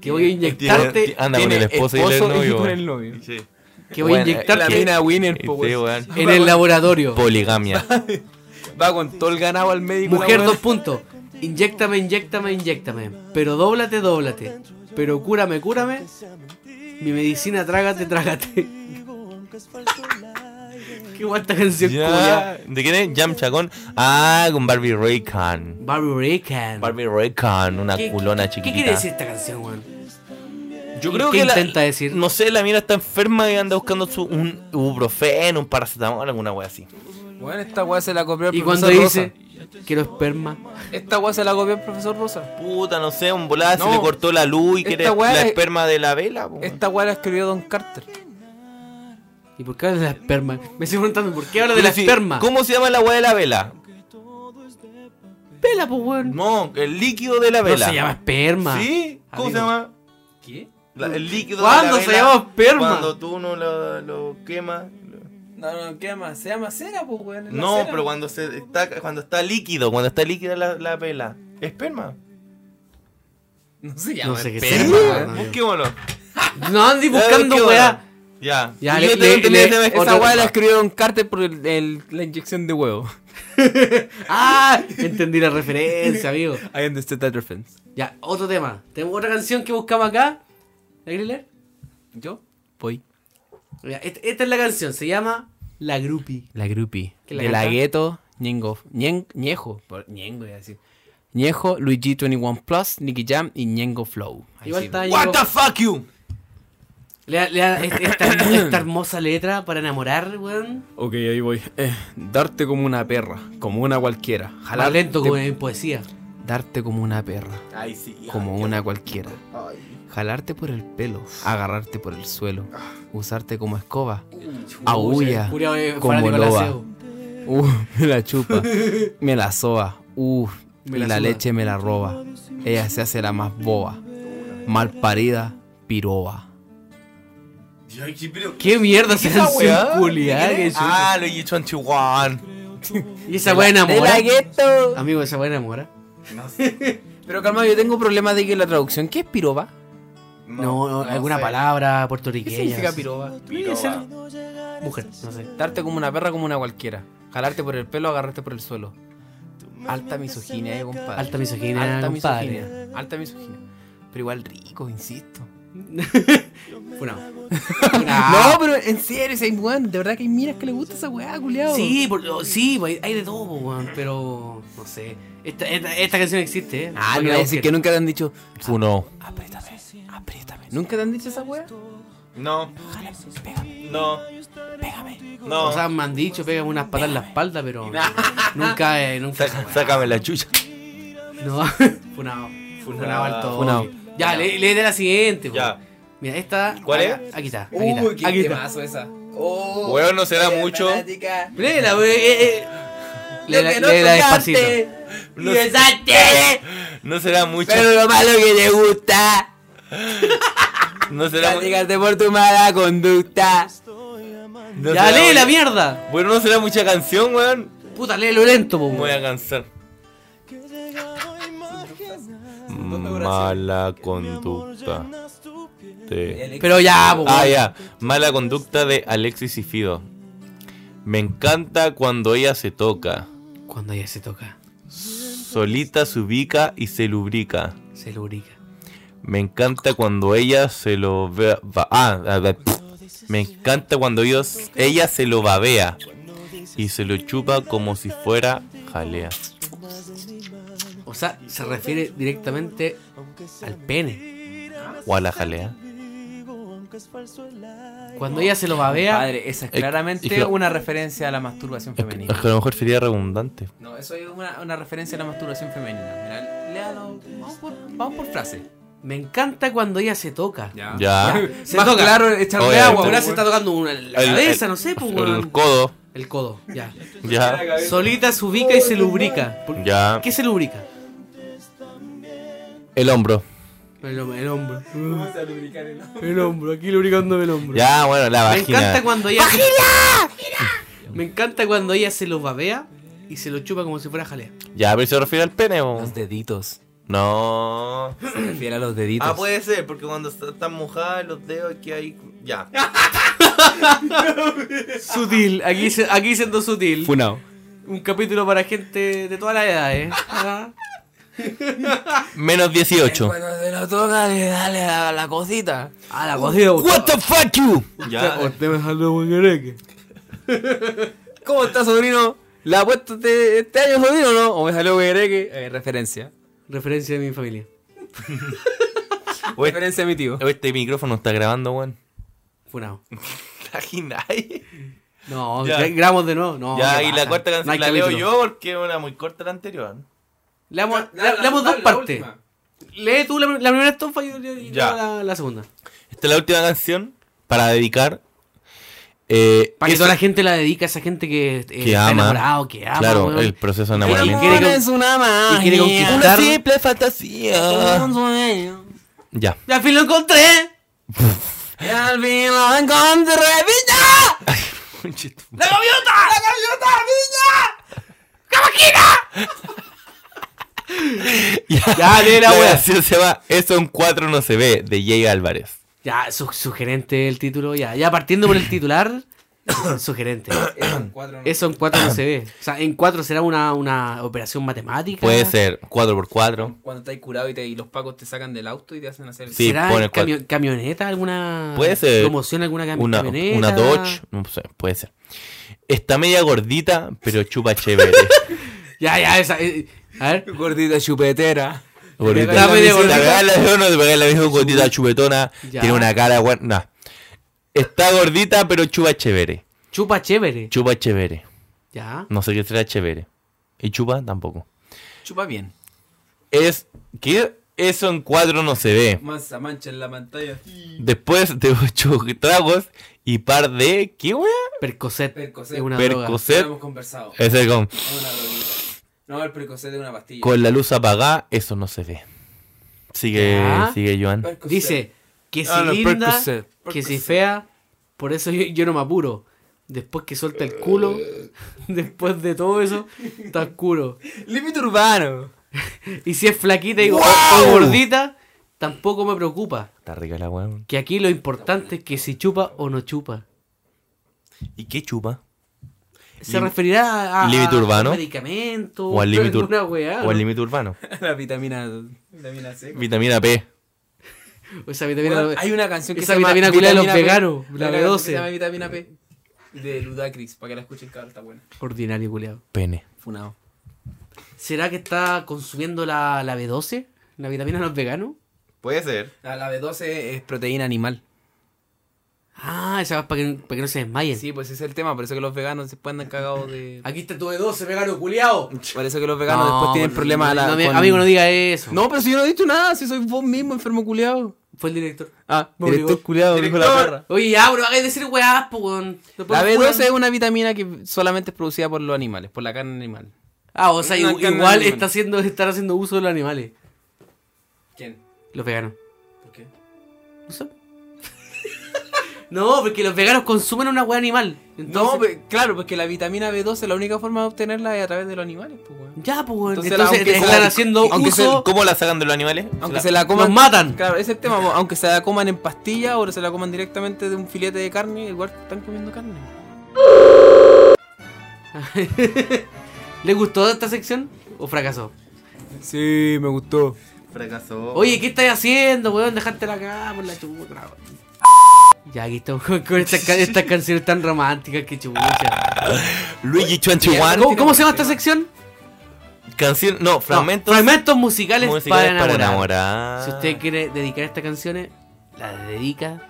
B: Que voy a inyectarte.
A: Tiene- Anda con el esposo y el novio.
C: con
A: weón.
C: el novio.
A: Sí.
B: Que voy a
C: Bueno, La
B: inyectarte
C: mina Winner,
A: Sí,
C: po, weón.
A: weón.
B: en el laboratorio.
A: Poligamia.
C: Va con todo el ganado al médico.
B: Mujer,
C: la
B: dos
C: weón.
B: puntos. Inyéctame, inyéctame, inyéctame. Pero dóblate, dóblate. Pero cúrame, cúrame. Mi medicina, trágate, trágate. <laughs> Qué guay esta canción,
A: Ya.
B: culia.
A: ¿De quién es? Jam Chacón. Ah, con Barbie Raycan.
B: Barbie Rican.
A: Barbie Raycan, una culona chiquitita.
B: ¿Qué quiere decir esta canción, weón?
A: Yo creo
B: ¿Qué
A: que la-
B: intenta decir?
A: No sé, la mira está enferma y anda buscando su, un ibuprofeno, un paracetamol, alguna wea así.
C: Bueno, esta weá se la copió el
B: Y cuando
C: profesor
B: dice,
C: Rosa.
B: quiero esperma.
C: Esta weá se la copió el profesor Rosa.
A: Puta, no sé, un volada
C: No.
A: se le cortó la luz y quiere
C: Esta wea
A: la
C: es-
A: esperma de la vela. po.
C: Esta weá la escribió Don Carter.
B: ¿Y por qué habla de la esperma? Me estoy preguntando, ¿por qué habla
A: Pero
B: de la
A: sí,
B: esperma?
A: ¿Cómo se llama la wea de la vela?
B: pela, pues, weón?
A: No, el líquido de la
B: No
A: vela.
B: se llama esperma.
A: ¿Sí? ¿Cómo
B: Amigo.
A: se llama?
C: ¿Qué?
A: La- el líquido de la
B: ¿Cuándo
A: vela.
B: se llama esperma?
A: Cuando tú no lo, lo quemas. lo-
C: No, no, ¿qué más? Se llama cera, pues, weón. es la
A: No,
C: cera.
A: pero cuando se está cuando está líquido, cuando está líquida la, la vela. Esperma.
C: No se llama.
B: No sé qué
C: perra,
B: sea,
C: weón.
B: weón.
A: Busquémoslo.
B: No andes buscando,
A: Ya, busquémoslo.
B: weá.
A: Ya.
B: Ya,
A: Y
B: le-
A: yo tengo
B: le-
A: entendido
B: le-
A: ese- esa
C: Esa
B: otro-
A: wea
C: weá
A: de
C: la
A: la-
C: escribió Don Carter por el- el- la inyección de huevo.
B: Ah, entendí la referencia, amigo.
C: I understand that reference.
B: Ya, otro tema. Tenemos otra canción que buscamos acá. ¿La querés leer?
C: ¿Yo? Voy.
B: Ya, Esta, esta es la canción, se llama La Grupi.
C: La groupie.
B: ¿Que la
C: de la
B: canta?
C: gueto, Ñengo. Ñen- Ñejo. por- Ñengo, iba a decir. Ñejo, Luigi 21 Plus, Nicky Jam y Ñengo Flow. Ahí
B: Igual
C: sí.
B: está
A: What the fuck you?
B: Le da- le da es-
C: <coughs>
B: esta, esta hermosa letra para enamorar, weón.
C: Ok, ahí voy. Eh, darte como una perra, como una cualquiera.
B: Más
C: Jalar
B: lento como en poesía.
C: Darte como una perra,
A: Ay, sí.
C: como una cualquiera. Jalarte por el pelo, agarrarte por el suelo, usarte como escoba. Aúlla,
B: Culiao, eh,
C: como
B: fanático de la
C: loba.
B: SEO.
C: Uh, <laughs> me la chupa, me la soba. Uh,
B: Me
C: y
B: la
C: la
B: suda.
C: leche me la roba. Ella se hace la más boba, mal parida, piroba.
B: ¿Qué mierda esa <laughs> canción, culiá? qué chucha.
A: Ah, lo he hecho en Chihuahua.
B: Y esa weá enamora.
C: gueto.
B: Amigo, esa weá enamora.
C: Pero calma, yo tengo problemas de que la traducción, ¿qué es piroba?
B: <laughs> No, no, alguna
A: sé.
B: palabra
C: ¿Qué
B: puertorriqueña.
C: significa
B: no sé.
C: piroba?
B: Puede ser
A: Piroba.
B: mujer, no sé.
C: Darte como una perra, como una cualquiera. Jalarte por el pelo, agarrarte por el suelo. Alta misoginia, eh, compadre.
B: Alta misoginia,
C: Alta
B: compadre.
C: misoginia. Alta misoginia. Pero igual rico, insisto.
B: <laughs>
C: <laughs>
B: Bueno.
C: No, pero en serio, si hay weón, de verdad que hay miras que le gusta esa weá, culiao.
B: Sí, por- oh, sí, hay hay de todo, po, weón, pero no sé. Esta, esta, esta canción existe, ¿eh?
C: Ah,
B: Para
C: no,
B: la
C: decir que
B: busquen.
C: nunca te han dicho,
D: Uno.
C: apriétame, apriétame. ¿Nunca te han dicho esa weá?
A: No,
C: Jálame, pégame,
A: no,
C: pégame.
A: no.
B: O sea, me han dicho, pegan unas patas en la espalda,
C: <laughs>
B: pero nunca, eh, nunca.
D: Saca- sácame la chucha.
B: No, <laughs> funado. Funado al toque.
C: Funado.
B: Ya, lee, lee de la siguiente, po.
A: ya.
B: Mira, esta.
A: ¿Cuál es?
B: acá- Aquí está. Aquí está.
C: Uy, qué
B: aquí está.
C: temazo esa. Oh,
A: Bueno, no será
C: qué
A: mucho.
C: fanática.
B: Léela, wey. Eh, eh.
C: Lo
B: Léela,
C: que no
B: léela
C: tocaste,
B: despacito.
A: No
C: y
A: sé.
C: besaste,
A: No será mucho.
C: Pero lo malo que te gusta.
A: No será mu-
C: Castígate por tu mala conducta.
A: no
B: ya,
A: será
B: lee la
A: mu-
B: mierda.
A: Bueno, no será mucha canción, weón.
B: Puta, léelo lento, po.
A: Me voy
B: weón.
A: a cansar.
D: Mala conducta. Te-
B: Pero ya, po.
C: pues,
D: Ah,
B: weón.
D: ya. Mala conducta de Alexis y Fido. Me encanta cuando ella se toca.
B: Cuando ella se toca,
D: Solita se ubica y se lubrica.
B: se lubrica.
D: Me encanta cuando ella se lo vea. va- ah, a ver, Me encanta cuando ellos, ella se lo babea. Y se lo chupa como si fuera jalea.
B: O sea, se refiere directamente al pene.
D: O a la jalea.
B: Cuando ella se lo babea,
C: Padre, esa es
D: Eh,
C: claramente
D: es que lo-
C: una referencia a la masturbación
D: Es que,
C: femenina.
D: <laughs> es que a lo mejor sería redundante.
C: No, eso es una, una referencia a la masturbación femenina. Mira, léalo. Vamos por, vamos por frase.
B: me encanta cuando ella se toca.
C: Ya.
D: Ya.
B: Se
C: Más
B: toca.
C: claro, echarle
D: Oye,
C: agua.
D: este-
B: Ahora
C: weón.
B: se está tocando una, la
D: El-
B: cabeza,
D: el-
B: no sé, pues,
D: El
B: weón.
D: codo.
B: El codo, ya.
D: Ya.
B: Solita se ubica y se lubrica. Por-
D: Ya.
B: ¿Qué se lubrica?
D: El hombro.
B: El, hom- el hombro. El hombro, aquí lubricándome el hombro.
D: Ya, bueno, la
B: Me
D: vagina.
B: encanta cuando ella. Me encanta cuando ella se lo babea y se lo chupa como si fuera jalea.
D: Ya, pero se refiere al pene. o-
C: Los deditos.
D: No.
C: Se refiere a los deditos.
A: Ah, puede ser, porque cuando est- están mojadas los dedos aquí hay.
B: <laughs>
A: Ya.
B: Sutil, aquí, se- aquí siendo sutil.
D: Funao.
B: Un capítulo para gente de todas las edades. Ah.
D: Menos 18.
C: Cuando se lo toca, le dale a la cosita.
B: Ah, la cosita.
D: What the fuck you?
A: Ya.
B: Usted me jaló buen quereque.
C: ¿Cómo está, sobrino? ¿La apuesta este, este año, sobrino, no? O me salió que eh, Referencia.
B: Referencia de mi familia.
D: Oye,
C: Ah, Referencia a mi tío.
D: oye, este micrófono está grabando, weón.
B: Funado.
A: Vagina.
B: No,
A: Ya.
B: gra- grabamos de nuevo. No,
A: ya,
B: ¿qué
A: y la
B: pasa?
A: cuarta
B: No hay
A: canción la leo
B: capítulo.
A: yo porque es una muy corta la anterior.
B: Le damos, le- le damos dos partes. Lee tú la, la primera estofa y yo, yo- yo
A: Ya.
B: la, la segunda.
D: Esta es la última canción para dedicar. Eh,
B: Para que
D: eso-
B: toda la gente la dedica a esa gente que, eh, está
D: ama.
B: enamorado, que ama.
D: Claro,
B: weón.
D: el proceso de
B: Pero
D: enamoramiento.
B: quiere con-
C: una
B: y quiere conquistar-
D: Una simple fantasía.
C: sueño.
D: Ya.
B: ¡Ya al fin lo encontré!
C: Y al fin lo encontré, ¡Viña!
B: ¡La gaviota! ¡La gaviota, niña! ¡Cabaquina! <laughs> ya, lee la
D: La
B: wea.
D: canción se llama Eso en 4 no se ve, de Jay Álvarez.
B: Ya, su- sugerente el título, ya. Ya partiendo
D: <coughs>
B: por el titular, sugerente. Eso en 4 no se ve. O sea, en 4 será una, una operación matemática.
D: Puede ser 4x4.
C: Cuando estás curado y, te- y los pacos te sacan del auto y te hacen hacer.
D: Sí,
B: ¿Será
D: pone
B: camio- camioneta alguna?
D: Puede ser
B: ¿Promoción alguna cami-
D: Una,
B: camioneta?
D: una Dodge. No sé, puede ser. Está media gordita, pero
B: <laughs>
D: chupa chévere.
B: Ya, ya, esa. eh, a ver.
C: Gordita chupetera.
D: Gordita.
B: Está media
D: Te
B: gordita.
D: pegáis la yo no te pegáis la misma gordita chupetona.
B: Ya.
D: Tiene una cara buena. Está gordita, pero chupa chévere.
B: Chupa chévere.
D: Chupa chévere.
B: Ya.
D: No sé qué será chévere. Y chupa tampoco.
C: Chupa bien.
D: Es que eso en cuadro no se ve.
C: Masa mancha en la pantalla.
D: Después de ocho <laughs> tragos y par de. ¿Qué wea?
B: Percocet.
C: Percocet.
B: Es una droga.
D: Percocet.
C: conversado.
B: Eh.
D: Es el con,
C: Es una droguita. No, el percocet es una pastilla.
D: con la luz apagada, eso no se ve. Sigue,
B: Ya.
D: sigue Joan.
C: Percocet.
B: Dice que si
C: Ah, no,
B: linda,
C: Percocet,
B: que si
C: Percocet.
B: fea, por eso yo, yo no me apuro. Después que suelta el
C: <laughs>
B: culo, después de todo eso, está oscuro.
C: Límite urbano.
B: <laughs> Y si es flaquita y, o-
D: ¡Guau!
B: o gordita, tampoco me preocupa.
D: Está rica la weón.
B: Que aquí lo importante es que si chupa o no chupa.
D: ¿Y qué chupa?
B: Se referirá a, a,
D: límite urbano.
B: a medicamentos
D: O al
B: <laughs>
D: límite ur-
B: alguna weá,
D: o
B: ¿no?
D: al límite urbano.
C: <laughs> La vitamina, vitamina C.
D: Vitamina P.
B: O esa vitamina-
C: Bueno, hay una canción que
B: esa
C: se llama
B: vitamina culia de los veganos,
C: P.
B: la
C: Hay una
B: B12.
C: canción que se llama vitamina P de Ludacris, para que la escuchen, cabrón, está buena.
B: Ordinario, culiado.
D: Pene.
C: Funado.
B: ¿Será que está consumiendo la, la B12? ¿La vitamina no es vegano?
A: Puede ser.
C: La, la B12 es proteína animal.
B: Ah, esa es para que, para que no se desmayen.
C: Sí, pues ese es el tema, por eso que los veganos después andan cagados de...
B: Aquí está tu B12, vegano, culiado.
C: Por eso que los veganos después tienen problemas a la- con-
B: Amigo, no diga eso.
C: No, pero si yo no he dicho nada, si soy vos mismo enfermo culiado.
B: Fue el director.
C: Ah,
B: Me obligó.
C: director culiado, dijo la
A: Director.
C: perra.
B: Oye, ya, bro, hagáis decir weá, pues, weón. Después
C: La
B: fueron-
C: B12 es una vitamina que solamente es producida por los animales, por la carne animal.
B: Ah, o sea,
C: una
B: igu-
C: carne de
B: igual
C: animal.
B: está haciendo, están haciendo uso de los animales.
C: ¿Quién?
B: Los veganos.
C: ¿Por qué?
B: No sé. <laughs> no, porque los veganos consumen una weá animal. Entonces,
C: no, pe- claro, porque la vitamina B12 la única forma de obtenerla es a través de los animales, pues, weón.
B: Ya, pues, weón.
C: Entonces,
B: Entonces,
C: aunque
B: están
C: sea-
B: haciendo
D: Aunque se-
B: uso.
D: ¿Cómo la sacan de los animales?
C: Aunque
D: La-
C: se la coman.
B: Los matan. <laughs>
C: Claro, ese es el tema, po, aunque se la coman en pastilla o se la coman directamente de un filete de carne, igual están comiendo carne.
B: ¿Les gustó esta sección o fracasó?
C: Sí, me gustó.
A: Fracasó.
B: Oye, ¿qué estáis haciendo, weón? Dejártela acá por la chuta. weón. Ya, aquí estamos <laughs> con, con estas ca- estas canciones tan románticas que chucha.
D: Luigi 21.
B: ¿Cómo, cómo se llama esta sección?
D: Canción. No,
B: Fragmentos,
D: fragmentos.
B: fragmentos musicales,
D: musicales
B: para, enamorar.
D: enamorar.
B: Si usted quiere dedicar estas canciones, las dedica.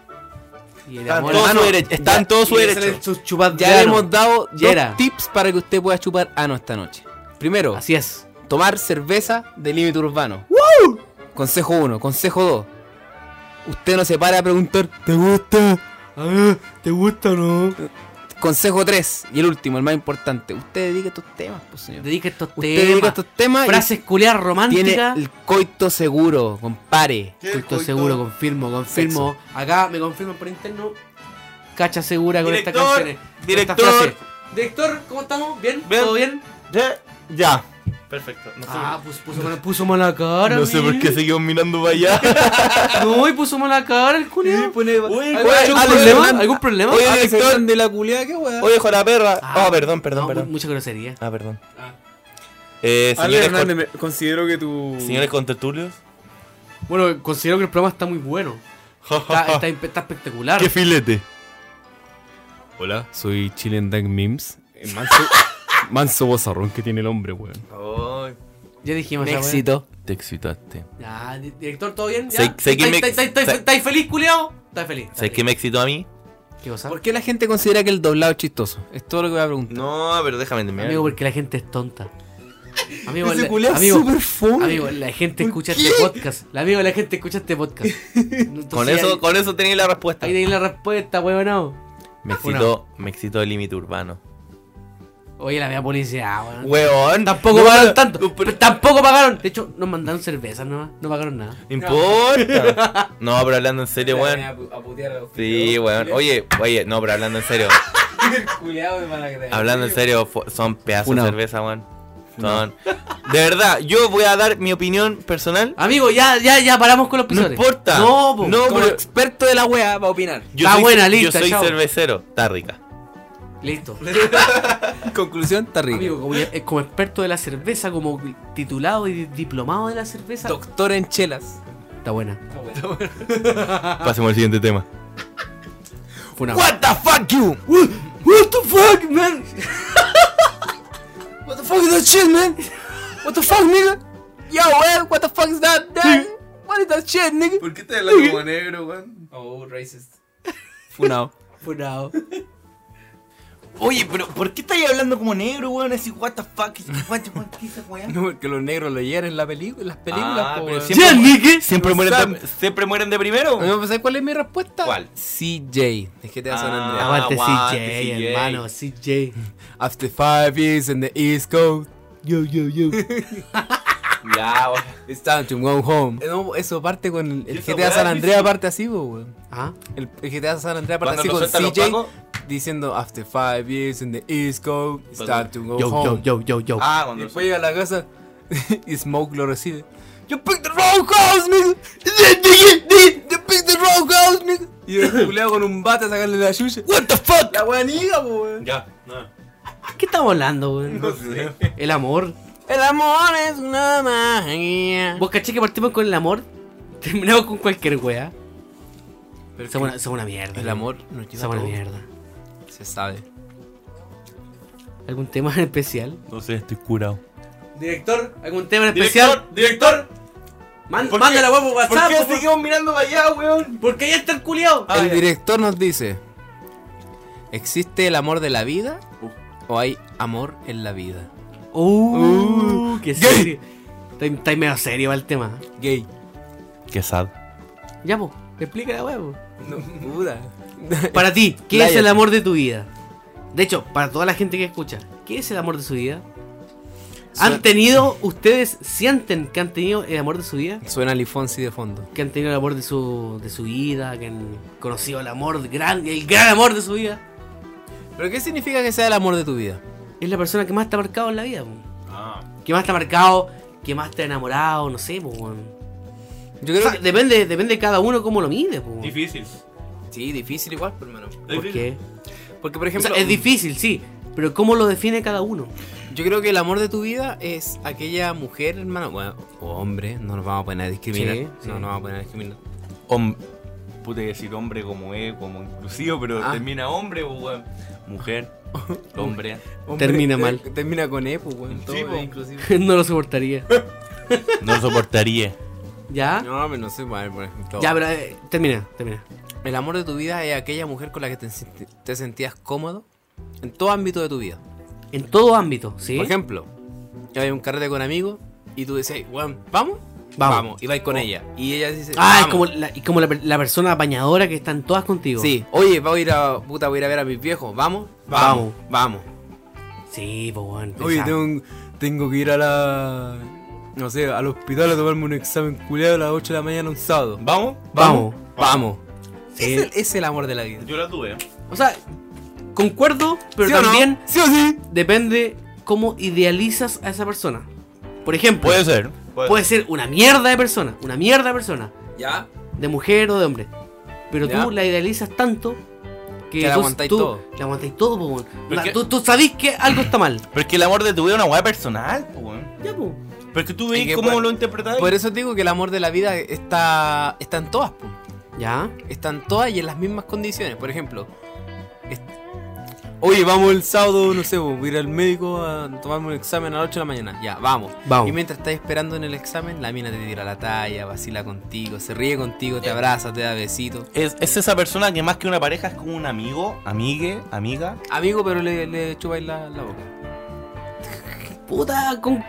B: Y el
D: Está en
B: amor.
D: todo su
B: Hermano,
D: derecho, está
B: ya-
D: en todo su
B: y le
D: derecho.
B: salen Sus chupas
C: Ya
B: de
C: le
B: ano.
C: hemos dado dos
B: Yera.
C: tips para que usted pueda chupar ano esta noche. Primero,
B: Así es.
C: tomar cerveza de límite urbano. Consejo 1, consejo 2. Usted no se para a preguntar, ¿te gusta?
B: ¿Te gusta o no?
C: Consejo 3, y el último, el más importante. Usted dedique estos temas, pues señor.
B: Dedica estos
C: Usted dedica
B: temas.
C: estos temas y
B: Frases culiadas
C: tiene
B: románticas.
C: el coito seguro, compare.
B: Culto seguro, confirmo, confirmo. Acá me confirman por interno. Cacha segura con estas
D: Director,
B: canciones. con estas
D: director.
B: frases. Director, ¿cómo estamos? ¿Bien?
D: Bien.
B: ¿Todo bien?
D: Ya. Ya. Perfecto. No sé,
B: Ah, pues puso, mala- puso mala cara.
D: no sé por
B: mira.
D: qué seguimos mirando para allá.
B: No, y puso mala cara el culiado.
D: Uy,
B: ¿Algún,
D: oye,
B: algún
D: Alex
B: problema?
D: Fernández.
B: ¿Algún problema?
D: Oye,
C: Alex
D: director.
C: Hernández de la culiada, qué weá.
D: <laughs> Oye, hijo de la perra.
B: Ah.
D: Ah, perdón, perdón,
B: No, mu-
D: perdón.
B: Mucha grosería.
D: Ah, perdón.
C: Ah.
D: Eh, señores, con,
C: considero que tu.
D: señores contertulios.
B: Bueno, considero que el programa está muy bueno. Está, está impe- está espectacular.
D: ¡Qué filete!
F: Hola, soy Chilen Dank Mims. Eh,
D: <laughs>
F: Manso, manso bozarrón que tiene el hombre, weón.
B: Ya dijimos esa
C: éxito.
D: Te excitaste.
B: wea. Ya, di- director, ¿todo bien?
D: Sé- sé que me- sé-
B: ¿Estáis feliz, culiao? ¿Estáis feliz?
D: ¿Sabes qué me excitó a mí?
B: ¿Qué cosa?
C: ¿Por qué la gente considera que el doblado es chistoso? Es todo lo que voy a preguntar.
D: No, pero déjame terminar.
B: Amigo, porque la gente es tonta. Amigo,
C: Ese
B: la-
C: culiao es
B: amigo,
C: súper fome.
B: amigo, la gente escucha este podcast. La amigo, la gente escucha este podcast. Entonces,
D: Con eso,
B: ahí-
D: con eso tenéis la respuesta.
B: Ahí tenéis la respuesta, huevonao.
D: Me excitó, me excitó el límite urbano.
B: Oye, la media policía, weón.
D: Weón,
B: Ah. Tampoco
D: no,
B: pagaron
D: no,
B: tanto.
D: no, pero-
B: Tampoco pagaron. De hecho, nos mandaron cerveza nomás. No pagaron nada.
D: No importa. No, pero hablando en serio, weón.
C: weón.
D: Sí, weón. Oye, oye, no, pero hablando en serio. Hablando en serio, fu- son pedazos
C: Funao.
D: de cerveza, weón. Son. De verdad, yo voy a dar mi opinión personal.
B: Amigo, ya, ya, ya paramos con los
D: No
B: pisores.
D: importa.
B: No, po.
D: no,
C: Como
D: pero
C: experto de la weá va a opinar.
D: yo
B: Está
D: soy,
B: buena,
D: yo
B: lista,
D: soy
B: chao.
D: cervecero. Está rica.
B: Listo.
C: Conclusión, está rico.
B: Amigo, como, ya- eh, como experto de la cerveza, como titulado y di- diplomado de la cerveza.
C: Doctor en chelas.
B: Está buena.
D: <laughs> Pasemos al siguiente tema.
B: Fue una
D: What the fuck you?
B: What the fuck, man?
C: What the fuck is that shit, man? What the fuck, nigga? Yo, weón, what the fuck is that, that? What is that shit, nigga?
A: ¿Por qué te hablas como negro, weón?
C: Oh, racist. <laughs> Funao.
B: Funado.
D: Oye, pero ¿por qué estáis hablando como negro, weón? Así, what the fuck? What the fuck? ¿Qué es esa weá?
C: No, porque los negros lo hieren en la película, en las películas,
D: Ah,
C: po,
D: pero
C: weón.
D: siempre-
B: Ya, Nicky.
D: Siempre mueren,
C: Sam.
D: de, siempre mueren de primero.
C: No, pues, ¿Sabes cuál es mi respuesta?
D: ¿Cuál?
C: CJ. Es que te
D: Ah.
C: San Andreas.
B: Aguante
D: aguante,
B: CJ,
D: CJ.
B: hermano. CJ.
C: After five years in the East Coast, yo, yo, yo,
D: Ya, weón.
C: it's time to go home. Eh, No, eso parte con el, el
D: esa
C: GTA
D: weá
C: San Andreas,
D: difícil.
C: parte así, po, weón.
B: ¿Ah?
C: El, el GTA San Andreas parte
D: Cuando
C: así
D: nos
C: con
D: sueltan los pacos.
C: CJ diciendo After five years in the East Coast, it's time to go
B: Yo,
C: home.
B: yo, yo, yo, yo.
D: Ah,
C: Y <laughs>
D: cuando
C: Después llega a la casa y Smoke lo recibe. You picked the wrong house, nigga. You picked the wrong house, nigga. Y <laughs> el culeado con un bate a sacarle la chucha. What the fuck? La guaniga, po, weón.
A: Ya, no.
B: ¿Qué estamos hablando, weón? El amor.
C: El amor es una magia.
B: Vos caché que partimos con el amor, <laughs> terminamos con cualquier wea. Somos una, somos una mierda.
C: El amor nos lleva a
B: Somos una
C: todo.
B: mierda.
C: Se sabe.
B: ¿Algún tema en especial?
D: No sé, estoy curado.
B: Director, ¿algún tema en especial?
A: director.
B: Man-
A: ¿Por
B: Mándala
A: qué?
B: weón por
A: ¿Por
B: WhatsApp.
A: qué
B: por favor.
A: seguimos mirando para allá, weón?
B: Porque ahí está el culiao.
A: Ah,
C: el
A: ya.
C: director nos dice: ¿Existe el amor de la vida? ¿O hay amor en la vida?
B: Uh, qué serio. Está, está medio serio va el tema.
C: Gay.
D: Qué sad.
B: Ya, po, explícala,
C: <laughs>
B: weón.
C: No, puta.
B: Para ti, ¿qué es
C: Láyate.
B: el amor de tu vida? De hecho, para toda la gente que escucha, ¿qué es el amor de su vida? ¿Han
C: Suena-
B: tenido, ustedes sienten que han tenido el amor de su vida?
C: Suena Lifonsi de fondo.
B: Que han tenido el amor de su, de su vida, que han conocido el amor, gran, el gran amor de su vida.
C: ¿Pero qué significa que sea el amor de tu vida?
B: Es la persona que más te ha marcado en la vida, po. Que más te ha marcado, que más te ha enamorado, no sé, po, weón.
C: Yo
B: O
C: creo
B: sea,
C: que.
B: depende, depende de cada uno cómo lo mide, po, weón.
A: Difícil.
C: Sí, difícil igual, pero hermano.
B: ¿Por qué?
C: Porque, por
B: O
C: ejemplo,
B: sea, es difícil, sí, pero cómo lo define cada uno. <laughs>
C: yo creo que el amor de tu vida es aquella mujer, hermano, bueno, o hombre, no nos vamos a poner a discriminar.
B: Sí, sí.
C: No nos vamos a poner a discriminar.
D: Hom- Pude decir hombre como E, como inclusivo, pero
C: Ah.
D: termina hombre, pues, weón.
C: <laughs>
D: Mujer, hombre.
B: Termina
C: te-
B: mal.
C: Termina con E, pues, weón, todo
D: Sí, po.
C: es inclusivo.
B: no lo soportaría.
D: No lo soportaría.
B: ¿Ya?
C: <laughs> No, pero no sé, a ver, por ejemplo.
B: Ya, pero eh, termina, termina.
C: El amor de tu vida es aquella mujer con la que te, senti- te sentías cómodo en todo ámbito de tu vida.
B: En todo ámbito, ¿sí?
C: Por ejemplo, hay un carrete con amigos y tú dices, "Hey, weón, ¿vamos? Oh.
B: Vamos.
C: Y vais con ella. Y ella dice,
B: ah, es
C: "Vamos".
B: como, la, y como la, per- la persona apañadora que están todas contigo.
C: Sí, oye, voy a ir a, puta, voy a ir a ver a mis viejos, ¿vamos?
B: Vamos.
C: Vamos.
B: Sí, pues bueno.
C: Oye, tengo, un- tengo que ir a la... No sé, al hospital a tomarme un examen culiado a las 8 de la mañana un sábado.
D: ¿Vamos?
B: Vamos.
C: Vamos.
B: Sí.
C: Es, el, es el amor de la vida.
A: Yo la tuve.
B: O sea, concuerdo, pero
C: ¿Sí o no?
B: también
C: ¿Sí o sí?
B: depende cómo idealizas a esa persona. Por ejemplo,
D: <laughs> Puede ser.
A: Puede
B: puede ser una mierda de persona, una mierda de persona,
C: Ya.
B: de mujer o de hombre. Pero
C: Ya.
B: tú la idealizas tanto que,
C: Que la
B: tú-
C: aguantáis
B: tú-
C: todo.
B: La aguantáis todo, po, weón.
D: Pero
B: La-
D: que-
B: Tú, tú sabís que algo está mal.
D: Pero es que el amor de tu vida es una weá personal, pues, weón.
B: Ya, po.
D: Pero es que pues, tú
C: Es
D: veis
C: que
D: cómo
C: por-
D: lo interpretáis.
C: Por eso te digo que el amor de la vida está, está en todas, po.
B: Ya.
C: Están todas y en las mismas condiciones. Por ejemplo, est- oye, vamos el sábado, no sé, voy a ir al médico a tomarme un examen a las 8 de la mañana. Ya, vamos.
B: Vamos.
C: Y mientras estás esperando en el examen, la mina te tira la talla, vacila contigo, se ríe contigo, te abraza, te da besito.
D: Es, es esa persona que más que una pareja es como un amigo, amigue, amiga.
C: Amigo, pero le, le chupáis la, la boca.
B: Puta, con-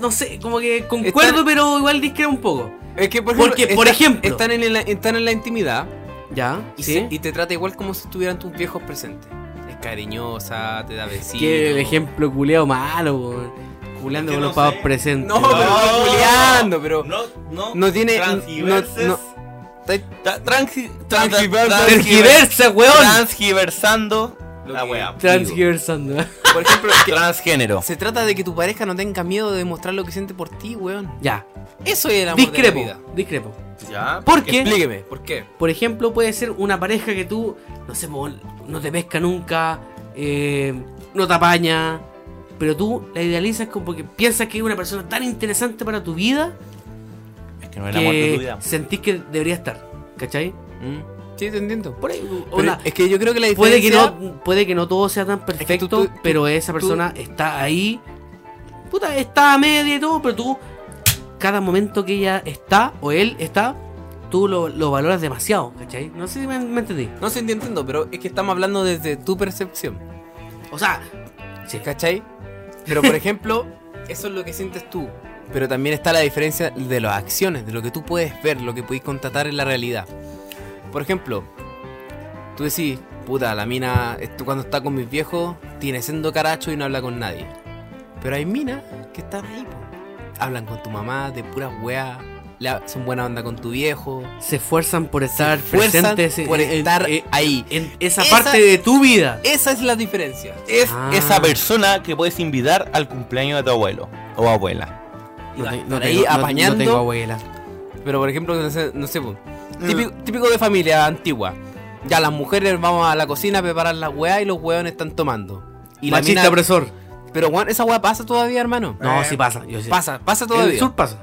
B: no sé, como que concuerdo,
C: Están-
B: pero igual discrepo un poco.
C: Es que, por
B: Porque, por ejemplo-
C: están en, la, están en la intimidad
B: Ya,
C: y,
B: sí.
C: se- y te trata igual como si estuvieran tus viejos presentes. Es cariñosa, te da besitos.
B: Que el ejemplo culeado malo, weón. Culeando
A: Que
B: con
A: no
B: los pavos
A: sé.
B: presentes.
C: No, pero estoy culiando, pero.
A: No, no.
C: No tiene-
A: Transgiverses.
C: no- Estáis-
D: Ta- transi- tra-
C: Transgiversa-
D: tra- transgiver-
B: Transgiversa, weón.
D: Transgiversando
C: Lo
D: la
C: que-
D: weá.
B: Transgiversando.
C: Por ejemplo, que
D: Transgénero.
C: se trata de que tu pareja no tenga miedo de mostrar lo que siente por ti, weón.
B: Ya,
C: Eso es el amor
B: discrepo,
C: de la vida.
B: discrepo.
D: Ya.
B: Porque,
C: Explíqueme, ¿por qué?
B: por ejemplo, puede ser una pareja que tú, no sé, po, no te pesca nunca, eh, no te apaña, pero tú la idealizas como que piensas que es una persona tan interesante para tu vida
D: Es que no es el amor de tu
B: que
D: vida.
B: sentís que debería estar, ¿cachai?
C: Mm. Sí, te entiendo.
B: Por ahí, o
C: Pero
B: la-
C: es que yo creo que la
B: puede que
C: diferencia...
B: no puede que no todo sea tan perfecto
C: tú- tú-
B: pero esa persona está ahí puta está a media y todo pero tú cada momento que ella está o él está tú lo, lo valoras demasiado ¿cachai? no sé si me, me entendí
C: No sé, te entiendo, pero es que estamos hablando desde tu percepción,
B: o sea sí,
C: ¿cachai?
B: <laughs>
C: Pero, por ejemplo, eso es lo que sientes tú. Pero también está la diferencia de las acciones, de lo que tú puedes ver, lo que puedes constatar en la realidad. Por ejemplo, tú decís, puta, la mina esto cuando está con mis viejos tiene siendo caracho y no habla con nadie. Pero hay minas que están ahí, po. hablan con tu mamá de puras weas, la- son buena onda con tu viejo,
B: se esfuerzan por estar
C: fuerzan
B: presentes en-
C: por
B: en- eh,
C: estar
B: en-
C: ahí.
B: en esa,
C: esa-
B: parte de tu vida
C: Esa es la diferencia.
D: Es
B: Ah.
D: esa persona que puedes invitar al cumpleaños de tu abuelo o abuela.
C: y va a
B: te-
C: estar
B: tengo-
C: ahí
B: no-
C: apañando.
B: No tengo abuela.
C: Pero por ejemplo, no sé, no sé, po,
B: Mm.
C: típico, típico de familia antigua. Ya las mujeres vamos a la cocina a preparar las weas y los weones están tomando. Y la
B: Machista
C: mina-
B: opresor.
C: Pero weón, esa wea pasa todavía, hermano.
B: No, sí pasa. Yo sí.
C: Pasa, pasa
B: En
C: todavía.
B: Eh. el sur pasa.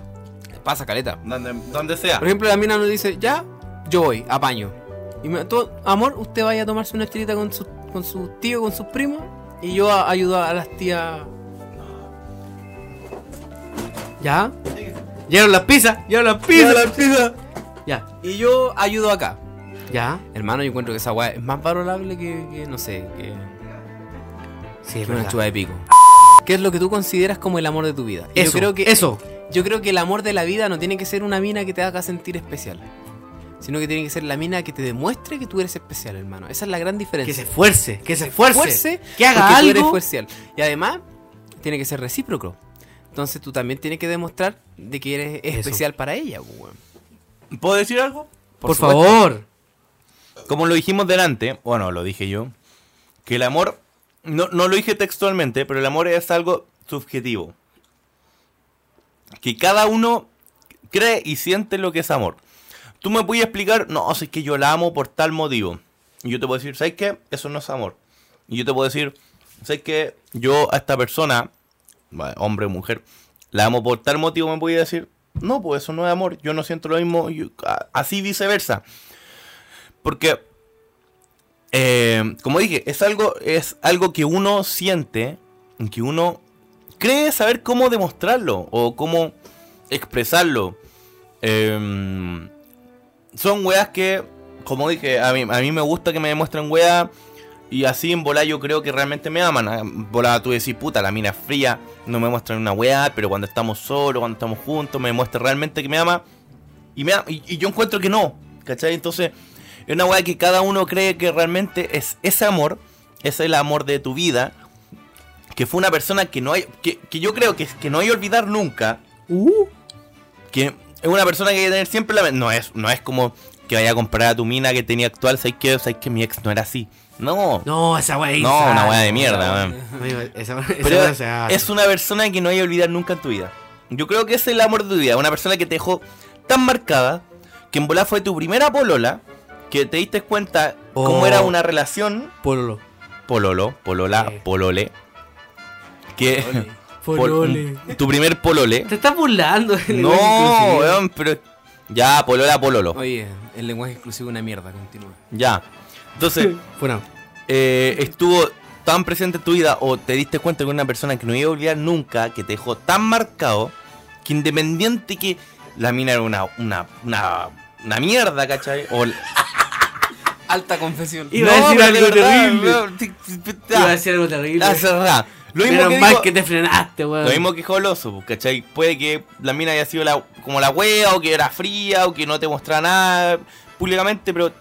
C: Pasa caleta.
A: Donde, donde sea.
C: Por ejemplo, la mina nos dice, ya, yo voy, apaño. Y me, "Tú, amor, usted vaya a tomarse una estirita con su, con su tío, con sus primos, y yo a- ayudo a las tías. ¿Ya?
B: Llegaron las pizzas. Llegaron las pizzas. Ya,
C: Y yo ayudo acá.
B: ya.
C: Hermano, yo encuentro que esa weá es más valorable que, que, no sé, que,
B: Sí,
C: que
B: es
C: una
B: verdad.
C: chupa de pico. ¿Qué es lo que tú consideras como el amor de tu vida? Y
B: Eso,
C: yo creo que
B: eso.
C: Yo creo que el amor de la vida no tiene que ser una mina que te haga sentir especial. Sino que tiene que ser la mina que te demuestre que tú eres especial, hermano. Esa es la gran
B: Que se
C: diferencia.
B: esfuerce, que se esfuerce.
C: Esfuerce
B: que haga
C: porque tú eres
B: algo.
C: especial. Y además, tiene que ser recíproco. Entonces tú también tienes que demostrar de que eres especial para ella, pues, weón.
D: ¿Puedo decir algo?
B: Por,
C: supuesto.
B: favor.
D: Como lo dijimos delante, bueno, lo dije yo, que el amor, no, no lo dije textualmente, pero el amor es algo subjetivo. Que cada uno cree y siente lo que es amor. Tú me puedes explicar, no, si es que yo la amo por tal motivo. Y yo te puedo decir, ¿sabes qué? Eso no es amor. Y yo te puedo decir, ¿sabes qué? Yo a esta persona, bueno, hombre o mujer, la amo por tal motivo, me puedes decir, no, pues eso no es amor, yo no siento lo mismo, yo- a- así viceversa. Porque, eh, como dije, es algo, es algo que uno siente, que uno cree saber cómo demostrarlo o cómo expresarlo. Eh, son weas que, como dije, a mí, a mí me gusta que me demuestren weas. Y así en bola yo creo que realmente me aman. En Bola tú decís, puta, la mina es fría, no me muestran una wea, pero cuando estamos solos, cuando estamos juntos, me demuestra realmente que me ama. Y, me, ama- y, y yo encuentro que no, ¿cachai? Entonces, es una weá que cada uno cree que realmente es ese amor, es el amor de tu vida, que fue una persona que no hay, que, que yo creo que, que no hay olvidar nunca, Uh, que es una persona que hay que tener siempre la men- no es no es como que vaya a comparar a tu mina que tenía actual, sabes que sabes que mi ex no era así, no, no,
B: No, esa weá es
D: una
B: insana.
D: weá de mierda, weón.
B: Amigo, Esa, esa
D: Pero
B: weá se hace.
D: es una persona que no hay que olvidar nunca en tu vida. Yo creo que es el amor de tu vida. Una persona que te dejó tan marcada que en volá fue tu primera polola. Que te diste cuenta
B: Oh.
D: cómo era una relación.
B: Pololo.
D: Pololo, polola,
B: Sí.
D: polole. Que. <laughs> pol-
B: Polole.
D: tu primer polole.
B: <laughs> Te estás burlando. del
D: no,
B: lenguaje inclusivo.
D: weón, pero. Ya, polola, pololo.
C: Oye, el lenguaje exclusivo es una mierda, continúa.
D: Ya. Entonces,
B: Bueno,
D: eh, estuvo tan presente en tu vida o te diste cuenta que una persona que no iba a olvidar nunca, que te dejó tan marcado, que independiente que la mina era una, una, una, una mierda, ¿cachai? O,
C: Alta confesión.
B: Iba a decir
D: pero
B: algo
D: de verdad,
B: terrible.
D: weón, te- te- te-
B: iba a decir algo terrible.
D: la cerrá. Lo mismo
B: Menos
D: que
B: mal
D: dijo-
B: que te frenaste, weón.
D: Lo mismo que Joloso, pues, ¿cachai? Puede que la mina haya sido la- como la wea, o que era fría, o que no te mostraba nada públicamente, pero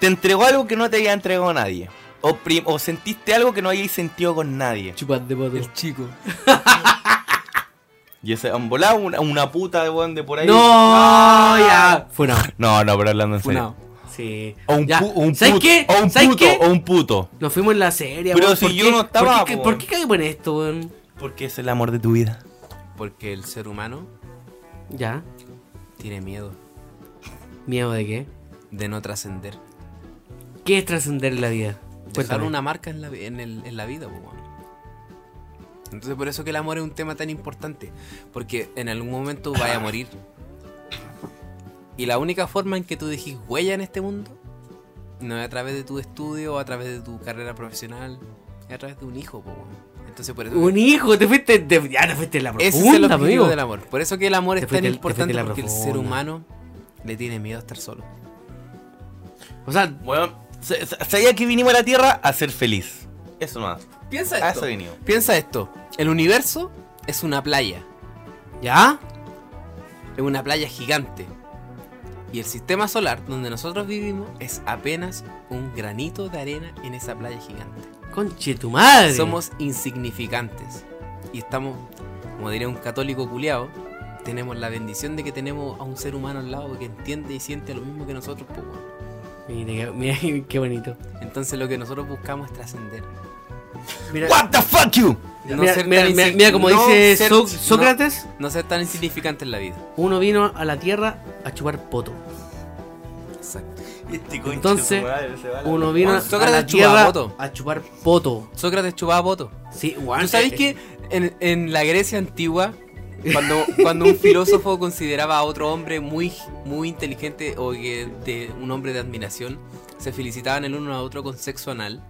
D: te entregó algo que no te había entregado nadie. O, pri- o sentiste algo que no hayáis sentido con nadie.
B: Chupas de poto.
C: El chico.
D: Y ese volado una, una puta de weón de por ahí.
B: No, ya. Funado.
D: no, no, pero hablando en serio.
C: Funado.
B: Sí.
D: Ah. O un,
B: Ya.
D: pu- o un
B: ¿Sabes
D: puto.
B: qué?
D: O un
B: ¿Sabes
D: puto.
B: qué?
D: O un puto.
B: Nos fuimos en la serie,
D: Pero
B: weón.
D: si
B: ¿Por
D: yo
B: qué-
D: no estaba,
B: ¿Por qué,
D: weón.
B: ¿por qué cagué en esto, weón?
D: Porque es el amor de tu vida.
C: Porque el ser humano
B: Ya.
C: tiene miedo
B: ¿Miedo de qué?
C: de no trascender.
B: ¿Qué es trascender en la vida?
C: dejar
B: Cuéntame.
C: una marca en la, vi- en el- en la vida, po, weón. Entonces por eso que el amor es un tema tan importante, porque en algún momento vaya
B: <laughs>
C: a morir. Y la única forma en que tú dejes huella en este mundo no es a través de tu estudio o a través de tu carrera profesional, es a través de un hijo, po, weón. Entonces por eso que-
B: Un hijo, te fuiste. te- ya te fuiste en la
C: ese
B: profunda,
C: es el objetivo
B: amigo.
C: del amor. Por eso que el amor
B: Te
C: es tan
B: fuiste el- te fuiste
C: importante
B: la
C: porque el ser
B: profunda.
C: humano le tiene miedo a estar solo.
B: O sea,
D: Weón, se- se- sabía que vinimos a la tierra a ser feliz. Eso más.
C: Piensa
D: A
C: esto.
D: eso vinimos.
C: Piensa esto. El universo es una playa.
B: ¿ya?
C: es una playa gigante. Y el sistema solar donde nosotros vivimos es apenas un granito de arena en esa playa gigante.
B: Conche tu madre.
C: Somos insignificantes. Y estamos, como diría un católico culiao, tenemos la bendición de que tenemos a un ser humano al lado que entiende y siente lo mismo que nosotros. pues, weón.
B: Mira, qué- mira qué bonito.
C: Entonces lo que nosotros buscamos es trascender.
B: Mira-
D: What the fuck you?
C: No
B: mira,
C: ser
B: mira-
C: tan
B: mira-
C: insi-
B: mira como
C: no
B: dice
C: ser-
B: So-
C: no-
B: Sócrates,
C: No ser tan insignificante en la vida.
B: uno vino a la tierra a chupar poto.
C: Exacto.
B: Entonces, uno vino
C: Bueno,
B: a
C: Sócrates
B: la
C: chupaba
B: tierra
C: poto.
B: a chupar poto.
C: Sócrates chupaba voto.
B: Sí,
C: ¿Tú
B: weón.
C: sabes
B: eh,
C: que en, en la Grecia antigua, cuando, cuando un <laughs> filósofo consideraba a otro hombre muy, muy inteligente o que de- un hombre de admiración, se felicitaban el uno a otro con sexo anal?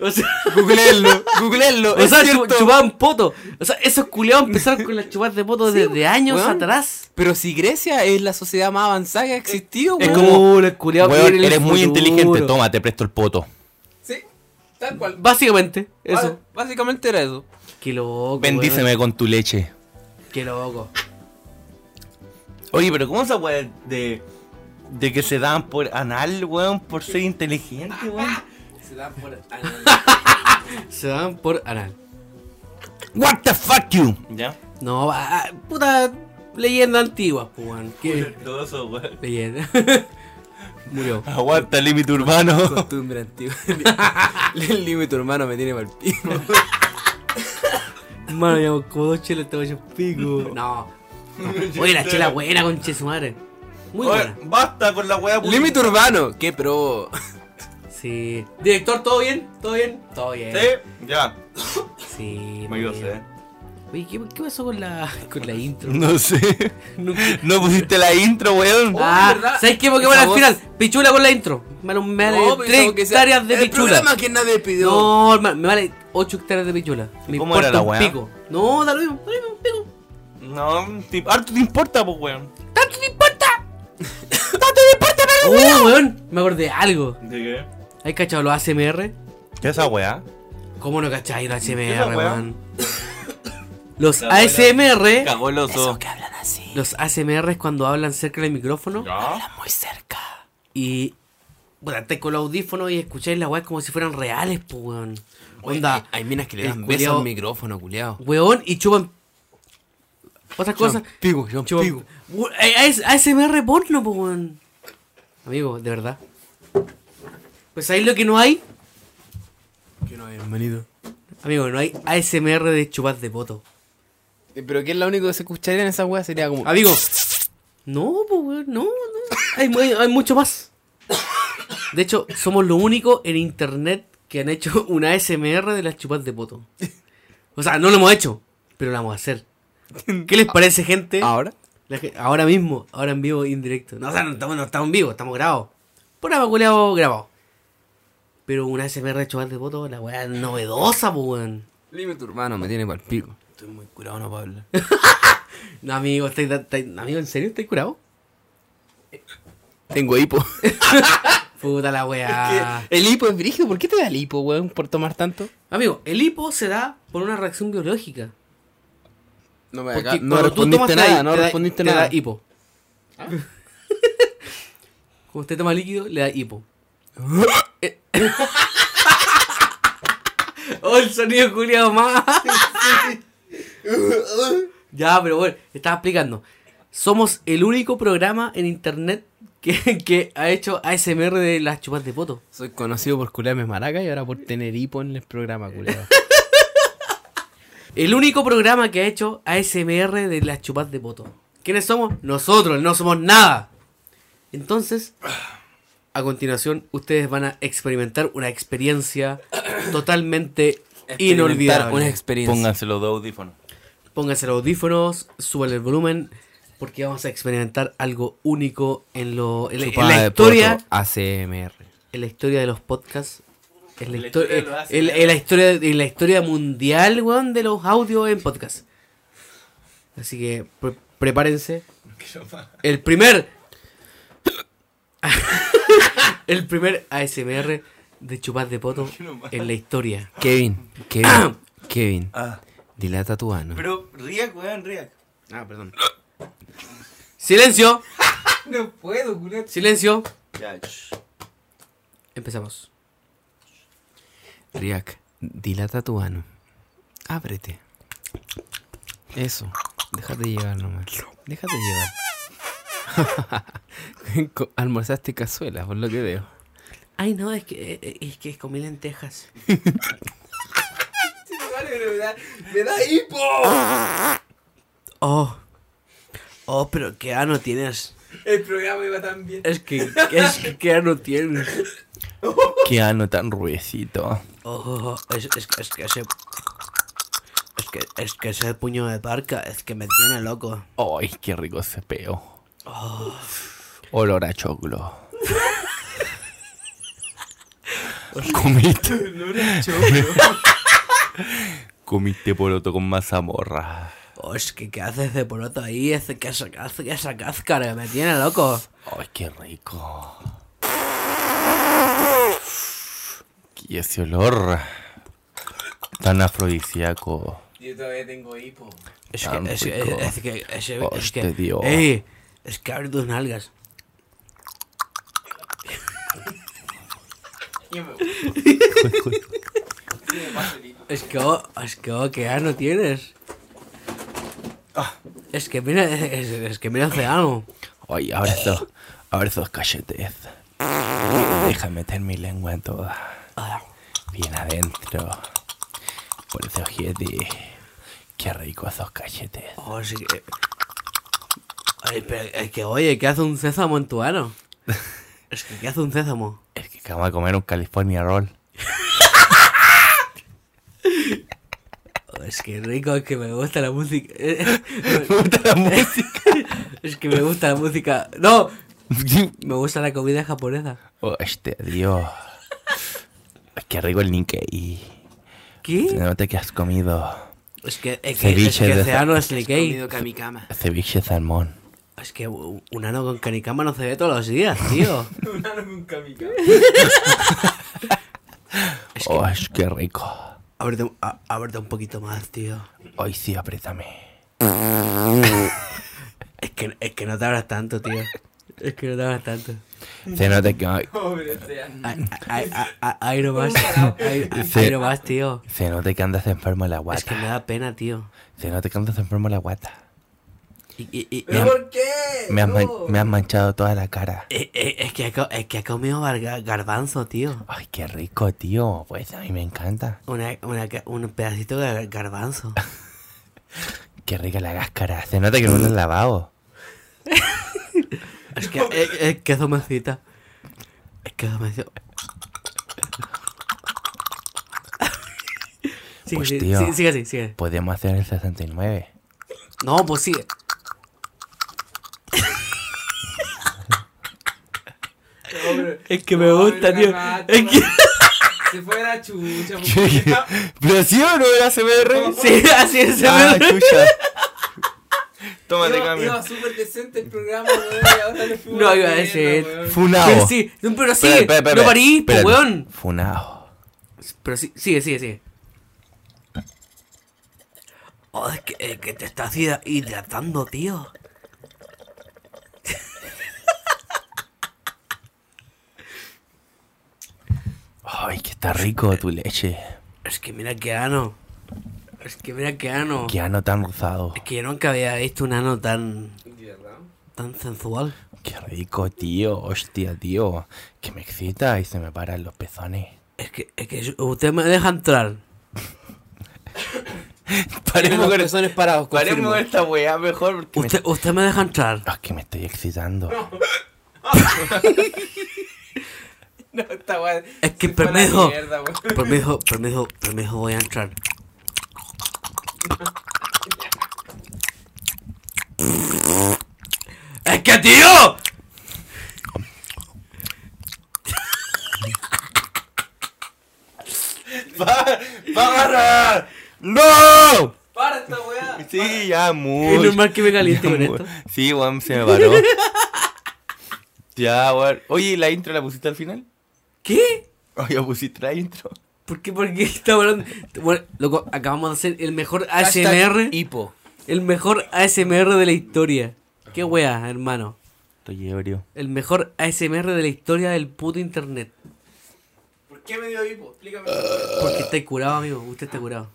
B: O sea,
C: <laughs> Googleenlo, googleenlo.
B: o sea, chu- chupaban poto. O sea, esos culiados empezaron con las chupas de poto desde años
C: weón.
B: atrás.
C: Pero si Grecia es la sociedad más avanzada que ha existido,
D: Es
C: weón.
D: como,
B: Uh, los culiados
D: Weón,
B: vienen en el
D: eres muy
B: futuro.
D: inteligente. Toma, te presto el poto.
C: Sí, tal cual.
B: Básicamente, eso.
C: Eso. Básicamente era eso.
B: Qué loco.
D: Bendíceme
B: weón.
D: con tu leche.
B: Qué loco.
D: Oye, pero ¿cómo esa weá de, de que se dan por anal, weón, por ser inteligente, weón?
C: Se dan por
B: Se dan por anal.
D: What the fuck you? Ya.
B: No, va- ah, puta leyenda antigua, pues, weón. Qué
D: Todo weón.
B: leyenda. <laughs> Murió.
D: <laughs> Aguanta el límite urbano.
C: <laughs> Costumbre antigua. <laughs> El límite hermano me tiene mal pico.
B: Mano, llevamos como dos chelas, te voy a pico. No. Oye, la chela buena, conche su madre. Muy buena.
D: Basta con la weá.
C: Límite urbano, qué pro.
B: Sí. Director, ¿todo bien? ¿Todo bien? Todo
C: Eh,
B: bien.
D: ya.
B: Sí.
D: Me
B: muy
D: ayudó,
B: bien.
D: eh.
B: Oye, ¿qué, qué pasó con la, <laughs> con la intro?
D: No sé.
B: Nunca-
D: No pusiste la intro, weón.
B: ah,
C: ¿verdad?
B: ¿sabes qué? Porque
C: Esa
B: bueno, al
C: voz-
B: final, pichula con la intro. Me vale, me vale
C: No,
B: tres
C: pensamos que sea
B: hectáreas de
C: el
B: pichula.
C: programa que nadie pidió.
B: No, hermano, me vale 8 hectáreas de pichula. Me
D: ¿Cómo era
B: importa
D: la
B: un
D: weá?
B: pico. No, da lo mismo, da lo mismo, un pico.
D: No, te- harto te importa, pues, weón.
B: ¡Tanto te <laughs> importa! ¡Tanto te importa, pero Oh, weón! Me acordé de algo.
D: ¿De qué?
B: ¿Hay cachado los ACMR?
D: ¿Qué es esa weá?
B: ¿Cómo no cacháis los
D: Esa
B: ACMR,
D: weá. <laughs>
B: weón? Los
D: La weá.
B: ASMR,
D: Cagó el oso.
C: que hablan así.
B: los ASMR es cuando hablan cerca del micrófono
D: Ya.
C: Muy cerca.
B: y. Bueno, estáis con los audífonos y escucháis la weá como si fueran reales, pues, weón.
C: Onda.
B: Onda,
C: Hay minas que le
B: el
C: dan besos
B: culiao-
C: al micrófono, culiao.
B: weón, y chupan. Otras cosas.
C: Pigo, yo
B: Chupan-
C: pigo.
B: Weón, eh, AS- ASMR porno, pues, weón. Amigo, de verdad. Pues ahí lo que no hay,
C: Que no, bienvenido.
B: amigo, no hay ASMR de chupas de poto.
C: Eh, Pero que es lo único que se escucharía en esa wea sería como.
B: Amigo. No, pues, weón, no, no. Hay, mu- hay mucho más. De hecho, somos los únicos en internet que han hecho una SMR de las chupas de poto. O sea, no lo hemos hecho, pero lo vamos a hacer. ¿Qué les parece, gente?
C: Ahora.
B: La ge- Ahora mismo, ahora en vivo, indirecto. No, o sea, no estamos, no estamos en vivo, estamos grabados. Programa culeado grabado. Pero una SMR de chupas de poto, la weá es novedosa, pues, weón.
C: Dime tu hermano, me tiene mal pico. Estoy muy curado, no puedo hablar.
B: <laughs> No, amigo, estáis- estáis- amigo, ¿en serio estáis curado?
C: Tengo hipo.
B: Puta la weá.
C: Ah. <laughs> El hipo es brígido. ¿Por qué te da el hipo, weón, por tomar tanto?
B: Amigo, el hipo se da por una reacción biológica.
C: No me
B: Porque cuando tú tomas, te da- te da- te da hipo. <laughs> Cuando usted toma líquido, le da hipo. <laughs> Eh. oh, el sonido culiado más. <laughs> ya, pero bueno, estaba explicando. Somos el único programa en internet que, que ha hecho ASMR de las chupas de poto.
C: Soy conocido por culiarme maraca y ahora por tener hipo en el programa, culiao.
B: El único programa que ha hecho ASMR de las chupas de poto. ¿Quiénes somos? Nosotros, no somos nada. Entonces, a continuación, ustedes van a experimentar una
C: <clears throat>
B: experiencia totalmente inolvidable.
C: Una experiencia.
D: Pónganse los dos audífonos.
B: Pónganse los audífonos, suban el volumen, porque vamos a experimentar algo único en, lo, en la- en
C: Chupada
B: la
C: de
B: historia.
C: poto, ACMR.
B: en la historia de los podcasts. En la,
D: La
B: histo- eh,
D: historia de los
B: en- en la historia en la historia mundial, weón, de los audios en podcast. Así que pre- prepárense. El primer. <laughs> el primer ASMR de chupas de poto en la historia.
C: <coughs> Kevin, Kevin, Kevin, dilata tu ano.
D: Pero Riak, weón, Riak.
C: Ah, perdón.
B: ¡Silencio!
C: No puedo, culiao.
B: ¡Silencio!
D: Ya, shh.
B: Empezamos.
C: Riak, dilata tu ano. Ábrete. Eso. Déjate llevar nomás. Déjate <laughs> llevar. Co- Almorzaste cazuela, por lo que veo.
B: Ay, no, es que, eh, es que comí
C: <laughs>
B: lentejas.
C: me da, me da hipo.
B: Oh. Oh, pero qué ano tienes.
C: El programa iba tan bien.
B: Es que, es que qué ano tienes.
D: Qué ano tan ruecito.
B: Oh, es, es, es que ese... Es que, es que ese puño de parca es que me tiene loco.
D: Ay, qué rico ese peo. Olor a choclo. Comiste. <laughs> Comiste poroto con mazamorra.
B: Oh, es que qué haces de poroto ahí, es que esa, caz- que esa cáscara me tiene loco.
D: Ay, qué rico. Y ese olor tan afrodisíaco.
C: Yo todavía tengo hipo.
B: Es
D: Tan
B: que, es, que-
D: rico. Oh, este
B: es que, es, que- es que,
D: Hostia, Dios.
B: ey, es que abre tus nalgas. Es que, oh, es que, oh, qué ano tienes. Es que mira, es, es que mira hace ano.
D: Ay, abre esos, abre esos cachetes. Deja meter mi lengua en toda.
B: Ah,
D: Bien adentro. Por ese ojete. Qué rico esos cachetes.
B: Oh, es que... Ay, pero es que, oye, ¿qué hace un sésamo en tu ano? Es que, ¿qué hace un sésamo?
D: Es que acabo de comer un California <laughs> Roll.
B: Oh, Es que rico, es que me gusta la música. <laughs>
D: Me gusta la música.
B: Es que me gusta la música. ¡No! Me gusta la comida japonesa.
D: Hostia, Oh, este Dios. Ay, Qué rico el Nikkei. Se
B: ¿Qué?
D: nota que has comido
B: Es que, es que, es
D: Ceviche
B: que
D: de
B: ese
D: za-
B: ano es Nikkei.
C: Comido kamikama.
D: ceviche de salmón.
B: Es que u- un ano con canicama no se ve todos los días,
C: <laughs>
B: tío.
C: Un álbum kamikama.
B: Es que,
D: Oh, qué rico.
B: ábrete, un- a- ábrete un poquito más, tío.
D: Hoy sí, apriétame.
B: Es que, es que no te abras tanto, tío. Es que no te abras tanto.
D: Se nota que
C: Pobre sea.
B: Ay, ay, ay, ay, Ahí nomás. Ahí ahí-
D: Sí.
B: ahí nomás, tío.
D: se nota que andas enfermo en la
B: Es que
D: guata.
B: me da pena, tío.
D: Se nota que andas enfermo en la guata.
B: Y- y- y-
D: Me
C: ¿Pero
D: han-
C: por qué?
D: Me has, man-
C: No.
D: me has manchado toda la cara.
B: eh, eh, es, que, ha co- es que ha comido garga- garbanzo, tío.
D: Ay, qué rico, tío. Pues a mí me encanta.
B: Una, una ca- un pedacito de gar- garbanzo.
D: Qué rica la cáscara. Se nota que no lo has lavado.
B: Es que, eh, es, es que eso me excita. Es que eso me excita. Sigue,
D: Pues,
B: sigue,
D: tío.
B: sigue, sigue, así, sigue.
D: Podemos hacer el 69.
B: No, pues sigue.
C: Pobre-
B: Es que me gusta,
C: Pobre
B: tío.
C: Namato,
B: Es que.
C: Se fue la chucha.
D: <laughs> ¿Pero sí o no era CBR?
B: <laughs> Sí, así es. se
D: Ah,
B: me-
D: chucha.
A: Tómate,
C: Iba,
A: cambio.
C: iba súper decente el programa, weón. y ahora le fuimos
B: No,
C: la
B: iba a
C: mierda,
B: decir-
C: weón.
D: Funao.
B: Pero sí, no, pero sí.
D: Espera, espera, espera,
B: no parí, po,
D: espérate.
B: weón.
D: Funao.
B: Pero sí, sigue, sigue, sigue. Oh, es que, es que te estás hidra- hidratando, tío.
D: Ay, que está rico tu leche.
B: Es que mira qué ano. Es que mira qué ano.
D: Qué ano tan rosado.
B: Es que yo nunca había visto un ano tan. tan sensual.
D: Qué rico, tío. Hostia, tío. Que me excita y se me paran los pezones.
B: Es que, es que yo- usted me deja entrar.
C: Tiene los pezones parados, confirmo.
A: esta weá mejor. porque me-
B: Usted, usted me deja entrar.
D: Ah, que me estoy excitando.
C: No, esta weá.
B: Es que
C: se fue a la
B: permiso.
C: mierda, weón.
B: Permiso, permiso, permiso, voy a entrar. ¡Es que tío!
D: ¡Para! ¡No!
C: Para esta weá.
D: Sí,
B: <laughs>
D: ya
B: Es
D: mucho.
B: normal que me caliente con
D: Ya,
B: esto.
D: weón. Sí, weón, se me paró. ya, weón. Oye, ¿y la intro la pusiste al final? Oh,
B: ¿Qué?
D: Oye, pusiste la intro.
B: ¿Por qué? ¿Por qué está hablando? Bueno, loco, acabamos de hacer el mejor
C: Hashtag
B: ASMR.
C: Hipo.
B: El mejor ASMR de la historia. Qué wea, hermano.
D: Estoy ebrio.
B: El mejor ASMR de la historia del puto internet.
C: ¿Por qué me dio hipo? Explícame.
B: Porque está curado, amigo. Usted está curado.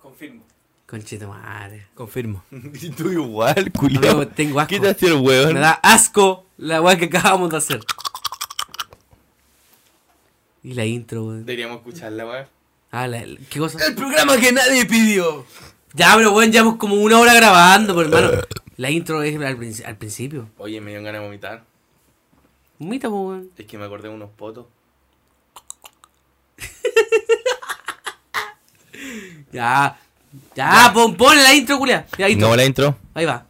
C: Confirmo.
B: Conchito madre.
C: Confirmo.
D: <laughs> Y tú igual, culiao.
B: Amigo, tengo asco.
D: ¿Qué te hacía el weón?
B: Me da asco la weá que acabamos de hacer. Y la intro, weón.
A: Deberíamos escucharla, weón.
B: Ah, la, la- ¿qué cosa?
C: El programa que nadie pidió.
B: Ya, pero weón, llevamos como una hora grabando, por hermano. La intro es al, princi- al principio.
A: Oye, me dieron ganas de vomitar.
B: Mita, po, weón.
A: Es que me acordé de unos potos.
B: Ya. Ya, pon, pon la intro, culia. Ya, intro.
D: No la intro.
B: Ahí va.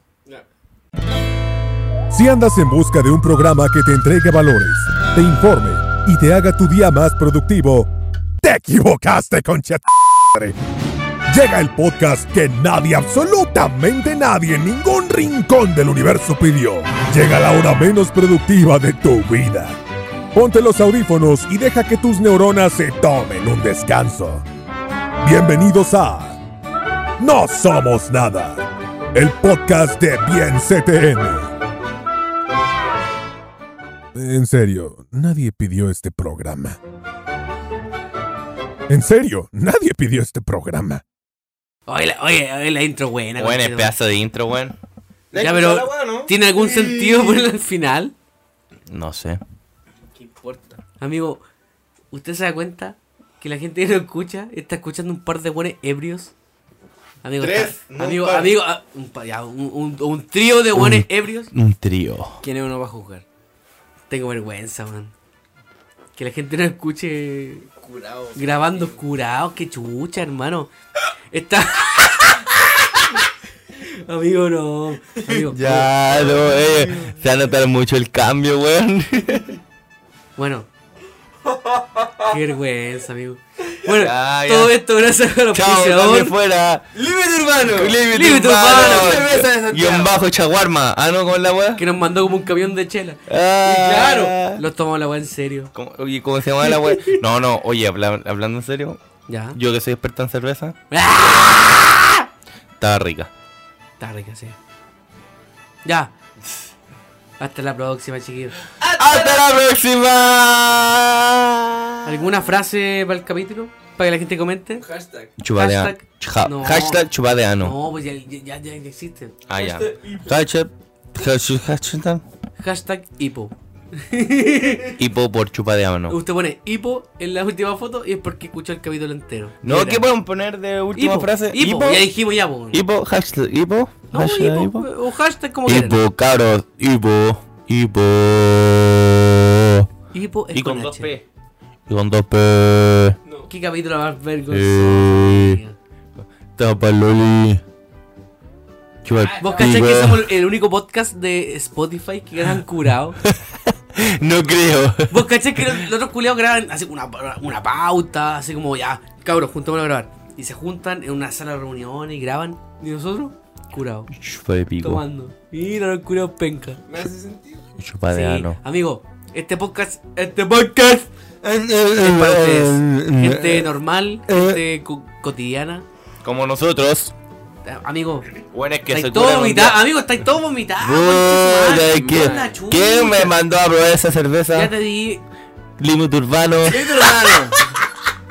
G: Si andas en busca de un programa que te entregue valores, te informe y te haga tu día más productivo, te equivocaste, concha. tu madre. Llega el podcast que nadie, absolutamente nadie, en ningún rincón del universo pidió. Llega la hora menos productiva de tu vida. Ponte los audífonos y deja que tus neuronas se tomen un descanso. Bienvenidos a No Somos Nada, el podcast de Bien CTN. En serio, nadie pidió este programa. En serio, nadie pidió este programa.
B: Oye, la, oye, oye, la intro buena.
D: Bueno,
B: conchito.
D: el pedazo de intro, weón.
B: Ya, pero ¿tiene algún sentido ponerla al final?
D: No sé.
C: ¿Qué importa?
B: Amigo, ¿usted se da cuenta que la gente que no escucha está escuchando un par de buenos ebrios? Amigo,
A: Tres,
B: está-
A: no un
B: amigo,
A: par.
B: amigo, ah, un, par, ya, un- un- un trío de buenos ebrios.
D: Un trío.
C: ¿Quién es uno para juzgar?
B: Tengo vergüenza, man. Que la gente no escuche
C: Curado.
B: grabando curado, que chucha, hermano. Está. <laughs> amigo, no. Amigo.
D: Ya, no, eh. Se va a notar mucho el cambio, weón.
B: Bueno. Qué vergüenza, amigo. Bueno,
D: Ya, ya.
B: todo esto gracias al
D: <laughs> Chao, dame
B: auspiciador.
D: fuera.
C: ¡Límite urbano!
D: Límite
B: Límite urbano,
C: cerveza de Santiago.
D: Y un bajo chaguarma. Ah, no, con la weá.
B: que nos mandó como un camión de chela.
D: Ah.
B: Y claro, los tomamos la weá en serio.
D: ¿Cómo, oye, ¿cómo se llama
B: <laughs>
D: la weá? No, no, oye, habla- hablando en serio,
B: Ya.
D: yo que soy experto en cerveza,
B: <laughs> ¡Ah!
D: estaba rica.
B: Está rica, sí. Ya. Hasta la próxima, chiquillos.
D: ¡Hasta la próxima!
B: ¿Alguna frase para el capítulo? Para que la gente comente.
C: Hashtag.
D: Chupadeano.
B: Hashtag-
D: Hashtag,
B: no.
D: hashtag chupadeano.
B: No, pues ya, ya, ya- ya existe.
D: Ah, ya. Hashtag, hashtag, hashtag,
B: Hashtag hipo.
D: hipo por chupadeano.
B: Usted pone hipo en la última foto y es porque escuchó el capítulo entero.
D: No,
B: Mira.
D: ¿qué pueden poner de última
B: Hipo,
D: frase?
B: hipo, ya dijimos ya, po.
D: Hipo, hashtag, hipo,
B: No, pues,
D: hashtag,
B: hipo,
D: hipo.
B: o hashtag como quieran.
D: Hipo, caros, hipo, hipo.
B: Hipo es
A: Y con
B: con
A: dos
B: H.
A: P.
D: Y con dos P.
B: ¿Qué capítulo más vergonzoso?
D: Eh. Tapa Loli. Chupa-
B: Vos cachás
D: pico.
B: que
D: <laughs>
B: somos el único podcast de Spotify que graban curado.
D: No creo.
B: Vos cachás que los, los otros culiados graban así una, una pauta, así como ya, cabros, juntémonos a grabar. Y se juntan en una sala de reuniones y graban. Y nosotros, curado,
D: Chupa de pico.
B: tomando. Mira los curados penca.
C: ¿Me hace sentido?
D: Chupa de
B: Sí,
D: ano.
B: amigo, este podcast, este podcast
D: Eh,
B: es para ustedes. Gente normal, gente co- cotidiana.
D: Como nosotros.
B: Eh, Amigo,
D: Bueno, es que
B: estáis todos vomitados. Amigo, estáis todos
D: Ah,
B: vomitados. concha de su madre, por la
D: ¿Quién,
B: chucha.
D: ¿Quién me mandó a probar esa cerveza?
B: Ya te di.
D: Limit Urbano. <laughs>
C: ¡Límite urbano!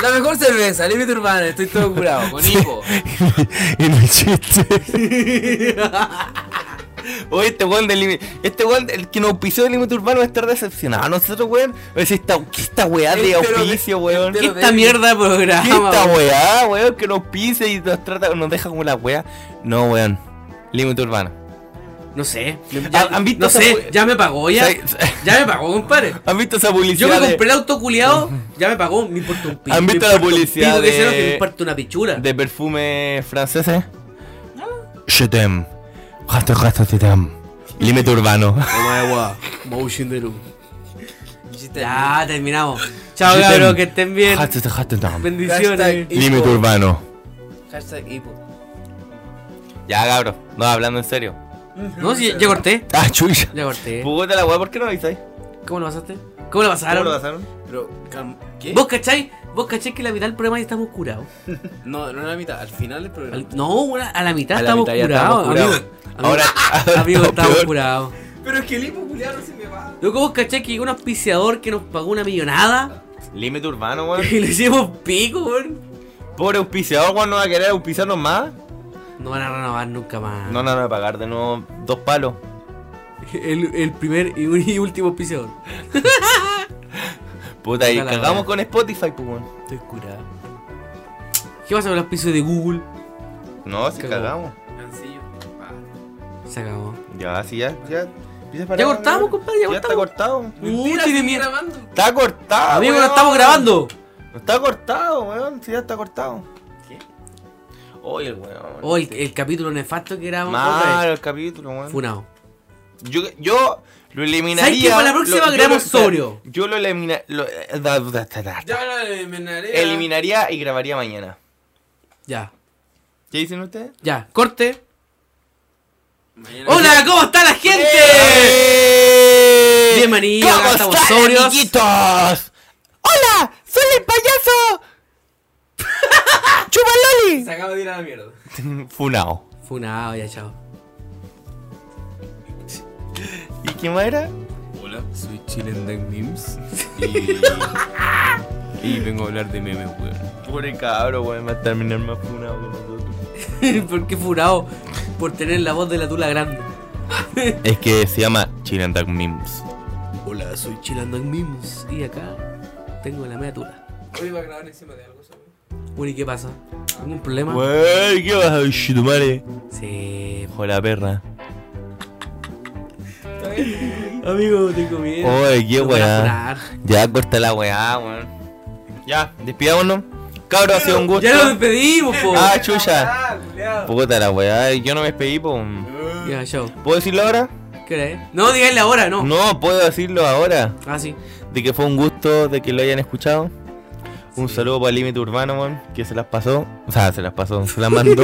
C: La mejor cerveza, límite urbano, estoy todo curado, con hipo.
D: y no chiste. <laughs> Oye, este weón del Limit. Este weón, el que nos auspició de Limit Urbano, va a estar decepcionado. Nosotros, weón. a decir, esta, ¿Qué esta weá de
C: Entero de-
D: auspicio,
A: <laughs>
D: weón?
C: entero
B: Esta mierda de programa.
D: ¿Qué esta
B: Ah, weón.
D: weá, weón? Que nos pise y nos trata, nos deja como la weá. No, weón. Límite urbano.
B: No sé.
D: Ah, ¿han visto
B: no
D: esa
B: sé,
D: we-
B: ya me pagó ya.
D: ¿Sabes-
B: Ya me pagó,
D: <laughs>
B: compadre.
D: ¿Han visto esa
B: Yo
D: publicidad?
B: me
D: de-
B: compré el auto culiado, ya me pagó, me importa un pico.
D: <laughs> ¿Han
B: me
D: visto la
B: importa un
D: publicidad
B: pico que
D: de-
B: hicieron que me importa una pichura.
D: de, perfume franceses?
B: Ah.
D: Je t'aime. Gasto, gasto, te t'aime. Límite urbano.
B: Motion de luz.
C: Chiste.
B: Ya, terminamos. Chao,
D: Je
B: cabros,
D: t'aime.
B: que estén bien.
D: Gasto, gasto, t'aime.
B: Bendiciones.
C: Hashtag-
D: Límite urbano.
C: Hashtag hipo.
D: Ya, cabrón. No, hablando en serio.
B: No, sí, ya corté.
D: Ah, chucha.
B: Ya corté.
A: Puta la weá, ¿por qué no avisáis?
B: ¿Cómo lo pasaste? ¿Cómo lo pasaron?
A: ¿Cómo lo pasaron?
C: Pero, calm- ¿qué?
B: ¿Vos cacháis? ¿Vos cacháis que la mitad del programa ya estamos curados?
C: No, no en la mitad, al final del programa.
B: Al- No, una- a la mitad
D: A la
B: estamos
D: mitad ya
B: curados.
D: estamos curados.
B: Amigo, amigo, <laughs>
D: Ahora,
B: amigo,
D: ahora
B: estamos
D: peor.
B: curados.
C: Pero es que el hipo culiado no se me va.
B: Luego vos cacháis que llegó un auspiciador que nos pagó una millonada
A: Límite urbano, weón.
B: y le hicimos pico, weón.
A: Pobre auspiciador, weón, no va a querer auspiciarnos más.
B: No van a renovar nunca más.
A: No, no, no, va a pagar de nuevo dos palos.
B: El, el primer y, un- y último auspiciador.
D: Puta, y
B: Puta la
D: cagamos
B: wea.
D: con Spotify, pues, weón.
B: Estoy curado. ¿Qué pasa con los pisos de Google?
D: No, si
B: Cagamos.
D: cagamos.
B: Se acabó.
D: Ya, sí, ya, ya. Empieza a parar,
B: Ya cortamos,
D: weón.
B: compadre, ya
D: Ya está
B: cortamos.
D: cortado.
B: Puta, de mierda.
D: Está cortado.
B: Amigo, no
D: weón.
B: estamos grabando.
D: Ah, Está cortado, weón. Sí, ya está cortado. ¿Qué? Oye, weón.
B: Hoy el capítulo nefasto que grabamos. otra
D: Malo
B: vez.
D: el capítulo, weón.
B: Funado.
D: Yo, yo lo eliminaría.
B: ¿Sabes qué? Para la próxima
D: yo
B: grabamos
D: lo-
B: sobrio.
D: Yo lo eh, eliminaría.
H: Ya lo eliminaré.
D: Eliminaría y grabaría mañana.
B: Ya,
D: ¿Qué dicen ustedes?
B: ya. Corte.
H: Mañana-
B: Hola, ¿cómo está la gente? Bienvenidos, acá estamos sobrios.
D: amiguitos? ¡Hola! ¡Soy el payaso!
H: Se acaba de ir a la mierda.
D: Funao.
B: Funado, ya, chao. <laughs>
D: ¿Y quién más era?
A: Hola, soy Chilendang <laughs> Memes. Y, y vengo a hablar de memes, weón.
D: Pobre cabro, weón. Va a terminar más funado que nosotros.
B: ¿Por qué funado? Por tener la voz de la tula grande.
D: Es que se llama Chilandak Mims.
B: Hola, soy Chilandan Mims. Y acá tengo la media tula.
H: Hoy va a grabar encima de algo, ¿sabes?
B: Bueno, ¿y qué pasa? ¿Algún problema?
D: Wey, ¿qué vas a Shitumare?
B: Sí.
D: Hijo de la perra.
B: Amigo, tengo miedo.
D: Oye, qué
B: No voy a
D: weá.
B: funar.
D: Ya, corta la weá, weón. Ya, despidámonos. Cabro, ha sido un gusto.
B: Ya nos despedimos, po.
D: Ah, chucha. Puta la weá, yo no me despedí, po.
B: Ya, chao.
D: ¿Puedo decirlo ahora?
B: ¿Qué hora es? No, díganle ahora, no.
D: No, puedo decirlo ahora.
B: Ah, sí.
D: De que fue un gusto de que lo hayan escuchado. Un saludo para Límite Urbano, weón, que se las pasó. O sea, se las
B: <laughs>
D: pasó, se las mandó.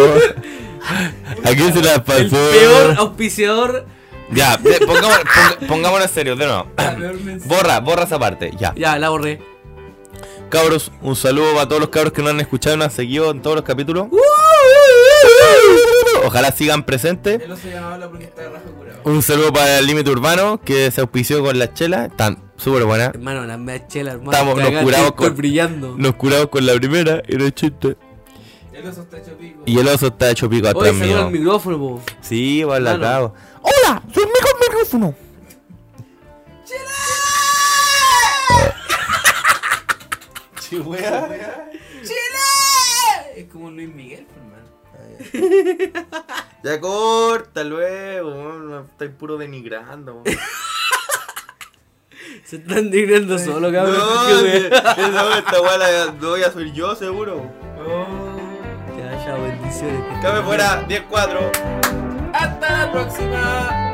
D: ¿A quién se las pasó?
B: El peor auspiciador.
D: Ya, de- pongámonos, ponga- pongámonos en serio, de nuevo.
H: La peor mensaje.
D: Borra, borra esa parte, ya.
B: Ya, la borré.
D: Cabros, un saludo para todos los cabros que nos han escuchado y nos han seguido en todos los capítulos. Ojalá sigan presentes.
H: Él no se llama habla porque está de raja curado.
D: Un saludo para el Límite Urbano que se auspició con la chela. Están súper buenas.
B: Hermano, la media chela, hermano.
D: Estamos- nos
B: Cagaste,
D: curamos
B: estoy
D: con-
B: brillando.
D: Nos curamos con la primera, era chiste.
H: Él no está hecho pico.
D: Y el oso está hecho
B: Oye,
D: pico atrás
B: saluda al
D: mío.
B: micrófono, po.
D: Sí, va la
B: Claro.
D: cabo. ¡Hola! ¡Soy mejor micrófono!
H: Es como Luis Miguel, pues, hermano.
D: Ya corta luego, me estoy puro denigrando.
B: Se están dignando solo, cabrón.
D: No,
B: <laughs> Qué wea.
D: esa esta weá la voy a soy yo seguro.
B: Que haya bendiciones.
D: Cabe fuera, 10-4.
H: Hasta la próxima.